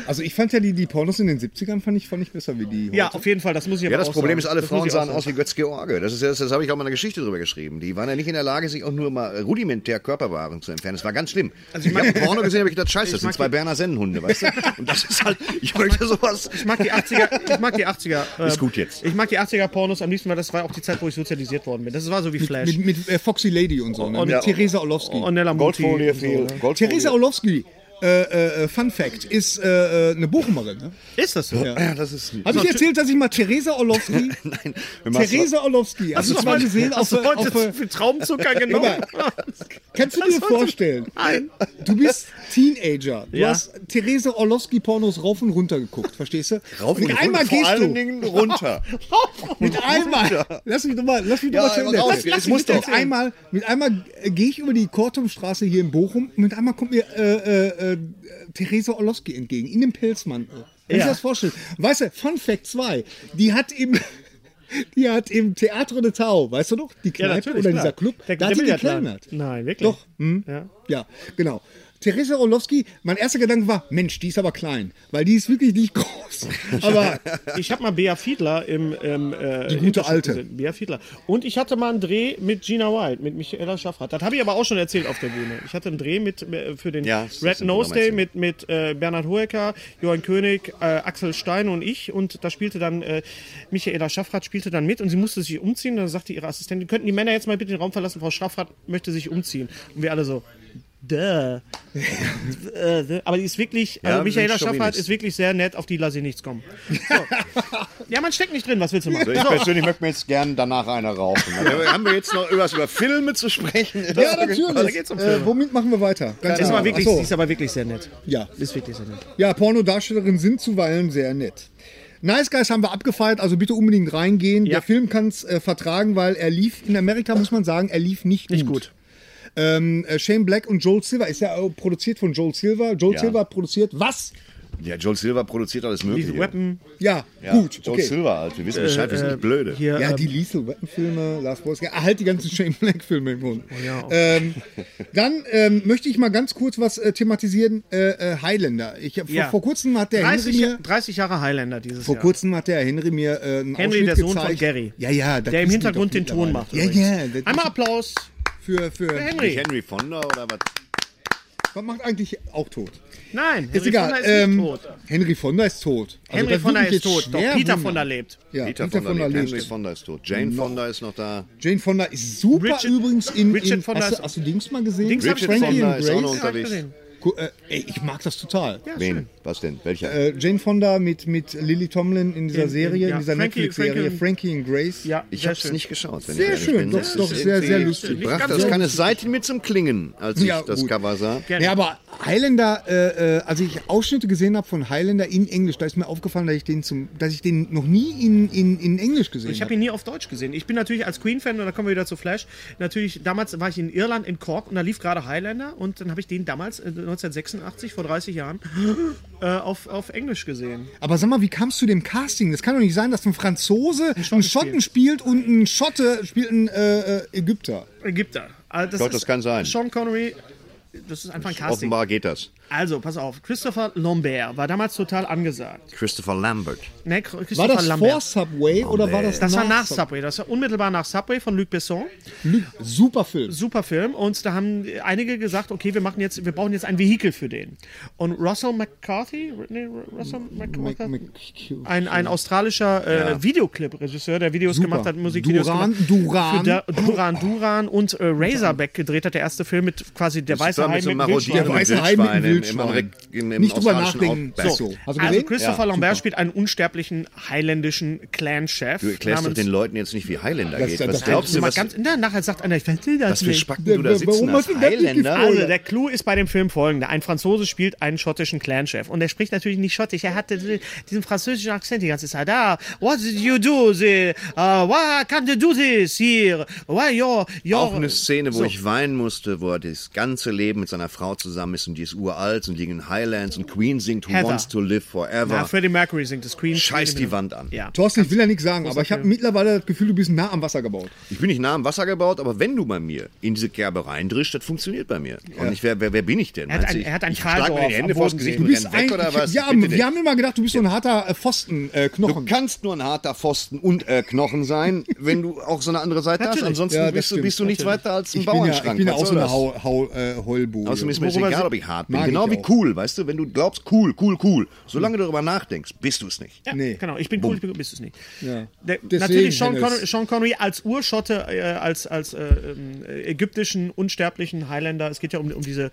Also ich fand ja die, die Pornos in den 70ern fand ich, fand ich besser wie die.
Ja, auf jeden Fall, das muss ich
Ja,
aber
das
auch
Problem ist,
sagen.
alle
Das muss
Frauen
ich auch
sahen
sagen.
aus wie Götz-George. Das, ist ja- das, das habe ich auch mal in der Geschichte drüber geschrieben. Die waren ja nicht in der Lage, sich auch nur mal rudimentär Körperwaren zu entfernen. Das war ganz schlimm. Also ich habe Porno gesehen, habe ich gedacht, scheiße, das sind zwei Berner Sennenhunde, weißt du? Und das ist halt, ich möchte sowas.
Ich mag die 80er, ich mag die 80er. äh,
<laughs> Ist gut jetzt.
Ich mag die 80er Pornos am liebsten, weil das war auch die Zeit, wo ich sozialisiert worden bin. Das war so wie Flash.
Mit, mit äh, Foxy Lady und so, ne? mit
ja.
Theresa Orlowski.
Ornella Muti und so, ne?
Theresa Orlowski, äh, äh, Fun Fact, ist äh, äh, eine Bochumerin. Ne?
Ist das so?
Ja, das ist.
Habe ich
Also,
erzählt, dass ich mal Theresa Orlowski.
Nein,
Theresa Orlowski. Hast
Hast
du das
du
mal
heute-
Also gesehen? Auf,
Hast du
äh, auf,
heute
äh,
für
<laughs>
Traumzucker genommen? <laughs>
kannst du dir vorstellen?
Nein.
Du bist Teenager. Du
Ja.
hast Theresa Orlowski Pornos rauf und runter geguckt, verstehst du?
Rauf
mit
und
einmal
runter, vor
gehst
allen
du.
Dingen <laughs> runter.
Mit einmal. Lass mich doch mal, lass mich doch
Ja,
mal zu Ende
raus,
erzählen.
es muss
mit,
doch.
Mit einmal, mit einmal äh, gehe ich über die Kortumstraße hier in Bochum und mit einmal kommt mir äh, äh, äh, Theresa Orlowski entgegen, in dem Pelzmantel. Wenn ich
Ja.
das vorstelle. Weißt du, Fun Fact 2, die hat im, <laughs> die hat im Teatro de Tau, weißt du noch, die Kneipe
natürlich,
oder
klar.
dieser Club,
Der- der
da hat die
Billardladen.
gekleimert.
Nein, wirklich?
Doch. Hm?
Ja.
Ja, genau. Theresa Orlowski, mein erster Gedanke war, Mensch, die ist aber klein, weil die ist wirklich
<laughs>
nicht groß. Aber
Ich habe mal Bea Fiedler im. im äh,
Die gute
Intershop
Alte.
Gesehen. Bea Fiedler. Und ich hatte mal einen Dreh mit Gina Wild, mit Michaela Schaffrath. Das habe ich aber auch schon erzählt auf der Bühne. Ich hatte einen Dreh mit, äh, für den
Ja, das hast
Red
du mir
Nose
mal
Day
erzählt.
mit, mit äh, Bernhard Hoeker, Johann König, äh, Axel Stein und ich. Und da spielte dann äh, Michaela Schaffrath spielte dann mit und sie musste sich umziehen. Dann sagte ihre Assistentin, könnten die Männer jetzt mal bitte den Raum verlassen? Frau Schaffrath möchte sich umziehen. Und wir alle so. Duh. Äh, Aber die ist wirklich, also
Ja, sind
Michaela
Chauvinist.
Schaffert ist wirklich sehr nett, auf die lasse ich nichts kommen.
<laughs>
So. ja, man steckt nicht drin, was willst du machen?
Also ich persönlich möchte mir jetzt gern danach einer rauchen. Aber haben wir jetzt noch irgendwas über Filme zu sprechen?
Ja,
Da
natürlich.
geht's um
Äh,
Filme.
womit machen wir weiter? Ganz
Ist
genau.
aber wirklich,
Ach so.
ist aber wirklich sehr nett.
Ja.
Ist wirklich sehr nett.
Ja, Pornodarstellerinnen sind zuweilen sehr nett. Nice Guys haben wir abgefeiert, also bitte unbedingt reingehen.
Ja.
Der Film kann es äh, vertragen, weil er lief, in Amerika muss man sagen, er lief nicht gut.
Nicht gut.
Ähm, äh, Shane Black und Joel Silver ist ja auch produziert von Joel Silver. Joel
Ja.
Silver hat produziert was?
ja, Joel Silver produziert alles Mögliche.
Lethal Weapon,
Ja,
Ja,
gut.
Joel
okay.
Silver, Alter. Wir wissen Bescheid, wir sind nicht blöde.
hier,
Ja,
äh,
die Lethal Weapon Filme, Last Wars, ja, halt die ganzen Shane Black Filme im Grunde.
Oh, ja.
ähm, dann ähm, möchte ich mal ganz kurz was äh, thematisieren. Äh, äh, Highlander. Ich, hab- vor,
Ja.
vor kurzem hat der Henry
30,
mir,
Ja- 30 Jahre Highlander dieses
vor
Jahr.
kurzem hat der Henry mir äh, einen
Henry,
Ausschnitt
der Sohn von
gezeigt.
Gary.
Ja, ja. das
der im
wissen wir
Hintergrund
doch
den Ton macht.
mittlerweile.
übrigens.
Ja, ja. das-
Einmal Applaus
für, für,
für
Nicht
Henry.
Henry Fonda oder was?
Was macht eigentlich auch tot?
Nein, Henry
Ist egal.
Fonda ist
ähm,
nicht tot.
Henry Fonda ist tot. Also
Henry
das
Fonda
würde mich
ist
jetzt
tot, doch
schwer
Peter
wundern.
Fonda lebt.
Ja,
Peter Fonda lebt. Henry
lebt.
Fonda ist tot. Jane Fonda ist noch da.
Jane Fonda ist super
Richard-
übrigens in.
Richard
in
Fonda
hast,
ist-
du, hast du Dings mal gesehen?
Dings hab ich
Richard
gesehen.
Fonda ist auch noch
Ja, hab ich
unterwegs.
gesehen.
Gu- Äh, ey, ich mag das total.
Wen? Was denn? Welcher?
Äh, Jane Fonda mit, mit Lily Tomlin in dieser
In- in-
Serie,
ja.
in dieser
Frankie-
Netflix-Serie
Frankie-
Frankie and Grace.
Ja,
ich
sehr
habe es
schön.
nicht geschaut. Wenn
Sehr
ich ehrlich
schön,
bin.
doch-
Das
doch
ist
sehr, sehr
irgendwie-
lustig.
Brachte
Nicht ganz
das
so-
kleine Seiten mit zum Klingen, als ich
Ja,
das
gut.
Cover sah.
Ja, aber Highlander, äh, äh, als ich Ausschnitte gesehen habe von Highlander in Englisch, da ist mir aufgefallen, dass ich den, zum, dass ich den noch nie in, in, in Englisch gesehen
Ich
habe.
habe ihn nie auf Deutsch gesehen. Ich bin natürlich als Queen-Fan, und da kommen wir wieder zu Flash, natürlich, damals war ich in Irland, in Cork, und da lief gerade Highlander, und dann habe ich den damals, äh, 1986, vor 30 Jahren, <gasps> äh, auf, auf Englisch gesehen.
Aber sag mal, wie kamst du dem Casting? Das kann doch nicht sein, dass ein Franzose einen Schotten spielt und ein Schotte spielt einen äh, äh, Ägypter.
Ägypter. Also das
Gott, das kann sein.
Sean Connery, das ist einfach ein Casting.
Offenbar geht das.
Also, pass auf, Christopher Lambert war damals total angesagt.
Christopher Lambert.
Ne, Christopher
War das
Lambert.
vor Subway
Oh,
oder war das,
das war nach
Subway?
Subway, das war unmittelbar nach Subway von Luc Besson.
Super Film.
Super Film und da haben einige gesagt, okay, wir machen jetzt, wir brauchen jetzt ein Vehikel für den. Und Russell McCarthy, nee, Russell McCarthy, ein, ein australischer äh, Videoclip-Regisseur, der Videos
Super.
gemacht hat, Musikvideos
Duran-
gemacht.
Duran.
Für Da- Duran Duran und äh, Razorback gedreht hat, der erste Film mit quasi der
Das ist
weiße
da
Hai
mit so
mit
einem
Wildschwein.
marodierenden
Der weiße Hai mit dem
Wildschwein im-
Wildschwein.
im Amerik- im- im
Nicht drüber
australischen
nachdenken.
Outback.
So. Hast du
Also
gesehen?
Christopher
Ja,
Lambert spielt einen unsterblichen thailändischen Clan-Chef.
Du erklärst doch den Leuten jetzt nicht, wie Highlander
Das-
geht.
das-
Was
das-
glaubst du,
Mal
was,
ganz, na, nachher sagt einer, ich weiß nicht,
was für Spacken
Der-
du da sitzen
warum
hast?
hast du das nicht gefragt?
Highlander?
Also der Clou ist bei dem Film folgender. Ein Franzose spielt einen schottischen Clanchef und er spricht natürlich nicht schottisch. Er hat äh, diesen französischen Akzent die ganze Zeit. Ah, what did you do? The, uh, why can't you do this here? Why your, your...
Auch eine Szene, wo ich weinen musste, wo er das ganze Leben mit seiner Frau zusammen ist und die ist uralt und liegen in Highlands und Queen singt Who
Heather.
Wants to Live
Na,
Forever.
Freddie Mercury singt das Queen.
Scheiß die Wand an.
Ja.
Thorsten, ich will ja nichts sagen, aber ich habe mittlerweile das Gefühl, du bist nah am Wasser gebaut.
Ich bin nicht nah am Wasser gebaut, aber wenn du bei mir in diese Kerbe reindrischst, das funktioniert bei mir. Und ich, wer, wer, wer bin ich denn?
Er hat
Meinst
ein-
du,
er hat ein
ich schlag mir
Karlsdorf
die Hände
am
vors
Bodensee.
Gesicht
Du
und renn weg
ein-
oder
ich-
was?
Ja,
Bitte nicht.
wir haben immer gedacht, du bist so ein harter äh, Pfosten, äh,
Du
Knochen.
kannst nur ein harter Pfosten und äh, Knochen
<laughs>
sein, wenn du auch so eine andere Seite hast.
Natürlich.
Ansonsten
Ja, das
bist, du,
stimmt.
bist du nichts weiter als ein
ich bin ja,
Bauernschrank.
ich bin ja
Was
auch so
soll
eine
das?
Hau, Hau, äh, Heulbude.
Außerdem ist mir das
Worüber
egal,
sie-
ob ich hart bin.
Mag ich
Genau wie
auch.
cool, weißt du? Wenn du glaubst, cool, cool, cool, solange du darüber nachdenkst, bist du es nicht.
Ja,
Nee.
Genau, ich bin cool, ich bin, bist du es nicht.
Ja.
Der,
Deswegen,
natürlich Sean,
Dennis.
Connery, Sean Connery als Urschotte, äh, als, als äh, ähm, ägyptischen, unsterblichen Highlander. Es geht ja um, um diese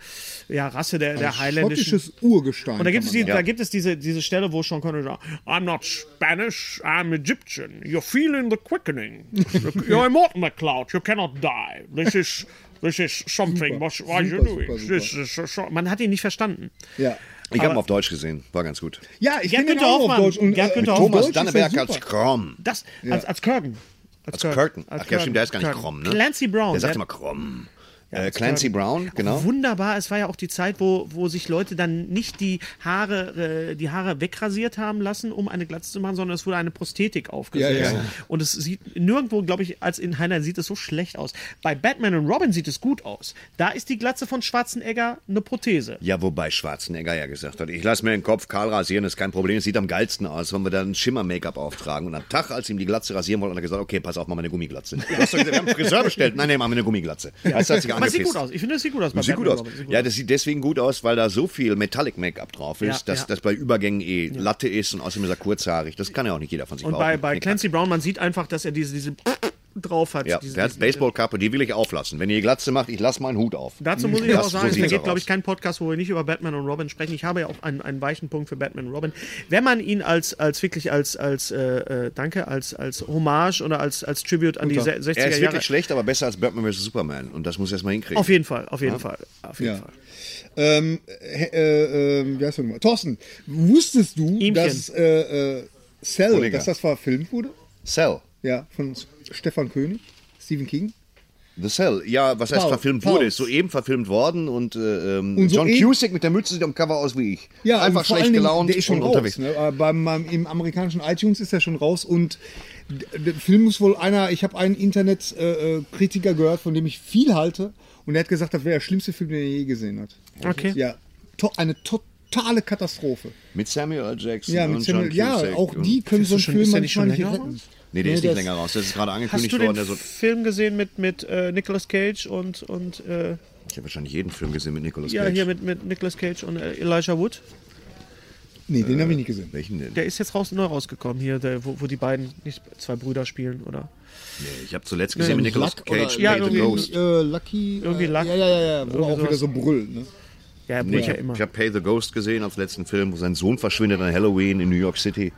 ja, Rasse der, der Highländischen.
Schottisches Urgestein.
Und da gibt es,
kann
die,
man
da gibt es diese, diese Stelle, wo Sean Connery sagt, I'm not Spanish, I'm Egyptian. You're feeling
<laughs>
the quickening. You're immortal, McCloud. You cannot die. This is, this is something. What are you
Super,
doing?
super, super.
This is a short- Man hat ihn nicht verstanden.
Ja.
Ich habe ihn auf Deutsch gesehen, war ganz gut.
Ja, ich
Gerd
kenne den
Günther
auch auf
Hoffmann.
Deutsch. Und, äh,
Gerd Günther
auf
Hoffmann.
Deutsch
Thomas
ist er
Danneberg
super.
als Krom.
Das, als, als Curtin.
Als Curtin. Ach ja, stimmt, der ist gar nicht
Curtin.
Krom, ne?
Clancy Brown.
Der sagt
der-
immer Krom. Äh, Clancy
Curtin.
Brown, genau.
Wunderbar, es war ja auch die Zeit, wo, wo sich Leute dann nicht die Haare, äh, die Haare wegrasiert haben lassen, um eine Glatze zu machen, sondern es wurde eine Prosthetik aufgesetzt.
Ja, ja.
Und es sieht nirgendwo, glaube ich, als in Heinlein sieht es so schlecht aus. Bei Batman und Robin sieht es gut aus. Da ist die Glatze von Schwarzenegger eine Prothese.
Ja, wobei Schwarzenegger ja gesagt hat, ich lasse mir den Kopf kahl rasieren, ist kein Problem, es sieht am geilsten aus, wenn wir dann Schimmer-Make-up auftragen. Und am Tag, als ihm die Glatze rasieren wollte, hat er gesagt, okay, pass auf, mach mal eine Gummiglatze. Du hast doch gesagt, wir haben einen Friseur bestellt, nein, nein, mach mal eine Gummiglatze. Weißt du, hat sich
Aber es sieht
angepisst.
gut aus. Ich finde, es sieht gut aus. Bei
Sieht gut
Batman
aus.
und Robin. Sieht gut
Ja, das sieht deswegen gut aus, weil da so viel Metallic Make-up drauf ist,
Ja,
dass
ja.
das bei Übergängen eh Latte ist und außerdem ist er kurzhaarig. Das kann ja auch nicht jeder von sich
Und bei,
behaupten.
bei
Nee,
Clancy Brown, man sieht einfach, dass er diese, <laughs> diese drauf hat.
Ja,
Diese-
der hat Baseballkappe, die will ich auflassen. Wenn ihr Glatze macht, ich lasse meinen Hut auf.
Dazu muss ich
Das-
auch
Mhm. so
sagen, es
sieht's
gibt,
auch
glaube ich,
aus.
keinen Podcast, wo wir nicht über Batman und Robin sprechen. Ich habe ja auch einen, einen weichen Punkt für Batman und Robin. Wenn man ihn als, als wirklich als, als äh, äh, Danke, als, als Hommage oder als, als Tribute an die se- 60er
Er ist
Jahre.
wirklich schlecht, aber besser als Batman vs. Superman. Und das muss er erstmal hinkriegen.
Auf jeden Fall, auf jeden Fall. Auf jeden
Ja.
Fall.
Ähm, äh, äh, äh, wie heißt er nochmal? Thorsten, wusstest du,
Ihmchen.
dass äh, äh, Cell,
Kollege.
dass das verfilmt wurde?
Cell.
Ja, von S- Stefan König, Stephen King.
The Cell. Ja, was heißt
Paul,
verfilmt
Paul.
wurde? Ist soeben verfilmt worden und, äh, ähm,
Und so
John
eh-
Cusick mit der Mütze sieht am Cover aus wie ich.
Ja,
Einfach
und vor
schlecht
allen Dingen,
gelaunt
Der ist schon
und
raus.
unterwegs.
Ne? Aber Beim, beim, Im amerikanischen iTunes ist er schon raus und d- der Film muss wohl einer, ich habe einen Internetkritiker äh, Kritiker gehört, von dem ich viel halte und der hat gesagt, das wäre der schlimmste Film, den er je gesehen hat.
Okay.
Ja, to eine totale Katastrophe.
Mit Samuel L. Jackson
Ja,
und
mit
John
Samuel, ja
Cusack
auch
und-
die ne, können
Ist
so einen
das schon-
Film
ist der nicht
manchmal nicht
schon länger
retten.
raus?
Nee, der ist
Nee,
nicht
der
länger raus. Das ist gerade
Hast
angekündigt
du
worden.
den
Der so,
Film gesehen mit, mit äh, Nicolas Cage und, und äh,
ich habe wahrscheinlich jeden Film gesehen mit Nicolas
ja,
Cage.
hier mit, mit Nicolas Cage und äh, Elijah Wood?
Nee, den habe ich nicht gesehen.
Welchen denn?
Der ist jetzt raus, neu rausgekommen hier, der, wo, wo die beiden nicht zwei Brüder spielen, oder?
Ich habe zuletzt gesehen mit Nicolas
Luck
Cage,
Ja,
Made the
irgendwie-
Ghost.
Äh, Lucky.
Irgendwie
äh,
Luck.
Ja, ja, ja, ja. Wo
Irgendwie
auch wieder
sowas.
so brüllt. Ne?
Ja, er
Nee,
brüllt
ich
ja
hab-
immer.
ich habe Pay the Ghost gesehen als letzten Film, wo sein Sohn verschwindet an Halloween in New York City.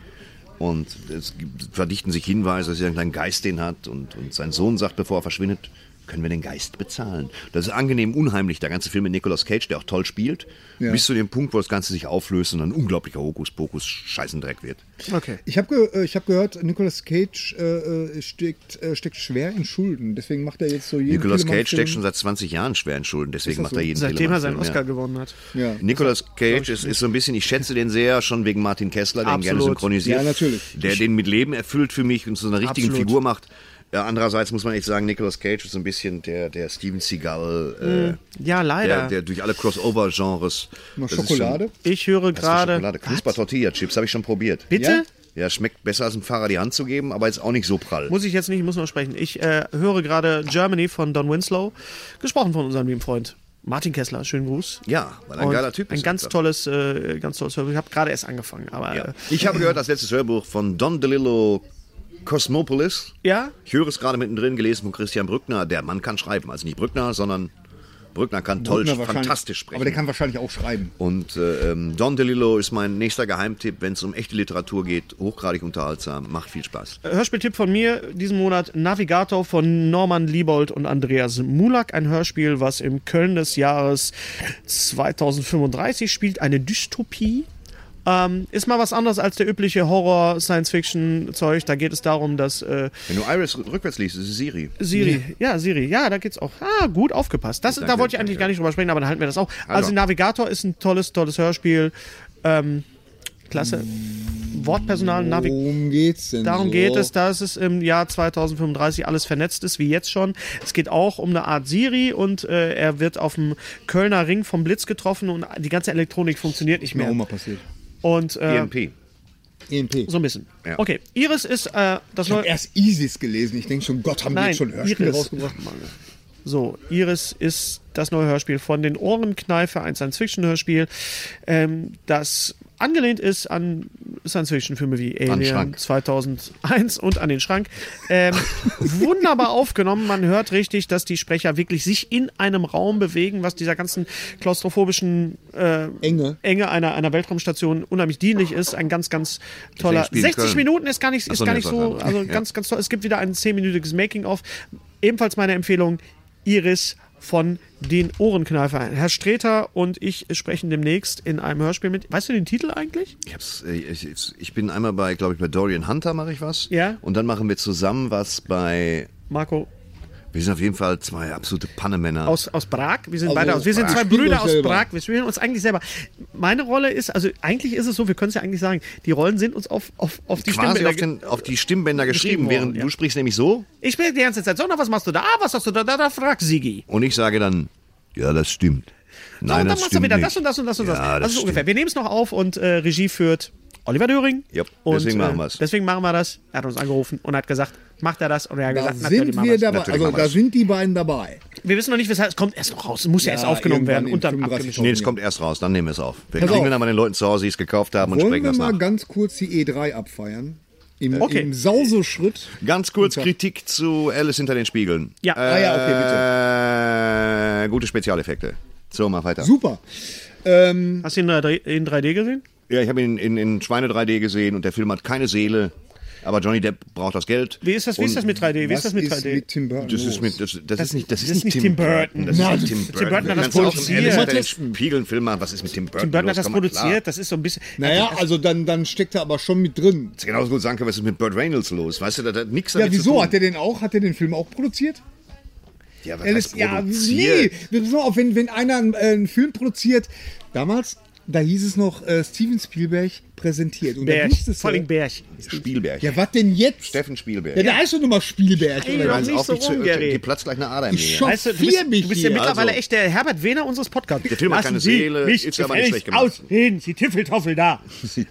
Und es gibt- verdichten sich Hinweise, dass er einen kleinen Geist den hat. Und, und sein Sohn sagt, bevor er verschwindet, können wir den Geist bezahlen. Das ist angenehm unheimlich, der ganze Film mit Nicolas Cage, der auch toll spielt. Bis zu dem Punkt, wo das Ganze sich auflöst und ein unglaublicher Hokuspokus Scheißendreck wird.
Okay.
Ich habe ge äh, ich hab gehört, Nicolas Cage äh, äh, steckt, äh, steckt schwer in Schulden. Deswegen macht er jetzt so jeden
Nicolas Cage
Telemann-Film-
steckt schon seit 20 Jahren schwer in Schulden, deswegen macht
so?
er jeden
Seitdem er seinen
Telemann-Film,
Oscar
ja.
gewonnen hat.
Ja.
Nicolas Cage ist, ist so ein bisschen, ich schätze den sehr, schon wegen Martin Kessler, der ihn gerne
Absolut.
synchronisiert.
Ja, natürlich.
Der den mit Leben erfüllt für mich und zu einer richtigen
Absolut.
Figur macht. Ja, andererseits muss man echt sagen, Nicolas Cage ist so ein bisschen der, der Steven Seagal, äh,
Ja, leider.
der, der durch alle Crossover-Genres.
Mhm. Noch
Das ist
Schokolade.
ich höre
Schon, hast du
gerade.
Schokolade. Knusper-Tortilla-Chips habe ich schon probiert.
Bitte?
Ja, schmeckt besser als dem Fahrer die Hand zu geben, aber ist auch nicht so prall.
Muss ich jetzt nicht, muss noch sprechen. Ich äh, höre gerade Germany von Don Winslow, gesprochen von unserem lieben Freund Martin Kessler. Schönen Gruß.
ja, weil er ein
Und
geiler Typ
Ein
ist.
ganz
einfach.
tolles, äh, ganz tolles Hörbuch. Ich habe gerade erst angefangen, aber. äh, Ja?
Ja. Ich habe gehört, das letztes Hörbuch von Don DeLillo Cosmopolis.
ja?
Ich höre es gerade mittendrin gelesen von Christian Brückner. Der Mann kann schreiben. Also nicht Brückner, sondern Brückner kann toll,
Na, wahrscheinlich-
fantastisch sprechen.
Aber der kann wahrscheinlich auch schreiben.
und äh, ähm, Don DeLillo ist mein nächster Geheimtipp, wenn es um echte Literatur geht. Hochgradig unterhaltsam, macht viel Spaß.
Hörspieltipp von mir diesen Monat Navigator von Norman Liebold und Andreas Mulak. Ein Hörspiel, was im Köln des Jahres 2035 spielt. Eine Dystopie. Ähm, ist mal was anderes als der übliche Horror-Science-Fiction-Zeug. Da geht es darum, dass äh,
Wenn du Iris r- rückwärts liest, ist es Siri.
Siri, ja. Siri, ja, da geht's auch. Ah, gut aufgepasst. Das, da
Danke,
wollte ich eigentlich
danke.
gar nicht drüber sprechen, aber dann halten wir das auch. Also
Also.
Navigator ist ein tolles, tolles Hörspiel. Ähm, klasse. Wortpersonal, Navigator.
Worum geht's denn?
Darum
so?
geht es, dass es im Jahr 2035 alles vernetzt ist, wie jetzt schon. Es geht auch um eine Art Siri und äh, er wird auf dem Kölner Ring vom Blitz getroffen und die ganze Elektronik funktioniert nicht
Mir
mehr.
auch mal passiert. E
Und äh,
EMP.
EMP.
so ein bisschen.
E Ja.
Okay, Iris ist äh, das
ich
neue.
habe erst Isis gelesen. Ich denke schon, Gott, haben die
Nein,
jetzt schon Hörspiele
Iris.
rausgebracht?
So, Iris ist das neue Hörspiel von den Ohrenkneifer, ein Science-Fiction-Hörspiel, ähm, das angelehnt ist an Science-Fiction-Filme wie Alien
Schrank.
2001 und an den Schrank.
<laughs>
Ähm, wunderbar aufgenommen. Man hört richtig, dass die Sprecher wirklich sich in einem Raum bewegen, was dieser ganzen klaustrophobischen äh,
Enge.
Enge einer, einer Weltraumstation unheimlich dienlich ist. Ein ganz, ganz toller.
spielen
60
Köln.
Minuten ist gar nicht, ist
Ach so,
gar
nee,
nicht
ist
so,
was
also
anderes. Ja.
ganz, ganz toll. Es gibt wieder ein 10-minütiges Making-of. Ebenfalls meine Empfehlung, Iris von den Ohrenkneifer. Herr Streter und ich sprechen demnächst in einem Hörspiel mit. Weißt du den Titel eigentlich?
Ich, hab's, äh, ich, ich- ich bin einmal bei, glaube ich, bei Dorian Hunter mache ich was.
Ja.
Und dann machen wir zusammen was bei.
Marco
Wir sind auf jeden Fall zwei absolute Pannemänner.
aus, aus Prag. Wir sind
Also,
beide aus, wir sind
wir
zwei
spielen
Brüder
uns
aus
selber.
Prag. Wir spielen uns eigentlich selber. Meine Rolle ist, also eigentlich ist es so, wir können es ja eigentlich sagen, die Rollen sind uns auf, auf, auf die
quasi
Stimmbänder
auf, den, auf die Stimmbänder geschrieben,
geschrieben worden,
während
ja.
du sprichst nämlich so
Ich bin die ganze Zeit so, na, was machst du da? Ah, was hast du da? Da, da frag Sigi.
und ich sage dann, ja, das stimmt.
So,
Nein,
und dann
das
machst du
stimmt
wieder
nicht.
das und das und das und das.
Ja, das
also so
stimmt.
ungefähr. Wir nehmen es noch auf und äh, Regie führt Oliver Döring.
Ja,
und,
deswegen machen
äh,
wir's.
Deswegen machen wir das. Er hat uns angerufen und hat gesagt, macht er das? Und er hat
Da
gesagt, natürlich
sind
machen
wir
wir das.
dabei.
Natürlich
Also,
machen
da
wir's.
sind die beiden dabei.
Wir wissen noch nicht, weshalb es kommt erst noch raus. Es muss ja,
Ja,
erst aufgenommen
irgendwann
werden
in
und dann
35
abgemischt.
Nee, das kommt erst raus, dann nehmen wir es auf. Wir
Pass
kriegen
auf.
dann mal den Leuten zu Hause, die es gekauft haben und
Wollen
sprechen
wir
das
mal
nach.
ganz kurz die E3 E abfeiern? Im,
Okay.
im Sauseschritt.
Ganz kurz Kritik zu Alice hinter den Spiegeln.
Ja. Ah
ja, okay,
bitte. Gute Spezialeffekte. So, mach weiter.
Super. Ähm,
Hast du ihn in 3D in 3D gesehen?
Ja, ich habe ihn in, in Schweine 3D gesehen und der Film hat keine Seele. Aber Johnny Depp braucht das Geld.
Wie ist das, wie ist das mit 3D? Wie ist das mit 3D?
Tim Burton? Oh.
Das ist, mit, das, das, ist nicht, das, ist nicht Tim,
Burton.
Das
Nein,
ist nicht Tim Burton.
Tim Burton hat das
Kannst du auch einen
produziert.
Alice
Mal
hinter den
testen.
Spiegeln Film machen. Was ist mit Tim Burton?
Tim Burton
los?
hat das
Komm mal klar.
produziert, das ist so ein bisschen.
Naja, also dann, dann steckt er aber schon mit drin.
Hättest genauso gut sagen können, was ist mit Burt Reynolds los? Weißt du, das hat nichts damit
Ja,
zu
wieso?
tun.
Hat er den auch? Hat er den Film auch produziert?
ja, was
Er
heißt
ist, ja, nee.
produziert?
Wir müssen auch, wenn, wenn einer einen, äh, einen Film produziert, damals, da hieß es noch äh, Steven Spielberg präsentiert. Und da
Berg,
hieß es
vor allem
ja,
Berg.
Spielberg.
ja, was denn jetzt?
Steffen Spielberg.
ja, der heißt doch nur mal Spielberg.
Ey,
Oder?
doch
Eins
nicht
auf,
so
die zu-
rum, Gary.
die platzt gleich eine Ader in
Ich
mir.
schau-
Weißt du, du bist,
Vier
du bist ja
mich hier,
mittlerweile
also.
echt der Herbert Wehner unseres Podcasts. Der
Film hat keine Seele,
mich
ist aber nicht schlecht gemacht.
gefälligst Ausreden, Sie Tiffeltoffel
<laughs>
da.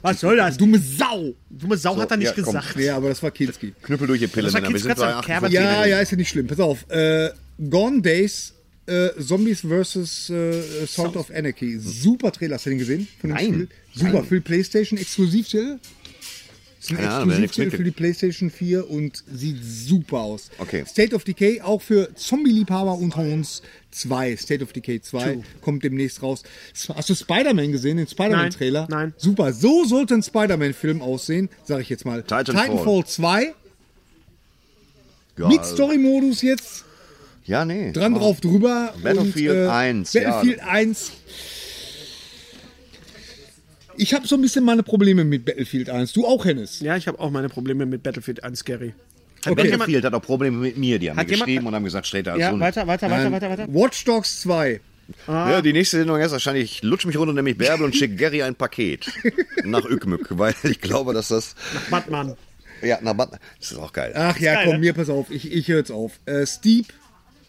Was soll das? Du
Dumme Sau.
dumme Sau hat er nicht
ja, komm.
gesagt.
Ja, aber das war Kinski.
Knüppel durch die Pille,
Das war
Männer. Wir
Kids-
sind
Katze,
bei
Kerber-
48
Ja,
Minuten.
ja, ist ja nicht schlimm. Pass auf. Äh, Gone Days, äh, Zombies vs. Äh, Sound of Anarchy. Super Trailer. Hast du den gesehen? Von dem
Nein.
Spiel? Super. Für die Playstation Exklusivtitel. Ist ein
Keine Ahnung, wer nix
Exklusivtitel für
mitkriegt.
die Playstation 4 und sieht super aus.
Okay.
State of Decay, auch für Zombie-Liebhaber unter uns 2. State of Decay 2 kommt demnächst raus. Hast du Spider-Man gesehen, den Spider-Man-Trailer?
Nein, nein.
Super. So sollte ein Spider-Man-Film aussehen, sage ich jetzt mal.
Titanfall.
Titanfall 2
Ja,
mit Story-Modus jetzt
Ja, nee.
dran drauf drüber.
Battlefield
und, äh,
1, ja.
Battlefield 1. Ich habe so ein bisschen meine Probleme mit Battlefield 1. Du auch, Hennes.
Ja, ich habe auch meine Probleme mit Battlefield 1, Gary. Hat
Okay.
jemand-
Battlefield hat auch Probleme mit mir. Die haben
Hat
mir geschrieben
jemand-
und haben gesagt, steht da
Ja, ah.
so ein-
weiter, weiter, weiter, weiter, weiter.
Watch Dogs 2.
Ja, die nächste Sendung ist wahrscheinlich, ich lutsch mich runter, nämlich Bärbel und schick Gary ein
<laughs>
Paket. nach Ückmück, weil ich glaube, dass das.
Batman.
Ja, nach Bad. Das ist auch geil.
Ach ja,
Geil,
komm,
ne?
mir pass auf. Ich, ich höre jetzt auf. Äh, Steep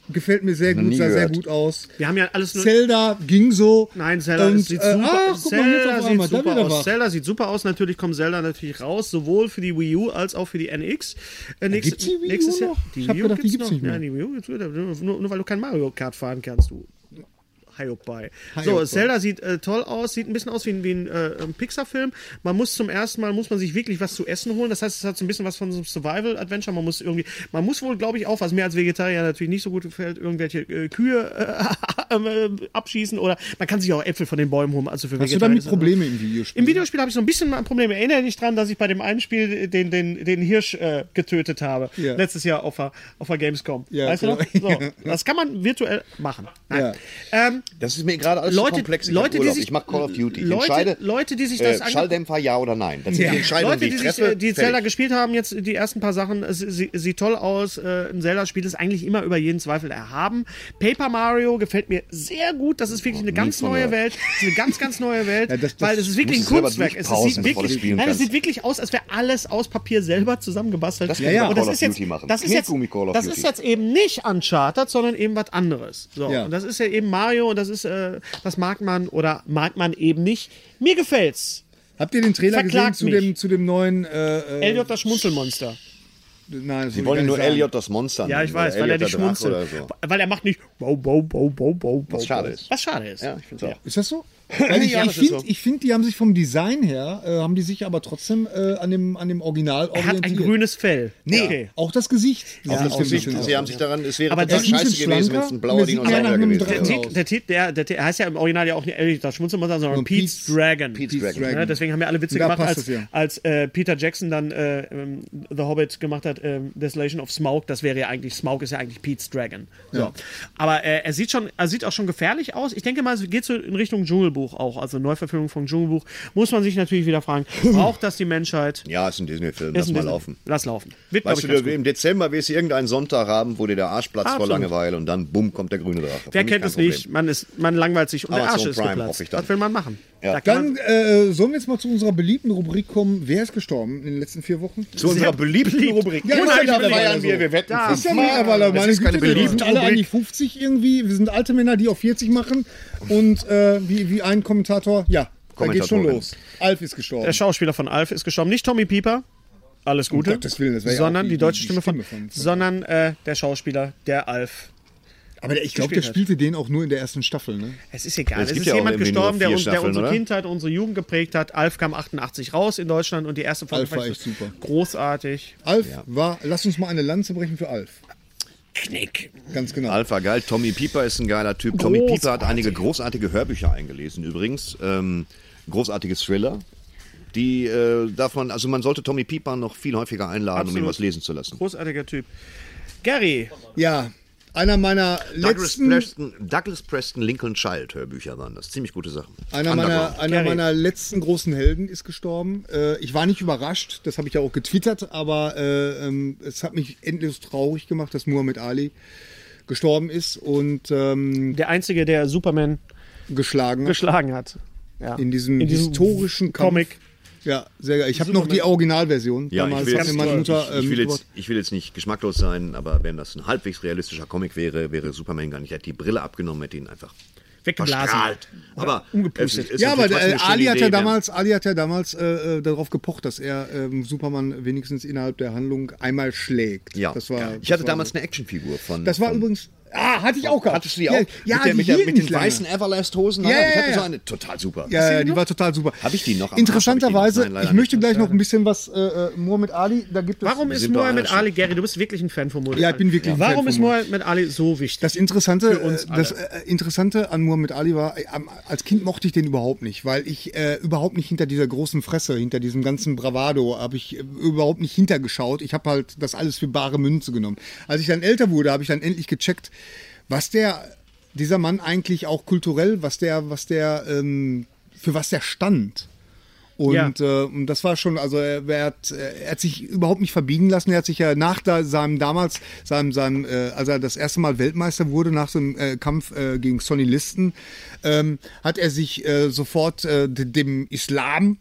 gefällt mir sehr gut,
nie
sah sehr
gehört.
gut aus.
Wir haben ja alles nur.
Zelda ging so.
Nein, Zelda
Und,
ist- sieht
äh,
super,
Ach, guck mal, jetzt
Zelda
auf
sieht
einmal, da
super
wieder
aus.
was.
Zelda sieht super aus. Natürlich kommt Zelda natürlich raus, sowohl für die Wii U als auch für die NX. Äh, nächst-
gibt's die Wii U
nächstes Jahr.
noch? Ich hab gedacht, die gibt's nicht mehr.
Ja, die Wii U gibt's wieder. Nur, nur weil du kein Mario Kart fahren kannst, du. Hiopai. So,
Hiopai.
Zelda sieht äh, toll aus, sieht ein bisschen aus wie, ein- wie ein äh, ähm, Pixar-Film. Man muss zum ersten Mal, muss man sich wirklich was zu essen holen. Das heißt, es hat so ein bisschen was von so einem Survival-Adventure. Man muss irgendwie, man muss wohl, glaube ich, auch, was mir als Vegetarier natürlich nicht so gut gefällt, irgendwelche äh, Kühe äh, <laughs> äh, abschießen oder man kann sich auch Äpfel von den Bäumen holen. Also für
Hast du
Vegetarier
damit
ist-
Probleme im Videospiel?
Im Videospiel habe ich so ein bisschen mal ein Problem. Erinnere dich dran, dass ich bei dem einen Spiel den, den, den Hirsch äh, getötet habe.
Ja.
Letztes Jahr auf der, auf der Gamescom.
Ja,
weißt
genau.
du noch? So, das kann man virtuell machen. Nein. Ähm,
Das ist mir gerade alles
Leute,
zu komplex. Ich, hab
Leute, die
Urlaub.
sich,
ich mach Call of Duty. Ich
Leute,
entscheide,
Leute, die sich das
äh,
ange-
Schalldämpfer ja oder nein. Das sind die Entscheidungen,
Leute,
um die
die
ich
sich
treffe.
äh, die
fertig.
Zelda gespielt haben, jetzt äh, die ersten paar Sachen, es- sie, sieht toll aus. Äh, ein Zelda-Spiel ist eigentlich immer über jeden Zweifel erhaben. Paper Mario gefällt mir sehr gut. Das ist wirklich eine ganz
von
neue
gehört.
Welt. Das ist eine ganz, ganz
<laughs>
neue Welt.
Ja, das- das
weil es ist wirklich ein
musst du selber
Kunstwerk. Es, es,
durchpausen,
sieht
bevor du
wirklich,
spielen
nein, es
kannst.
sieht wirklich aus, als wäre alles aus Papier selber zusammengebastelt.
Das kann Ja, ja. man
Und das
Call of
ist jetzt,
Duty machen.
das ist jetzt,
Kaugummi Call of
das
Duty.
ist jetzt eben nicht Uncharted, sondern eben was anderes. So,
Ja.
und das ist ja eben Mario und das ist, äh, das mag man oder mag man eben nicht. Mir gefällt's.
Habt ihr den Trailer
Verklagt
gesehen zu
mich.
dem, zu dem neuen. Äh, äh,
Elliot das Schmunzelmonster.
nein, das
Die
will
wollen
ich
nur
gar nicht sagen.
Elliot das Monster
Ja,
nennen
ich weiß,
oder
weil er
Elliot
nicht
der Drache
schmunzelt.
oder so.
Weil er macht nicht wow, wow, wow, wow, wow, wow.
schade
wow.
ist.
Was schade ist.
Ja, ich find's auch.
Ist das so? Weil ich
Ja,
ich
das ist
finde,
so.
ich find, die haben sich vom Design her, äh, haben die sich aber trotzdem äh, an, dem, an dem Original
Er
orientiert.
hat ein grünes Fell.
Nee,
Okay.
auch das Gesicht.
Auf
sieht
das
so ein
Gesicht.
bisschen
Sie
aus.
haben sich daran, es wäre
Aber
total
das ist ein
scheiße
bisschen
gewesen, wenn
schlanker
es ein
und
blauer
es sieht eher nach
Dinosaurier
einem
gewesen
Drachen
Der,
wäre.
aus.
Titel- der, Titel- der, der, der heißt ja im Original ja auch nicht Elliot das Schmunzelmonster, sondern
Sondern
Pete's,
Pete's-
Dragon.
Pete's Dragon.
Ja, deswegen haben wir alle Witze
Da
gemacht,
passt
als,
es ja.
als äh, Peter Jackson dann äh, ähm, The Hobbit gemacht hat, ähm, Desolation of Smaug. Das wäre ja eigentlich, Smaug ist ja eigentlich Pete's Dragon. So. Aber äh, er sieht schon, er sieht auch schon gefährlich aus. Ich denke mal, es geht so in Richtung Dschungelbuch auch, also Neuverfilmung von Dschungelbuch. Muss man sich natürlich wieder
<laughs>
fragen, braucht das die Menschheit?
Ja, ist ein Disney-Film. Lass
Ist ein
mal
Disney-
laufen.
Lass laufen. Wird, glaub
Weißt
ich,
du,
ganz
du,
gut.
im Dezember wirst du irgendeinen Sonntag haben, wo dir der Arsch platzt vor
Absolut.
Langeweile und dann bumm kommt der grüne Drache. Für
Wer
mich
kennt
kein
es nicht?
Problem.
Man, ist, man langweilt sich und der
Amazon
Arsch ist
Prime, hoffe ich
geplatzt.
dann.
Was will man machen? Da kann man-
Dann äh, sollen wir jetzt mal zu unserer beliebten Rubrik kommen. Wer ist gestorben in den letzten vier Wochen?
Zu unserer beliebten
beliebt.
Rubrik.
Ja,
Und
ist ja
heute
mittlerweile
feiern
so.
wir, wir wetten.
Ja,
fünf
Ist ja
Mark.
mittlerweile,
Das
meine
ist keine
Güte, wir sind
beliebte
alle an die
Rubrik.
50 irgendwie. Wir sind alte Männer, die auf 40 machen. Und äh, wie, wie ein Kommentator, ja, da geht schon
Kommentatorin.
los. Alf ist gestorben.
Der Schauspieler von Alf ist gestorben. Nicht Tommy Pieper. Alles Gute.
Gottes Willen, das wär ja
sondern
auch
die,
die-
deutsche
die
Stimme,
Stimme
von,
von-
Sondern äh, der Schauspieler, der Alf.
Aber der, ich glaube, der
gespielt hat.
spielte den auch nur in der ersten Staffel, ne?
Es ist egal.
Es
Es,
gibt
ist
ja auch
jemand
irgendwie nur
gestorben, der,
vier
uns, der
Staffeln,
unsere
oder?
Kindheit, unsere Jugend geprägt hat. Alf kam 88 raus in Deutschland und die erste Folge
Alf war
fand ich
echt super.
großartig.
Alf war, lass uns mal eine Lanze brechen für Alf.
Knick.
Ganz genau.
Alpha geil. Tommy Pieper ist ein geiler Typ. Tommy Pieper hat einige großartige Hörbücher eingelesen. Übrigens, ähm, großartige Thriller. Die äh, darf man, also man sollte Tommy Pieper noch viel häufiger einladen, um ihn
Absolut.
was lesen zu lassen.
Großartiger Typ. Gary,
Ja, einer meiner
Douglas
letzten,
Preston, Douglas Preston Lincoln Child Hörbücher waren das. Ziemlich gute Sachen.
einer meiner,
Underground.
einer
Gary.
meiner letzten großen Helden ist gestorben. Äh, ich war nicht überrascht, das habe ich ja auch getwittert, aber äh, ähm, es hat mich endlos traurig gemacht, dass Muhammad Ali gestorben ist und ähm,
der Einzige, der Superman
geschlagen hat.
geschlagen hat. Ja.
In diesem historischen Kampf.
Comic.
Ja, sehr geil. Ich habe noch die Originalversion.
Ja, ich
Damals
will,
hat
jetzt,
mir meine Mutter
ich, ich, will
ähm,
jetzt, ich will jetzt nicht geschmacklos sein, aber wenn das ein halbwegs realistischer Comic wäre, wäre Superman gar nicht. Er hat die Brille abgenommen, hätte ihn einfach
Weggeblasen.
verstrahlt. Aber
umgepustet.
Ja, aber
natürlich trotzdem
äh,
eine schöne
Ali, hat
Idee,
ja
ne?
damals, Ali hat ja damals äh, äh, darauf gepocht, dass er ähm, Superman wenigstens innerhalb der Handlung einmal schlägt.
Ja.
das war.
ich hatte
das
damals
War,
eine Actionfigur von.
das war
von,
übrigens. Ah, hatte ich auch gehabt.
Hattest du die auch?
Ja, ja
mit, der,
die
mit, der,
hielt
mit den
nicht lange.
weißen Everlast-Hosen?
Ja,
hatte ich. ich
ja,
hatte
ja.
so eine. Total super.
Ja, ja, die war total super.
Hab ich die noch am Arsch?
Interessanterweise,
Hab ich die noch? Nein,
ich,
leider
möchte
nicht.
gleich noch ein bisschen was. Äh, äh, Muhammad Ali, da gibt es.
Warum ist
sind bei
Muhammad
einer
Ali, Gary, du bist wirklich ein Fan von Muhammad
Ja, ich
Ali.
bin wirklich ein Fan
Warum
von
ist Muhammad Ali so wichtig?
Das Interessante,
uns
äh, das äh, Interessante an Muhammad Ali war, äh, am- als Kind mochte ich den überhaupt nicht, weil ich äh, überhaupt nicht hinter dieser großen Fresse, hinter diesem ganzen Bravado, habe ich äh, überhaupt nicht hintergeschaut. Ich habe halt das alles für bare Münze genommen. Als ich dann älter wurde, habe ich dann endlich gecheckt, was der, dieser Mann eigentlich auch kulturell, was der, was der, ähm, für was der stand. Und, äh, und das war schon, also er, er, hat, äh, er hat sich überhaupt nicht verbiegen lassen. Er hat sich ja nach da, seinem damals, seinem, seinem, äh, als er das erste Mal Weltmeister wurde, nach dem äh, Kampf äh, gegen Sonny Liston, ähm, hat er sich äh, sofort äh, d- dem Islam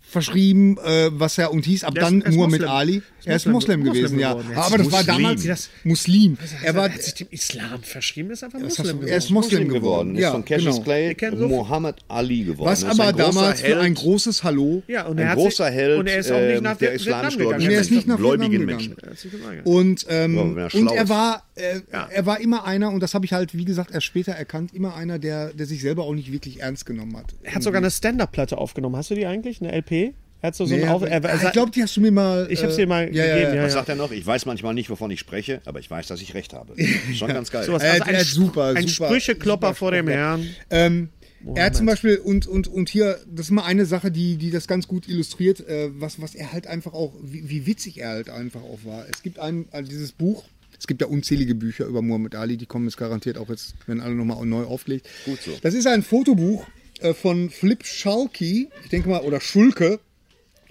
verschrieben, äh, was er und hieß ab
Der ist-
dann
er ist
Muhammad
Muslim.
Ali.
Ist
Er ist Muslim,
Muslim ge-
gewesen,
Muslim
ja.
geworden, ja.
Aber das war
Muslim.
damals Muslim. Er war,
er hat sich dem Islam verschrieben, ist einfach
Das hast du-
Muslim geworden.
er ist Muslim geworden.
geworden. Ist
Ja,
von Cassius
genau.
Clay
kennen so-
Mohammed Ali geworden.
was
Das ist
aber
ein großer
damals für
Held.
ein großes Hallo
ja, und
ein
er hat
großer
sich,
Held
und er ist auch nicht
ähm,
nach
der
Viet- Vietnam
islamisch-gläubigen
Und er
gegangen.
ist nicht nach
gläubigen
Vietnam
Menschen.
Er hat sich geweigert.
Und, ähm,
Ja, wenn er schlau
und er
ist.
war, äh, er war immer einer, und das habe ich halt, wie gesagt, erst später erkannt, immer einer, der, der sich selber auch nicht wirklich ernst genommen hat.
Er hat sogar eine Stand-Up-Platte aufgenommen. Hast du die eigentlich? Eine LP? Er hat so, so
Nee,
einen Auf
aber-
er, er,
Ah, ich glaube, die hast du mir mal.
Ich
äh,
hab's dir mal
ja, ja,
gegeben,
ja.
ja.
Was sagt er noch? Ich weiß manchmal nicht, wovon ich spreche, aber ich weiß, dass ich recht habe. Schon ganz geil.
sowas.
Er
Also
hat-
ein,
er hat super,
ein
super-
Sprücheklopper
super
vor dem
Sprüche.
Herrn.
Ähm, er hat zum Beispiel, und, und, und hier, das ist mal eine Sache, die, die das ganz gut illustriert, äh, was, was er halt einfach auch, wie, wie witzig er halt einfach auch war. Es gibt ein, also dieses Buch, es gibt ja unzählige Bücher über Muhammad Ali, die kommen jetzt garantiert auch jetzt, wenn alle nochmal neu auflegt. Gut so. Das ist ein Fotobuch äh, von Flip Schalke, ich denke mal, oder Schulke,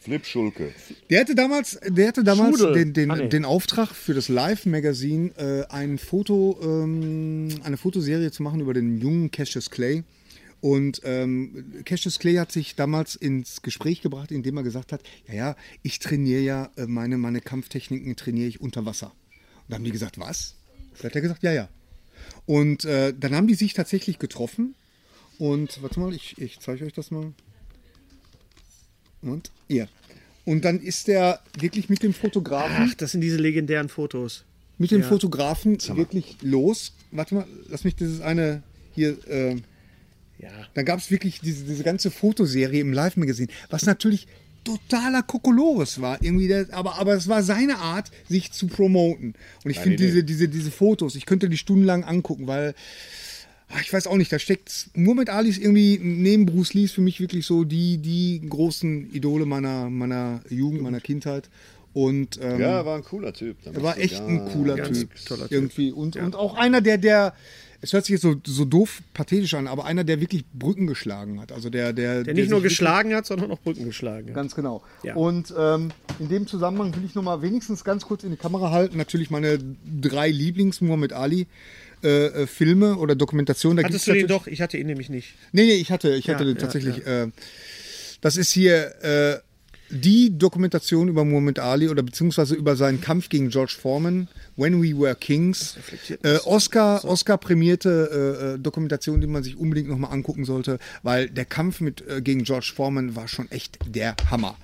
Flip Schulke.
der hatte damals, der hatte damals
Schudel.
den, den,
Ah, nee.
den Auftrag für das Live-Magazin, äh, ein Foto, ähm, eine Fotoserie zu machen über den jungen Cassius Clay. Und ähm, Cassius Clay hat sich damals ins Gespräch gebracht, indem er gesagt hat, ja, ja, ich trainiere ja äh, meine, meine Kampftechniken trainiere ich unter Wasser. Und da haben die gesagt, was? Da hat er gesagt, ja, ja. Und äh, dann haben die sich tatsächlich getroffen. Und warte mal, ich, ich zeige euch das mal. Und ihr. Und dann ist er wirklich mit dem Fotografen,
Ach, das sind diese legendären Fotos.
mit dem Fotografen wirklich los. Warte mal, lass mich dieses eine hier. ähm,
Ja.
dann gab es wirklich diese, diese ganze Fotoserie im Live-Magazin, was natürlich totaler Kokolores war. Irgendwie der, aber, aber es war seine Art, sich zu promoten. Und ich finde diese, diese, diese Fotos, ich könnte die stundenlang angucken, weil ach, ich weiß auch nicht, da steckt Muhammad Ali ist irgendwie neben Bruce Lee ist für mich wirklich so die, die großen Idole meiner, meiner Jugend, meiner Kindheit. Und ähm,
Ja, war ein cooler Typ. Da
er war
musst du
echt ein
gar-
cooler
ganz
typ,
toller
Irgendwie. Und, und auch einer, der, der, es hört sich jetzt so, so doof pathetisch an, aber einer, der wirklich Brücken geschlagen hat. Also der, der,
Der nicht nur
sich wirklich-
geschlagen hat, sondern auch Brücken geschlagen hat.
Ganz genau.
Ja.
Und ähm, in dem Zusammenhang will ich nochmal wenigstens ganz kurz in die Kamera halten. Natürlich meine drei Lieblings-Muhammad Ali-Filme oder Dokumentationen. Da gibt's
Hattest du den
natürlich-
doch? Ich hatte ihn nämlich nicht.
Nee, nee, ich hatte, ich hatte
ja,
tatsächlich. Äh, das ist hier äh, die Dokumentation über Muhammad Ali oder beziehungsweise über seinen Kampf gegen George Foreman, When We Were Kings. Äh, Oscar, Oscar prämierte äh, äh, Dokumentation, die man sich unbedingt nochmal angucken sollte, weil der Kampf mit, äh, gegen George Foreman war schon echt der Hammer.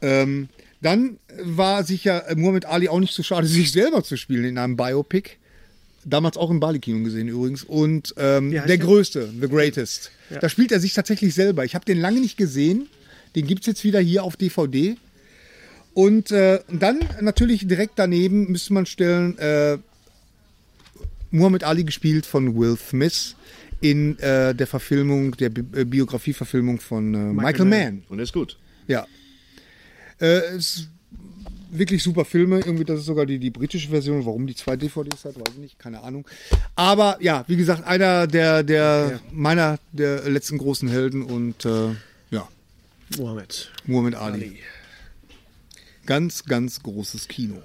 Ähm, äh, <laughs> dann war sicher Muhammad Ali auch nicht so schade, sich selber zu spielen in einem Biopic. Damals auch im Bali-Kino gesehen übrigens. Und ähm,
Wie heißt
der
der?
größte, The Greatest. Da spielt er sich tatsächlich selber. Ich habe den lange nicht gesehen. Den gibt es jetzt wieder hier auf DVD. Und äh, dann natürlich direkt daneben müsste man stellen, äh, Muhammad Ali gespielt von Will Smith in äh, der Verfilmung, der Bi äh, Biografie-Verfilmung von äh, Michael, Mann.
Und ist gut.
Ja. Äh, es wirklich super Filme. Irgendwie, das ist sogar die, die britische Version. Warum die zwei DVDs hat, weiß ich nicht, keine Ahnung. Aber ja, wie gesagt, einer der, der meiner der letzten großen Helden und äh, ja,
Mohammed.
Muhammad Ali. Ganz, ganz großes Kino.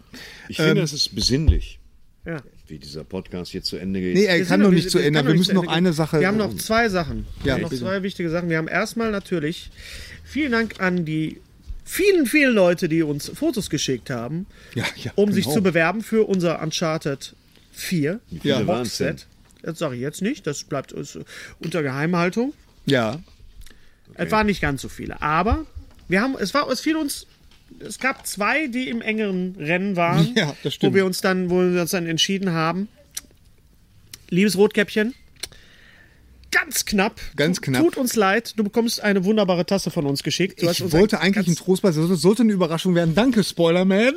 Ich finde, es ist besinnlich,
Ja.
wie dieser Podcast hier zu Ende geht.
Nee, er
Wir
kann
sind-
noch
wir-
nicht zu
wir-
Ende.
kann
Wir
nicht
müssen
zu
noch
Ende
eine
gehen.
Sache.
Wir haben noch zwei Sachen. Wir
Ja,
haben noch
bitte.
zwei wichtige Sachen. Wir haben erstmal natürlich vielen Dank an die vielen, vielen Leute, die uns Fotos geschickt haben,
Ja, ja,
um sich
genau.
zu bewerben für unser Uncharted 4
viele
ja,
waren's denn?
Set. Das sage ich jetzt nicht, das bleibt uns unter Geheimhaltung.
Ja.
Es waren nicht ganz so viele, aber wir haben, es war, es fiel uns, es gab zwei, die im engeren Rennen waren,
<laughs> Ja, das stimmt.
wo wir uns dann, wo wir uns dann entschieden haben. Liebes Rotkäppchen, ganz knapp.
Ganz
Tu-
knapp.
Tut uns leid, du bekommst eine wunderbare Tasse von uns geschickt. Du hast
Ich
uns
wollte
ein
eigentlich ein
ganz-
Trostpreis, das sollte eine Überraschung werden. Danke, Spoilerman.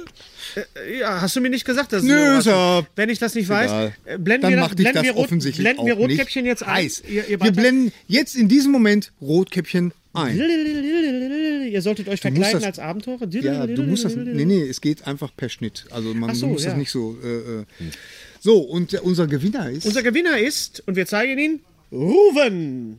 Ja, hast du mir nicht gesagt, dass es
Nö,
eine Überraschung
ist ja-
Wenn ich das nicht
Egal.
weiß, äh, blenden
dann
wir
macht dich
blenden
das
wir Rot-
offensichtlich
blenden
auch
wir Rotkäppchen
nicht
jetzt ein.
heiß.
Ihr, ihr
wir
beide-
blenden jetzt in diesem Moment Rotkäppchen ein.
Ihr solltet euch
musst
verkleiden
das-
als Abenteurer.
Ja, du musst das. Nee, nee, es geht einfach per Schnitt. Also man
Ach so,
muss das
ja.
nicht so. Äh, äh.
Hm.
So, und äh, unser Gewinner ist.
Unser Gewinner ist, und wir zeigen ihn, Ruven.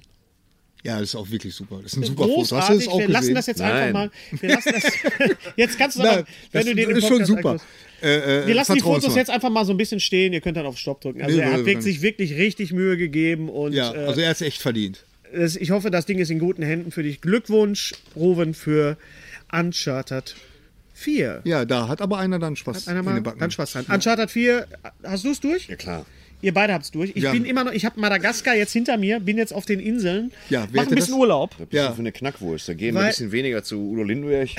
ja, das ist auch wirklich super. Das ist ein super Foto. Hast du das
Großartig.
auch
Wir
gesehen?
lassen das jetzt
Nein.
einfach mal. Wir lassen das, <laughs> jetzt kannst du es
Nein,
aber,
das
wenn du den im
ist schon
Podcast
super.
anguckst.
Äh, äh,
Wir lassen die
vertrau uns
Fotos
mal.
jetzt einfach mal so ein bisschen stehen. Ihr könnt dann auf Stopp drücken. Also
Nee,
er
nee,
hat
nee.
wirklich, sich wirklich richtig Mühe gegeben und
Ja,
äh,
also er hat es echt verdient.
es- ich hoffe, das Ding ist in guten Händen für dich. Glückwunsch, Ruven, für Uncharted 4.
Ja, da hat aber einer dann Spaß.
Einer
in
mal
den Backen.
dann Spaß dran. Uncharted 4, hast du es durch?
Ja, klar.
Ihr beide habt's durch. Ich
Ja.
bin immer noch, ich habe Madagaskar jetzt hinter mir, bin jetzt auf den Inseln,
Ja, wer
mach ein
hätte
bisschen
das-
Urlaub.
Da bist
Ja.
du für eine Knackwurst. Da gehen wir
Weil-
ein bisschen weniger zu Udo Lindenberg.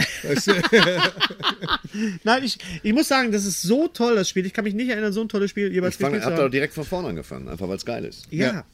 Nein, ich, ich muss sagen, das ist so toll, das Spiel. Ich kann mich nicht erinnern, so ein tolles Spiel jeweils
Ich fang,
gespielt
hab
zu
da
haben.
direkt von vorne angefangen, einfach weil es geil ist.
Ja.
Ja.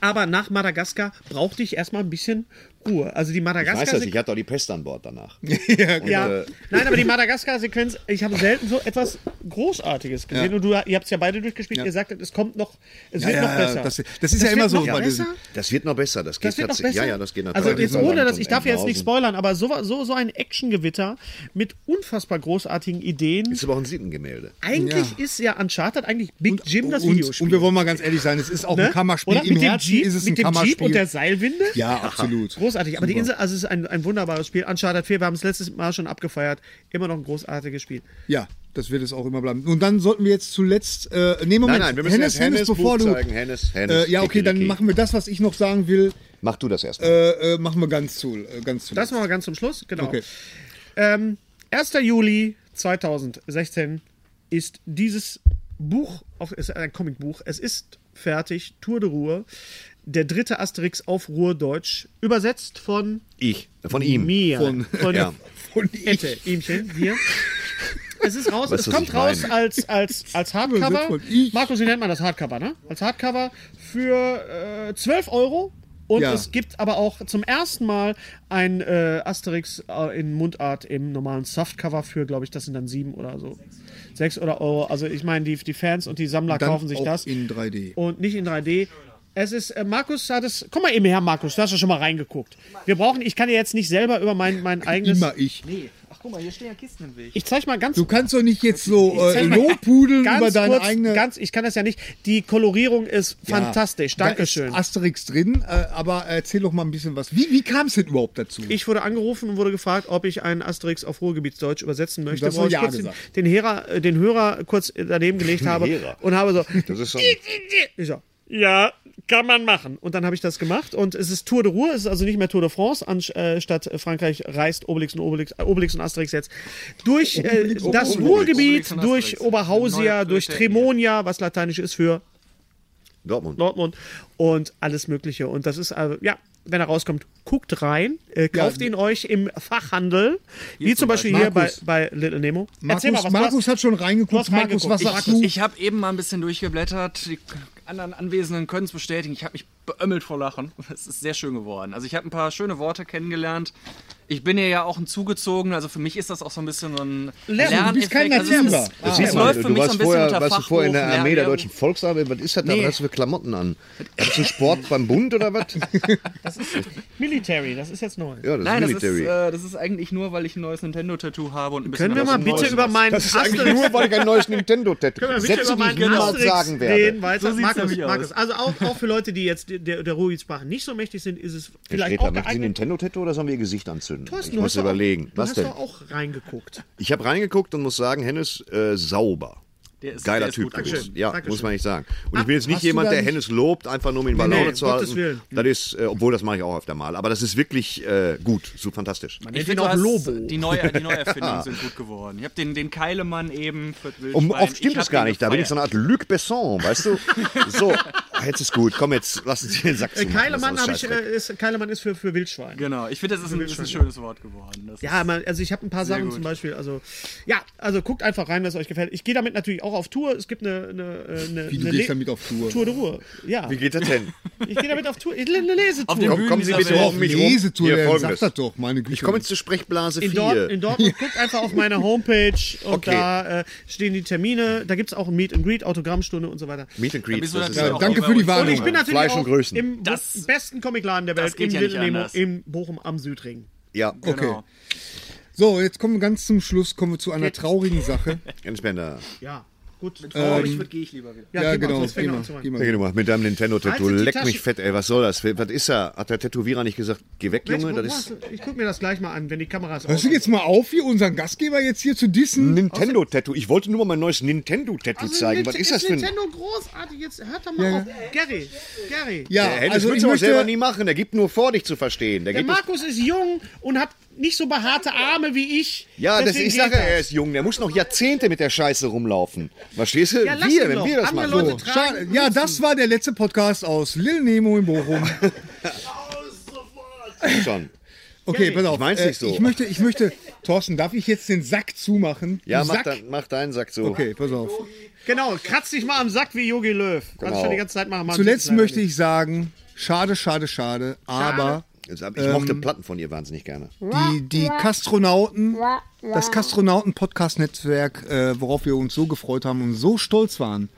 Aber nach Madagaskar brauchte ich erstmal ein bisschen Ruhe. Also die
Ich weiß das,
Madagaskar-Sequenz.
ich hatte auch die Pest an Bord danach.
Ja,
äh,
nein, aber die Madagaskar-Sequenz, ich habe selten so etwas Großartiges gesehen. Und du, ihr habt es ja beide durchgespielt. Ihr sagtet, es kommt noch, es wird noch besser.
das- das ist ja immer
wird
so
noch
bei
besser?
diesen-
Das wird noch besser. Das geht
Das wird noch
tatsächlich.
besser.
Ja, ja, das geht
also
natürlich.
jetzt ohne dass ich darf ja jetzt nicht spoilern, aber so, so, so ein Actiongewitter mit unfassbar großartigen Ideen.
Ist aber auch ein Siegengemälde.
eigentlich ist ja Uncharted eigentlich Big Jim das
und,
Videospiel.
und wir wollen mal ganz ehrlich sein, es ist auch ein
ne?
Kammerspiel.
Oder?
Im
mit dem
Herzen
Jeep,
ist es
mit
ein
dem Jeep
Kammerspiel.
und der Seilwinde.
ja, absolut.
Großartig, aber die Insel, also es ist ein, ein wunderbares Spiel. Uncharted 4, wir haben es letztes Mal schon abgefeiert. Immer noch ein großartiges Spiel.
Ja, das wird es auch immer bleiben. Und dann sollten wir jetzt zuletzt. Äh, nee, Moment.
Nein, nein, wir müssen
Hennes,
jetzt Hennes
Hennes, bevor
Buch
du.
zeigen. Hennes, Hennes,
äh, ja, okay, dann
Kikiriki.
machen wir das, was ich noch sagen will,
Mach du das erstmal.
äh, äh, machen wir ganz zu. Äh, ganz zu
Das machen wir ganz zum Schluss, genau.
Okay.
Ähm, 1. Juli 2016 ist dieses Buch, auf, es ist ein Comicbuch, es ist fertig, Tour de Ruhr, der dritte Asterix auf Ruhrdeutsch, übersetzt von
ich. Von ihm.
mir.
Von-
<laughs>
von
Ja.
Von
<laughs>
ihm.
Ette, ihmchen, hier. Es ist
Weißt
raus,
du,
es
was
kommt
ich meine?
raus als, als, als Hardcover.
Von ich.
Markus, wie nennt man das Hardcover, ne? Als Hardcover für äh, 12 Euro. Und
Ja.
es gibt aber auch zum ersten Mal ein äh, Asterix äh, in Mundart im normalen Softcover für, glaube ich, das sind dann sieben oder so. Sechs oder Euro. Also ich meine, die, die Fans und die Sammler
Dann
kaufen sich
auch
das.
in 3D.
Und nicht in 3D. Es ist, äh, Markus hat es. Komm mal eben her, Markus, du hast ja schon mal reingeguckt. Wir brauchen, ich kann ja jetzt nicht selber über mein, mein eigenes.
Immer ich.
Nee, ach guck mal, hier stehen ja Kisten im Weg.
Ich zeig mal ganz,
Du kannst doch nicht jetzt so äh,
zeig mal-
lobpudeln
ganz
über deine
kurz,
eigene.
Ganz, ich kann das ja nicht. Die Kolorierung ist
Ja,
fantastisch. Dankeschön.
Da ist Asterix drin, äh, aber erzähl doch mal ein bisschen was. Wie, wie kam es denn überhaupt dazu?
ich wurde angerufen und wurde gefragt, ob ich einen Asterix auf Ruhrgebietsdeutsch übersetzen möchte.
Das
worauf
hast du
ich
ja
kurz den,
gesagt.
den, Hörer, äh, den Hörer kurz daneben gelegt habe
Hörer.
und
<laughs>
habe so, äh,
Das ist schon.
Ich so, ja, kann man machen. Und dann habe ich das gemacht und es ist Tour de Ruhr, es ist also nicht mehr Tour de France, anstatt Frankreich reist Obelix und Obelix, äh, Obelix und Asterix jetzt durch äh,
Obelix und
das
Obelix.
Ruhrgebiet,
Obelix und Asterix.
durch Oberhausia,
Neue
durch
Priorität,
Tremonia, was lateinisch ist für
Dortmund.
Dortmund und alles Mögliche. Und das ist, äh, ja, wenn er rauskommt, guckt rein, äh, kauft ihn euch im Fachhandel, wie zum Beispiel hier bei,
Markus.
bei Little Nemo. Erzähl mal, was
Markus,
du
Markus
hast.
hat schon
Du
reingeguckt.
hast
Markus,
reingeguckt.
was
Ich-
sagst du?
Ich habe eben mal ein bisschen durchgeblättert. Die anderen Anwesenden können es bestätigen. Ich habe mich beömmelt vor Lachen. <laughs> Es ist sehr schön geworden. Also ich habe ein paar schöne Worte kennengelernt. Ich bin hier ja auch ein zugezogen, also für mich ist das auch so ein bisschen so ein
Lern-
Lerneffekt.
du bist kein
also es,
Naturler.
ist,
Das
es
Siehst du,
läuft für
du
mich so
warst
ein bisschen
vorher,
unter
warst du vorher in der
Fachhof,
Armee der
Lernwirkung.
Deutschen Volksarmee? Was ist das da?
Nee.
Was hast du für Klamotten an? Hast du Sport beim Bund oder was?
Military, das ist jetzt neu.
Ja, das
Nein,
ist
das ist,
Military.
äh, das ist eigentlich nur, weil ich ein neues Nintendo-Tattoo habe und ein bisschen
Können wir
was
mal
im
bitte
Neues
über
was-
meinen
das ist eigentlich
Asterix-
nur, weil ich ein neues Nintendo-Tattoo
Können wir bitte
Sätze,
über
die ich
meinen
niemals
Asterix
genau sagen werde.
Den weiter,
So sieht's
Markus,
nämlich aus.
Markus. Also auch, auch für Leute, die jetzt der, der ruhigen Sprache nicht so mächtig sind, ist es
Hier
vielleicht
steht
auch
da, möchten Sie ein
geeignet.
Nintendo-Tattoo oder sollen wir Ihr Gesicht anzünden?
Thorsten,
ich
du
muss
hast doch auch-
überlegen.
Du
Was
hast
denn?
doch auch reingeguckt. Äh,
Ich habe reingeguckt und muss sagen, Hennes, äh, sauber.
Der ist-
Geiler
der ist
Typ
gut
gewesen.
gewesen.
Ja,
Dankeschön.
muss man nicht sagen. Und ich bin jetzt nicht
hast du
jemand,
da
der
nicht-
Hennes lobt, einfach nur um ihn bei
Nee,
Laune
nee,
zu
um
halten.
Gottes Willen.
Das ist, äh, obwohl das mache ich auch öfter mal. Aber das ist wirklich äh, gut, so fantastisch.
Ich
bin
finde
auch
auch
Lobo.
Lobo. Die, neue,
<laughs>
die Neuerfindungen sind gut geworden. Ich habe den, den Keilemann eben für Wildschwein.
Und Um, oft
Ich
stimmt
hab
es gar
den
nicht. Da bin ich so eine Art Luc Besson, weißt du? So, ah, jetzt ist gut. Komm, jetzt lassen Sie den Sack zu.
Äh, Keilemann, hab ich, äh, ist, Keilemann ist für, für Wildschwein.
Genau, ich finde, das ist ein, ist ein schönes Wort geworden. Das
Ja,
ist,
man, also ich habe ein paar Sachen
gut.
zum Beispiel, also ja, also guckt einfach rein, was euch gefällt. Ich gehe damit natürlich auch auf Tour. Es gibt eine, eine, äh, eine,
Wie, du
eine Le-
gehst damit auf Tour?
Tour de Ruhe. Ja,
Wie geht das denn?
ich gehe damit auf Tour, eine Lesetour.
Auf den
Komm, kommen Sie bitte auf mich rum.
Lesetour,
Hier,
lernen, sag
folgendes.
das doch, meine Güte.
Ich komme jetzt zur Sprechblase
in, Dort,
4.
in Dortmund. Guckt einfach auf meine Homepage und
Okay.
da äh, stehen die Termine. Da gibt es auch ein Meet and Greet, Autogrammstunde und so weiter.
Meet and
Da
Greet.
bist du
Das ist
natürlich
ja
auch
danke
immer
für die
uns-
Warnung.
Und ich bin
Ja,
natürlich
Fleisch und
auch
Größen.
im
Das-
besten Comicladen der
das
Welt,
geht
im
ja
Little
nicht
Nemo,
anders.
im Bochum am Südring.
Ja,
Okay.
Genau.
So, jetzt kommen wir ganz zum Schluss, kommen wir zu einer traurigen Sache.
Jens Bender.
Ja, gut.
Traurig wird, gehe ich lieber wieder.
ja, geh mal, sonst fängt er an zu weinen.
genau. geh mal.
Hey, du mal, mit deinem Nintendo-Tattoo.
Halt in die
Leck
Tasche.
mich fett, ey. Was soll das? Was ist da? Hat der Tätowierer nicht gesagt, geh weg, Junge?
Mensch,
Das ist
warte, ich guck mir das gleich mal an, wenn die Kameras
Hörst du jetzt mal auf, hier unseren Gastgeber jetzt hier zu dissen?
Nintendo-Tattoo. Ich wollte nur mal mein neues Nintendo-Tattoo zeigen. Was ist das für ein...
Also Nintendo großartig, jetzt hört doch mal
Ja,
auf. Gary, Gary,
Ja,
Hey, das
also
willst
ich
du auch selber
möchte,
nie machen. Der gibt nur vor, dich zu verstehen. Der
der
geht das-
Markus ist jung und hat nicht so behaarte Arme wie ich.
Ja, das,
Deswegen
ich
geht
sage,
das.
er ist jung. Der muss noch Jahrzehnte mit der Scheiße rumlaufen. Verstehst du?
Ja, lass ihn
wir, wenn
doch.
wir das
Andere
machen.
Leute
So.
Schade. ja, das war der letzte Podcast aus Lil Nemo in
<laughs>
Bochum.
schon.
Okay, pass auf.
Ich mein's
äh,
nicht so.
Ich möchte, ich möchte, Thorsten, darf ich jetzt den Sack zumachen?
Ja,
Den
mach,
Sack?
dein, mach deinen Sack so.
Okay, pass auf.
Genau, kratz dich mal am Sack wie Yogi Löw. Kannst du
Genau.
schon die ganze Zeit machen. Mann.
Zuletzt
Leider
möchte
nicht.
ich sagen, schade, schade, schade, aber
Ich mochte
Ähm.
Platten von ihr wahnsinnig gerne.
die, die Kastronauten, das Kastronauten-Podcast-Netzwerk, äh, worauf wir uns so gefreut haben und so stolz waren,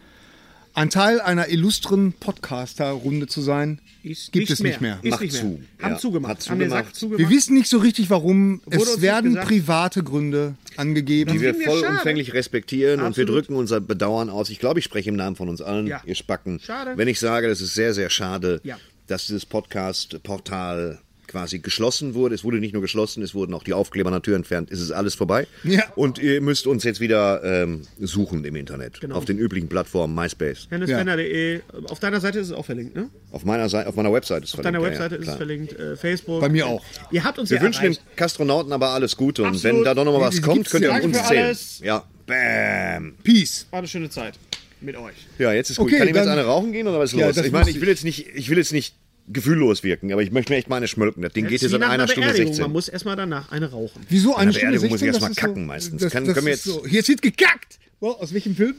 ein Teil einer illustren Podcaster-Runde zu sein,
Ist
gibt es nicht mehr.
Ist
Macht
nicht mehr.
zu.
Haben
Ja,
zugemacht.
hat
Haben den
zugemacht.
Sack zugemacht.
Wir wissen nicht so richtig, warum.
uns
Es werden
gesagt.
private Gründe angegeben.
Die wir
finden wir schade.
vollumfänglich respektieren und wir
Absolut.
drücken unser Bedauern aus. Ich glaube, ich spreche im Namen von uns allen,
Ja.
ihr Spacken.
Schade.
Wenn ich sage, das ist sehr, sehr schade,
Ja.
dass dieses Podcast-Portal quasi geschlossen wurde. Es wurde nicht nur geschlossen, es wurden auch die Aufkleber an der Tür entfernt. Es ist alles vorbei.
Ja.
Und ihr müsst uns jetzt wieder ähm, suchen im Internet.
Genau.
Auf den üblichen Plattformen, MySpace.
Hennesfenner.de. Auf deiner Seite ist es auch verlinkt, ne? Auf
Auf meiner, Seite, auf meiner Website ist es
deiner
verlinkt, ja,
Webseite
ja,
ist
klar.
es verlinkt. Äh, Facebook.
Bei mir auch.
Ihr habt uns
Wir
ja
wünschen
erreicht.
den Kastronauten aber alles Gute. Und
Absolut.
wenn da doch noch mal was
Die
kommt,
gibt's
könnt ihr
ja.
an uns
Danke für
zählen.
alles.
Ja. Bam.
Peace.
War eine schöne Zeit mit euch.
Ja, jetzt ist gut.
Okay,
Kann ich mir jetzt
dann-
eine rauchen gehen oder was ist
Ja,
los?
das
Ich meine,
muss
ich will jetzt nicht, ich will jetzt nicht gefühllos wirken, aber ich möchte mir echt mal eine schmölken. Das Ding geht
Ist
jetzt
wie
an
nach
einer Stunde
Beerdigung.
16.
Man muss erstmal danach eine rauchen.
Wieso eine
der
Stunde
Beerdigung
16?
muss ich erst
Das
mal
ist
kacken meistens.
Das,
Kann-
das
können wir
ist
jetzt-
so. Jetzt wird gekackt. Oh, aus welchem Film?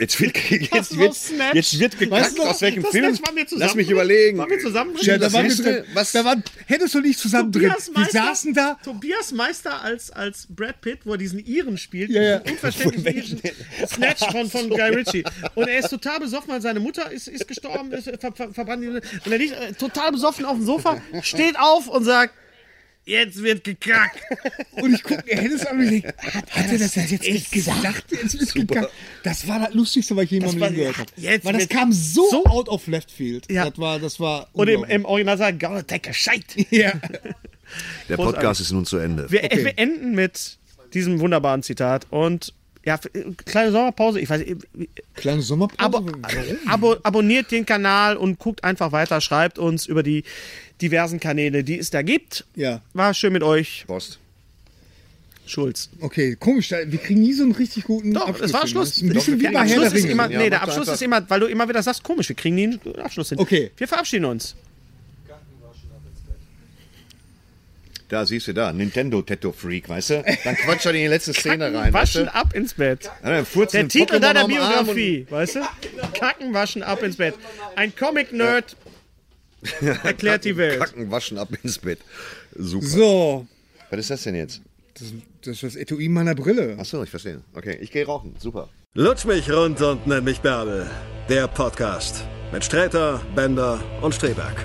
jetzt wird,
Hast
jetzt
du
wird,
noch Snatch?
jetzt wird gekackt.
Weißt du noch,
aus welchem
das
Film?
Snatch waren wir zusammen
Lass mich
drin?
überlegen.
Waren wir zusammen drin?
Ja,
das
da waren wir
nächste,
drin.
was-
da waren, hättest du nicht zusammen
Tobias
drin. Wir
Meister,
saßen da.
Tobias Meister als, als Brad Pitt, wo er diesen Iren spielt.
Ja, ja.
diesen Unverständlichen irischen Snatch von,
<laughs>
von Guy Ritchie. Und er ist total besoffen, weil seine Mutter ist, ist gestorben, ist, äh, ver, ver, verbrannt. die- Und er liegt äh, total besoffen auf dem Sofa, steht auf und sagt, jetzt wird gekackt.
Und ich gucke, er hätte es aber nicht. Hat, hat er das jetzt nicht gesagt? Jetzt wird gekackt. Das war das Lustigste, was ich jemals
war-
gehört habe.
Jetzt
Weil das
wird-
kam so,
so-
out of left field.
Ja.
Das war, das war
Und im,
unglaublich.
im Original sagt, gotta take a shite.
ja.
Der Podcast ist nun zu Ende.
Wir, wir enden mit diesem wunderbaren Zitat und ja, f- kleine Sommerpause. Ich weiß, äh,
Kleine Sommerpause.
Abo abo abonniert den Kanal und guckt einfach weiter. Schreibt uns über die diversen Kanäle, die es da gibt.
Ja.
War schön mit euch.
Post.
Schulz.
Okay, komisch, da- wir kriegen nie so einen richtig guten
Doch,
Abschluss.
das war
hin,
Schluss.
ne? Ein bisschen wie
der
bei Herr
Abschluss
der
ist
Ringe.
immer, nee, der
macht
Abschluss
einfach.
ist immer, weil du immer wieder sagst, komisch, wir kriegen nie einen Abschluss hin.
Okay.
Wir verabschieden uns.
Da siehst du da, Nintendo Tattoo Freak, weißt du?
<laughs>
Dann quatscht er in die letzte Szene rein, weißt
Waschen
du?
ab ins Bett.
Dann furzt
Der
einen
Titel
Pokémon
deiner
am Arm
Biografie, weißt du? Kacken, waschen, ab ins Bett. Ein Comic-Nerd erklärt die
und
Welt.
Kacken, waschen ab ins Bett. Super.
So,
Was ist das denn jetzt?
das, das ist das Etui meiner Brille.
Achso, ich verstehe. Okay, ich gehe rauchen. Super.
Lutsch mich rund und nenn mich Bärbel. Der Podcast mit Sträter, Bender und Streberg.